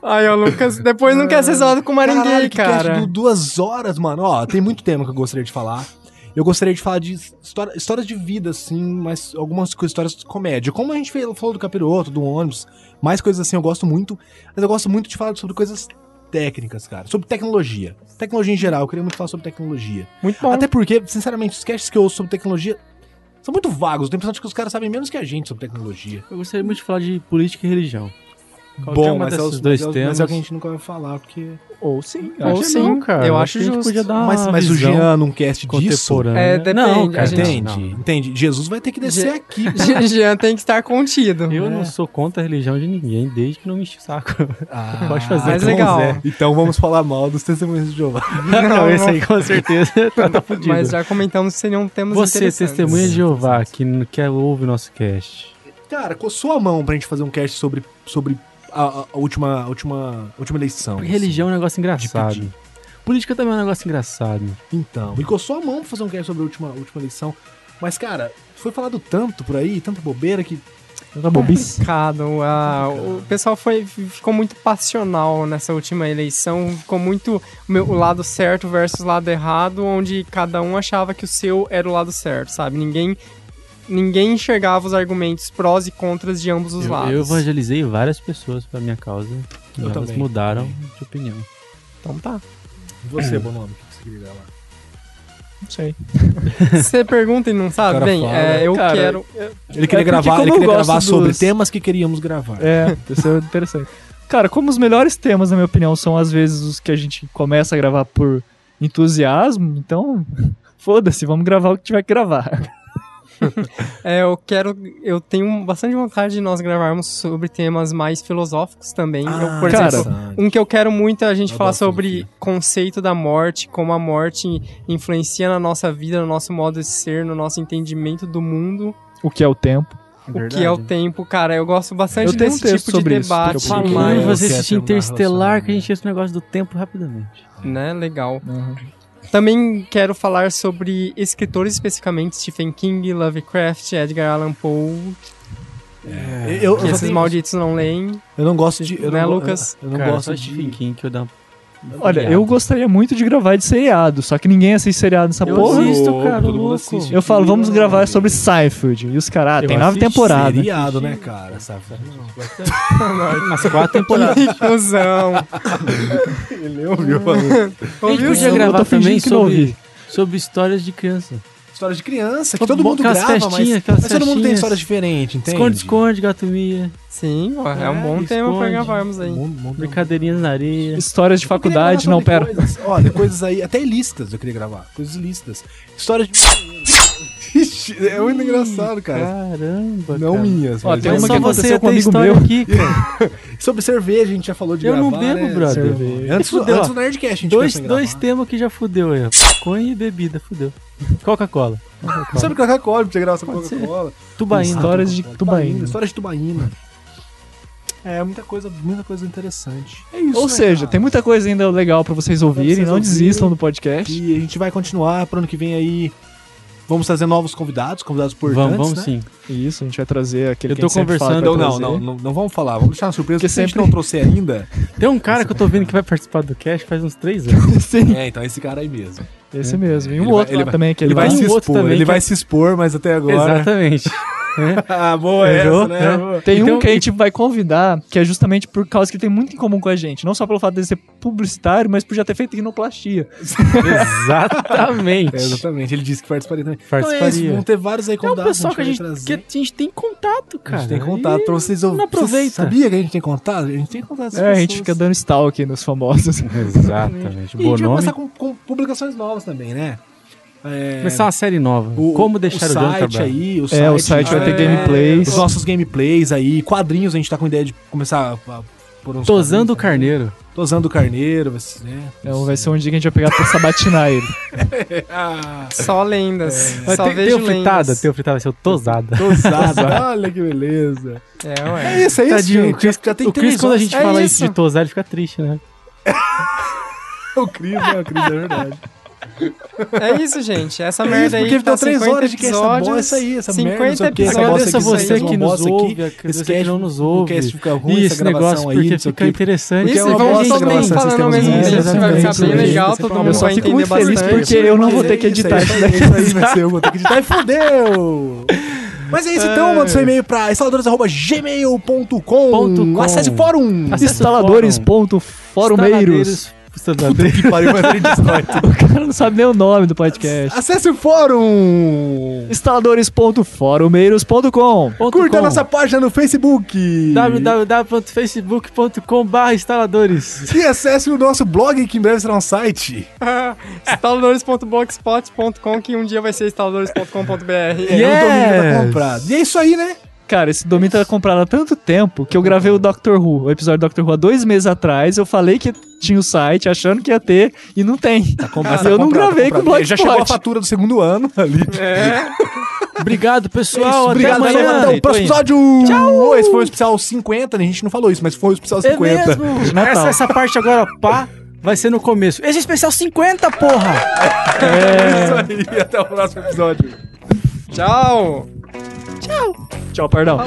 [SPEAKER 3] Ai, o Lucas depois não
[SPEAKER 5] Ah.
[SPEAKER 3] quer ser zoado com
[SPEAKER 1] Caralho,
[SPEAKER 3] Maringuei,
[SPEAKER 1] que cast
[SPEAKER 3] cara.
[SPEAKER 1] du- duas horas, mano. Ó, tem muito tema que eu gostaria de falar. Eu gostaria de falar de história- histórias de vida, assim, mas algumas co- histórias de comédia. Como a gente fe- falou do capiroto, do ônibus, mais coisas assim eu gosto muito. Mas eu gosto muito de falar sobre coisas técnicas, cara. Sobre tecnologia. Tecnologia em geral, eu queria muito falar sobre tecnologia.
[SPEAKER 3] Muito bom.
[SPEAKER 1] Até porque, sinceramente, os casts que eu ouço sobre tecnologia são muito vagos. Eu tenho a impressão de que os caras sabem menos que a gente sobre tecnologia.
[SPEAKER 5] Eu gostaria muito de falar de política e religião. Qualquer
[SPEAKER 1] Bom,
[SPEAKER 5] uma
[SPEAKER 1] mas é,
[SPEAKER 5] desses
[SPEAKER 1] os,
[SPEAKER 5] dois
[SPEAKER 1] mas, é, os-
[SPEAKER 5] temas.
[SPEAKER 1] mas é o que a gente nunca vai falar, porque...
[SPEAKER 2] Ou sim.
[SPEAKER 3] Ou
[SPEAKER 5] Acho que
[SPEAKER 3] sim,
[SPEAKER 5] não, cara.
[SPEAKER 3] eu
[SPEAKER 5] Acho
[SPEAKER 3] acho
[SPEAKER 5] que a gente
[SPEAKER 3] justo.
[SPEAKER 5] podia dar
[SPEAKER 1] mas
[SPEAKER 5] uma
[SPEAKER 1] mas o
[SPEAKER 5] Ah, visão
[SPEAKER 1] Jean num cast disso...
[SPEAKER 5] contemporânea.
[SPEAKER 3] É, depende.
[SPEAKER 5] Não,
[SPEAKER 3] a
[SPEAKER 5] cara,
[SPEAKER 3] gente...
[SPEAKER 1] Entende,
[SPEAKER 5] não, não.
[SPEAKER 1] entende. Jesus vai ter que descer
[SPEAKER 3] Je-
[SPEAKER 1] aqui.
[SPEAKER 3] Jean- Jean tem que estar contido.
[SPEAKER 5] Eu
[SPEAKER 1] É.
[SPEAKER 5] não sou contra a religião de ninguém, desde que não me enche o saco.
[SPEAKER 1] Ah,
[SPEAKER 5] Pode fazer
[SPEAKER 3] mas
[SPEAKER 5] como
[SPEAKER 3] legal.
[SPEAKER 5] quiser.
[SPEAKER 1] Então vamos falar mal dos testemunhos de Jeová.
[SPEAKER 5] Não, esse aí com certeza tá, tá fudido.
[SPEAKER 3] Mas já comentamos que seriam temas
[SPEAKER 5] Você,
[SPEAKER 3] interessantes.
[SPEAKER 5] testemunha de Jeová, que não quer ouve o nosso cast.
[SPEAKER 1] Cara, coçou a mão pra gente fazer um cast sobre, sobre a, a última, a última, a última eleição.
[SPEAKER 5] Porque religião é um negócio
[SPEAKER 1] De
[SPEAKER 5] engraçado. Política também é um negócio engraçado.
[SPEAKER 1] assim. Então, ele coçou a mão pra fazer um cast sobre a última, a última eleição. Mas, cara, foi falado tanto por aí, tanta bobeira que.
[SPEAKER 5] Não tá bobice?
[SPEAKER 3] complicado. ah, o pessoal foi, ficou muito passional nessa última eleição. Ficou muito o meu- o lado certo versus o lado errado, onde cada um achava que o seu era o lado certo, sabe? Ninguém, ninguém enxergava os argumentos prós e contras de ambos os
[SPEAKER 5] Eu,
[SPEAKER 3] lados.
[SPEAKER 5] eu evangelizei várias pessoas pra minha causa.
[SPEAKER 1] Eu
[SPEAKER 5] e elas
[SPEAKER 1] também.
[SPEAKER 5] mudaram de opinião.
[SPEAKER 3] Então tá.
[SPEAKER 1] E Você, bom nome, o que você queria gravar?
[SPEAKER 2] Não sei.
[SPEAKER 3] Você pergunta e não
[SPEAKER 1] O
[SPEAKER 3] sabe?
[SPEAKER 1] cara
[SPEAKER 3] Bem,
[SPEAKER 1] fala,
[SPEAKER 3] é, eu
[SPEAKER 2] Cara, é
[SPEAKER 3] quero.
[SPEAKER 1] Ele queria
[SPEAKER 2] porque
[SPEAKER 1] gravar,
[SPEAKER 2] como
[SPEAKER 1] ele
[SPEAKER 2] eu
[SPEAKER 1] queria
[SPEAKER 2] gosto
[SPEAKER 1] gravar sobre
[SPEAKER 2] dos-
[SPEAKER 1] temas que queríamos gravar.
[SPEAKER 2] É, isso é interessante. Cara, como os melhores temas, na minha opinião, são às vezes os que a gente começa a gravar por entusiasmo, então foda-se, vamos gravar o que tiver que gravar.
[SPEAKER 3] É, eu quero. Eu tenho bastante vontade de nós gravarmos sobre temas mais filosóficos também. eu, por
[SPEAKER 2] Ah, cara,
[SPEAKER 3] exemplo,
[SPEAKER 1] interessante.
[SPEAKER 3] um que eu quero muito é a gente
[SPEAKER 1] Eu
[SPEAKER 3] falar
[SPEAKER 1] gosto muito
[SPEAKER 3] sobre
[SPEAKER 1] disso.
[SPEAKER 3] conceito da morte, como a morte influencia na nossa vida, no nosso modo de ser, no nosso entendimento do mundo,
[SPEAKER 2] O que é o tempo.
[SPEAKER 3] o que é o tempo, cara. Eu gosto bastante
[SPEAKER 2] Eu tenho um
[SPEAKER 3] desse
[SPEAKER 2] texto
[SPEAKER 3] tipo
[SPEAKER 2] sobre
[SPEAKER 3] de
[SPEAKER 2] isso, porque
[SPEAKER 3] debate.
[SPEAKER 2] eu
[SPEAKER 5] Falando
[SPEAKER 2] Sim.
[SPEAKER 5] em
[SPEAKER 1] Mas
[SPEAKER 5] você
[SPEAKER 1] eu quero
[SPEAKER 5] assistir
[SPEAKER 1] terminar
[SPEAKER 5] Interestelar,
[SPEAKER 1] relacionamento.
[SPEAKER 5] que a gente tinha esse negócio do tempo rapidamente.
[SPEAKER 3] né? Legal. Também quero falar sobre escritores especificamente Stephen King, Lovecraft, Edgar Allan Poe,
[SPEAKER 1] Eu, é, eu,
[SPEAKER 3] que
[SPEAKER 1] eu, só
[SPEAKER 3] esses
[SPEAKER 1] tenho-
[SPEAKER 3] malditos não leem.
[SPEAKER 1] eu não gosto de. Eu
[SPEAKER 3] Né,
[SPEAKER 1] não, go-
[SPEAKER 3] Lucas?
[SPEAKER 1] Eu, eu não
[SPEAKER 5] Cara,
[SPEAKER 1] gosto
[SPEAKER 5] só
[SPEAKER 1] de.
[SPEAKER 5] Stephen King que eu dou uma
[SPEAKER 2] Olha,
[SPEAKER 5] olhada.
[SPEAKER 2] eu gostaria muito de gravar de seriado, só que ninguém assiste seriado nessa
[SPEAKER 5] Eu
[SPEAKER 2] porra.
[SPEAKER 5] assisto,
[SPEAKER 1] Louco,
[SPEAKER 5] cara,
[SPEAKER 1] todo mundo
[SPEAKER 5] louco.
[SPEAKER 1] assiste.
[SPEAKER 2] Eu falo, vamos gravar sobre Seinfeld. E os caras, ah,
[SPEAKER 5] Eu
[SPEAKER 2] tem nove
[SPEAKER 5] assisti
[SPEAKER 2] temporadas.
[SPEAKER 1] Seriado, né, cara? Sabe?
[SPEAKER 5] Umas quatro temporadas.
[SPEAKER 3] Inclusão.
[SPEAKER 1] Ele ouviu falando.
[SPEAKER 5] Ele
[SPEAKER 3] Ouviu?
[SPEAKER 5] podia
[SPEAKER 2] Eu
[SPEAKER 5] gravar
[SPEAKER 2] tô fingindo
[SPEAKER 5] também
[SPEAKER 2] que não
[SPEAKER 5] sobre,
[SPEAKER 2] ouvi.
[SPEAKER 5] sobre histórias de criança.
[SPEAKER 1] História de criança, que
[SPEAKER 5] Todo
[SPEAKER 1] todo
[SPEAKER 5] bom,
[SPEAKER 1] mundo
[SPEAKER 5] aquelas
[SPEAKER 1] grava, mas,
[SPEAKER 5] festinhas, aquelas
[SPEAKER 1] mas todo mundo tem
[SPEAKER 5] festinhas.
[SPEAKER 1] histórias diferentes, entende?
[SPEAKER 5] Esconde, esconde, gato mia,
[SPEAKER 3] Sim, ó, é, um bom
[SPEAKER 5] É,
[SPEAKER 3] tema pra
[SPEAKER 5] esconde.
[SPEAKER 3] gravarmos aí.
[SPEAKER 1] Mundo- mundo-
[SPEAKER 5] brincadeirinhas na areia.
[SPEAKER 2] Histórias de
[SPEAKER 1] Eu queria gravar
[SPEAKER 2] faculdade, não,
[SPEAKER 1] sobre
[SPEAKER 2] pera.
[SPEAKER 1] Coisas, olha, coisas aí, até ilícitas eu queria gravar. Coisas ilícitas. Histórias de. Ixi, é muito engraçado, cara.
[SPEAKER 5] Caramba,
[SPEAKER 1] Não
[SPEAKER 5] cara.
[SPEAKER 1] minhas,
[SPEAKER 2] Ó,
[SPEAKER 1] mas
[SPEAKER 2] tem
[SPEAKER 1] eu-
[SPEAKER 2] uma
[SPEAKER 5] Mas
[SPEAKER 2] que
[SPEAKER 5] só
[SPEAKER 2] aconteceu
[SPEAKER 5] você
[SPEAKER 2] com um
[SPEAKER 5] tem
[SPEAKER 2] amigo
[SPEAKER 5] história
[SPEAKER 2] meu.
[SPEAKER 5] aqui, cara.
[SPEAKER 1] Sobre cerveja, a gente já falou de
[SPEAKER 5] Eu
[SPEAKER 1] gravar.
[SPEAKER 5] não bebo,
[SPEAKER 1] né?
[SPEAKER 5] brother.
[SPEAKER 1] Cerveja. Antes,
[SPEAKER 5] Fudeu,
[SPEAKER 1] antes
[SPEAKER 5] ó.
[SPEAKER 1] do Nerdcast, a gente
[SPEAKER 5] Dois,
[SPEAKER 1] pensou em gravar.
[SPEAKER 5] dois temas que já fudeu aí. ó. Maconha e bebida, fudeu. Coca-Cola.
[SPEAKER 1] Sobre Coca-Cola, podia gravar sobre
[SPEAKER 5] Pode ser.
[SPEAKER 1] Coca-Cola.
[SPEAKER 5] Tubaína. Uhum.
[SPEAKER 2] Histórias de tubaína.
[SPEAKER 1] Histórias de tubaína. É, muita coisa, muita coisa interessante. É isso,
[SPEAKER 2] Ou
[SPEAKER 1] né,
[SPEAKER 2] seja,
[SPEAKER 1] cara?
[SPEAKER 2] tem muita coisa ainda legal pra vocês ouvirem,
[SPEAKER 1] vocês
[SPEAKER 2] não
[SPEAKER 1] ouvirem.
[SPEAKER 2] desistam do podcast.
[SPEAKER 1] E a gente vai continuar pro ano que vem aí. Vamos trazer novos convidados, convidados importantes,
[SPEAKER 5] Vamos, vamos
[SPEAKER 1] né?
[SPEAKER 5] sim.
[SPEAKER 2] Isso, a gente vai trazer aquele
[SPEAKER 5] Eu
[SPEAKER 2] que
[SPEAKER 5] tô
[SPEAKER 2] a gente sempre fala que
[SPEAKER 5] conversando-
[SPEAKER 1] Então,
[SPEAKER 2] vai
[SPEAKER 1] não,
[SPEAKER 2] trazer.
[SPEAKER 1] não, não, não vamos falar. Vamos deixar uma surpresa
[SPEAKER 2] Porque
[SPEAKER 1] porque sempre... a gente
[SPEAKER 2] sempre-
[SPEAKER 1] não trouxe ainda.
[SPEAKER 5] Tem um cara que eu tô vendo que vai participar do cast faz uns três anos.
[SPEAKER 2] Sim,
[SPEAKER 1] É, então esse cara aí mesmo.
[SPEAKER 2] esse mesmo. E
[SPEAKER 1] Ele
[SPEAKER 2] um
[SPEAKER 1] vai-
[SPEAKER 2] outro
[SPEAKER 1] ele
[SPEAKER 2] lá
[SPEAKER 1] vai-
[SPEAKER 2] também, aquele
[SPEAKER 1] Ele vai
[SPEAKER 2] lá.
[SPEAKER 5] um
[SPEAKER 1] se
[SPEAKER 5] outro
[SPEAKER 1] expor,
[SPEAKER 5] também
[SPEAKER 1] ele
[SPEAKER 5] que
[SPEAKER 1] vai
[SPEAKER 5] é-
[SPEAKER 1] se expor, mas até agora.
[SPEAKER 5] Exatamente.
[SPEAKER 1] ah, boa
[SPEAKER 5] Errou, né?
[SPEAKER 1] Boa.
[SPEAKER 2] Tem
[SPEAKER 5] Então,
[SPEAKER 2] um que a gente vai convidar, que é justamente por causa que ele tem muito em comum com a gente. Não só pelo fato dele ser publicitário, mas por já ter feito rinoplastia.
[SPEAKER 1] É,
[SPEAKER 5] Exatamente.
[SPEAKER 1] exatamente, ele disse que participaria também. Então é isso,
[SPEAKER 5] Participaria.
[SPEAKER 1] vão ter vários aí
[SPEAKER 5] É o
[SPEAKER 1] convidados.
[SPEAKER 5] pessoal que a, gente,
[SPEAKER 1] vai
[SPEAKER 5] que
[SPEAKER 1] trazer.
[SPEAKER 5] a gente tem contato,
[SPEAKER 1] A
[SPEAKER 5] cara.
[SPEAKER 1] gente tem contato pra vocês
[SPEAKER 5] não
[SPEAKER 1] ouvirem.
[SPEAKER 5] aproveita.
[SPEAKER 1] Sabia que a gente tem contato? A gente tem contato.
[SPEAKER 2] É, a gente fica dando stalk nos famosos.
[SPEAKER 5] Exatamente.
[SPEAKER 1] E a gente
[SPEAKER 5] Bom
[SPEAKER 1] vai
[SPEAKER 5] nome.
[SPEAKER 1] começar com, com publicações novas também, né? É,
[SPEAKER 5] Começar uma série nova. Como deixar o,
[SPEAKER 1] o
[SPEAKER 5] Jonathan
[SPEAKER 1] site
[SPEAKER 5] bravo.
[SPEAKER 1] aí, o
[SPEAKER 2] É, o site vai ter gameplays.
[SPEAKER 1] Os nossos gameplays aí, quadrinhos, a gente tá com ideia de começar a, a pôr uns
[SPEAKER 5] Tosando o
[SPEAKER 1] quadrinhos,
[SPEAKER 5] Carneiro.
[SPEAKER 1] né? Tosando o carneiro, vai ser, né?
[SPEAKER 2] Então vai ser um dia que a gente vai pegar pra sabatinar ele.
[SPEAKER 1] Ah,
[SPEAKER 3] Só lendas.
[SPEAKER 1] É.
[SPEAKER 5] Mas
[SPEAKER 3] Só
[SPEAKER 5] tem, tem
[SPEAKER 3] vejo
[SPEAKER 5] o fritada,
[SPEAKER 3] lendas.
[SPEAKER 5] tem o fritada, vai ser o tosada.
[SPEAKER 1] tosada. Olha que beleza.
[SPEAKER 3] É, ué.
[SPEAKER 1] É isso, é isso.
[SPEAKER 5] Tadinho,
[SPEAKER 1] gente.
[SPEAKER 5] o Chris-
[SPEAKER 1] já, já tem
[SPEAKER 5] O Chris,
[SPEAKER 1] três
[SPEAKER 5] quando a
[SPEAKER 1] horas.
[SPEAKER 5] gente
[SPEAKER 3] é
[SPEAKER 5] fala isso
[SPEAKER 3] isso.
[SPEAKER 5] de tosar, ele fica triste, né?
[SPEAKER 1] É o Cris, né? O Cris é verdade.
[SPEAKER 3] É isso, gente. Essa
[SPEAKER 1] É isso,
[SPEAKER 3] merda aí
[SPEAKER 1] porque
[SPEAKER 3] que tá
[SPEAKER 1] ficou três
[SPEAKER 3] 50
[SPEAKER 1] horas de que essa
[SPEAKER 3] episódios,
[SPEAKER 1] bosta, essa aí, essa merda, não
[SPEAKER 3] 50
[SPEAKER 1] sei o quê, essa
[SPEAKER 3] episódios.
[SPEAKER 1] bosta
[SPEAKER 5] Agradeço a
[SPEAKER 1] aqui,
[SPEAKER 5] você
[SPEAKER 1] essa
[SPEAKER 5] que nos
[SPEAKER 1] bosta aqui,
[SPEAKER 5] ouve, a
[SPEAKER 1] esse
[SPEAKER 5] você que
[SPEAKER 1] cast-
[SPEAKER 5] não nos
[SPEAKER 1] O
[SPEAKER 5] ouve.
[SPEAKER 1] cast fica ruim,
[SPEAKER 5] E
[SPEAKER 1] essa
[SPEAKER 5] esse negócio
[SPEAKER 1] gravação aí,
[SPEAKER 5] porque
[SPEAKER 1] não sei o
[SPEAKER 5] fica
[SPEAKER 1] quê.
[SPEAKER 5] interessante.
[SPEAKER 1] Porque
[SPEAKER 3] Isso,
[SPEAKER 1] é uma
[SPEAKER 3] vamos
[SPEAKER 1] bosta
[SPEAKER 3] todo
[SPEAKER 1] essa
[SPEAKER 3] mundo
[SPEAKER 1] gravação que
[SPEAKER 3] falando ao
[SPEAKER 1] vocês
[SPEAKER 3] mesmo
[SPEAKER 1] têm.
[SPEAKER 3] tempo,
[SPEAKER 1] É,
[SPEAKER 3] isso vai
[SPEAKER 1] exatamente,
[SPEAKER 3] ficar bem
[SPEAKER 1] isso aí.
[SPEAKER 3] legal,
[SPEAKER 1] Vocês
[SPEAKER 3] todo
[SPEAKER 1] falam,
[SPEAKER 3] mundo
[SPEAKER 1] eu só
[SPEAKER 3] vai
[SPEAKER 1] fico
[SPEAKER 3] entender
[SPEAKER 1] muito feliz
[SPEAKER 3] bastante.
[SPEAKER 1] porque eu não vou ter que
[SPEAKER 2] Isso aí,
[SPEAKER 1] editar isso daí. Isso aí vai ser, eu vou ter que editar e fodeu! Mas é isso então, manda seu e-mail pra
[SPEAKER 5] Ponto
[SPEAKER 1] instaladores.gmail.com
[SPEAKER 5] com.
[SPEAKER 1] Acesse o fórum!
[SPEAKER 2] Instaladores.forumeiros.
[SPEAKER 5] Instaladeiros.
[SPEAKER 1] Que pariu, mas ele destrói tudo.
[SPEAKER 2] O cara não sabe nem o nome do podcast.
[SPEAKER 1] Acesse o fórum!
[SPEAKER 2] Instaladores.forumeiros.com
[SPEAKER 1] Curta a nossa página no Facebook!
[SPEAKER 5] www.facebook.com.br instaladores.
[SPEAKER 1] E acesse o nosso blog, que em breve será um site.
[SPEAKER 3] instaladores.blogspot.com que um dia vai ser instaladores.com.br.
[SPEAKER 1] É, o domínio tá
[SPEAKER 5] Yes.
[SPEAKER 1] comprado. E é isso aí, né?
[SPEAKER 2] Cara, esse domínio tá comprado há tanto tempo que eu gravei o Doctor Who, o episódio do Doctor Who há dois meses atrás. Eu falei que tinha o site, achando que ia ter, e não tem.
[SPEAKER 1] Comprado,
[SPEAKER 2] E eu
[SPEAKER 1] tá comprado,
[SPEAKER 2] não gravei
[SPEAKER 1] tá
[SPEAKER 2] com o
[SPEAKER 1] comprado. Já chegou a
[SPEAKER 2] Blogspot.
[SPEAKER 1] fatura do segundo ano ali.
[SPEAKER 5] Obrigado, pessoal.
[SPEAKER 1] Isso,
[SPEAKER 5] até
[SPEAKER 1] obrigado,
[SPEAKER 5] amanhã.
[SPEAKER 1] pessoal. Até o
[SPEAKER 5] Tô
[SPEAKER 1] próximo
[SPEAKER 5] indo.
[SPEAKER 1] episódio. Tchau. Esse foi o especial 50, né? a gente não falou isso, mas foi o especial 50.
[SPEAKER 5] É mesmo?
[SPEAKER 2] De Natal.
[SPEAKER 5] Essa, essa parte agora, pá, vai ser no começo. Esse é especial 50, porra!
[SPEAKER 1] É isso aí, até o próximo episódio.
[SPEAKER 3] Tchau!
[SPEAKER 2] Tchau, perdão.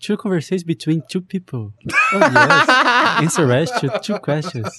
[SPEAKER 5] Two conversations between two people. Oh, yes. Answer rest to two questions.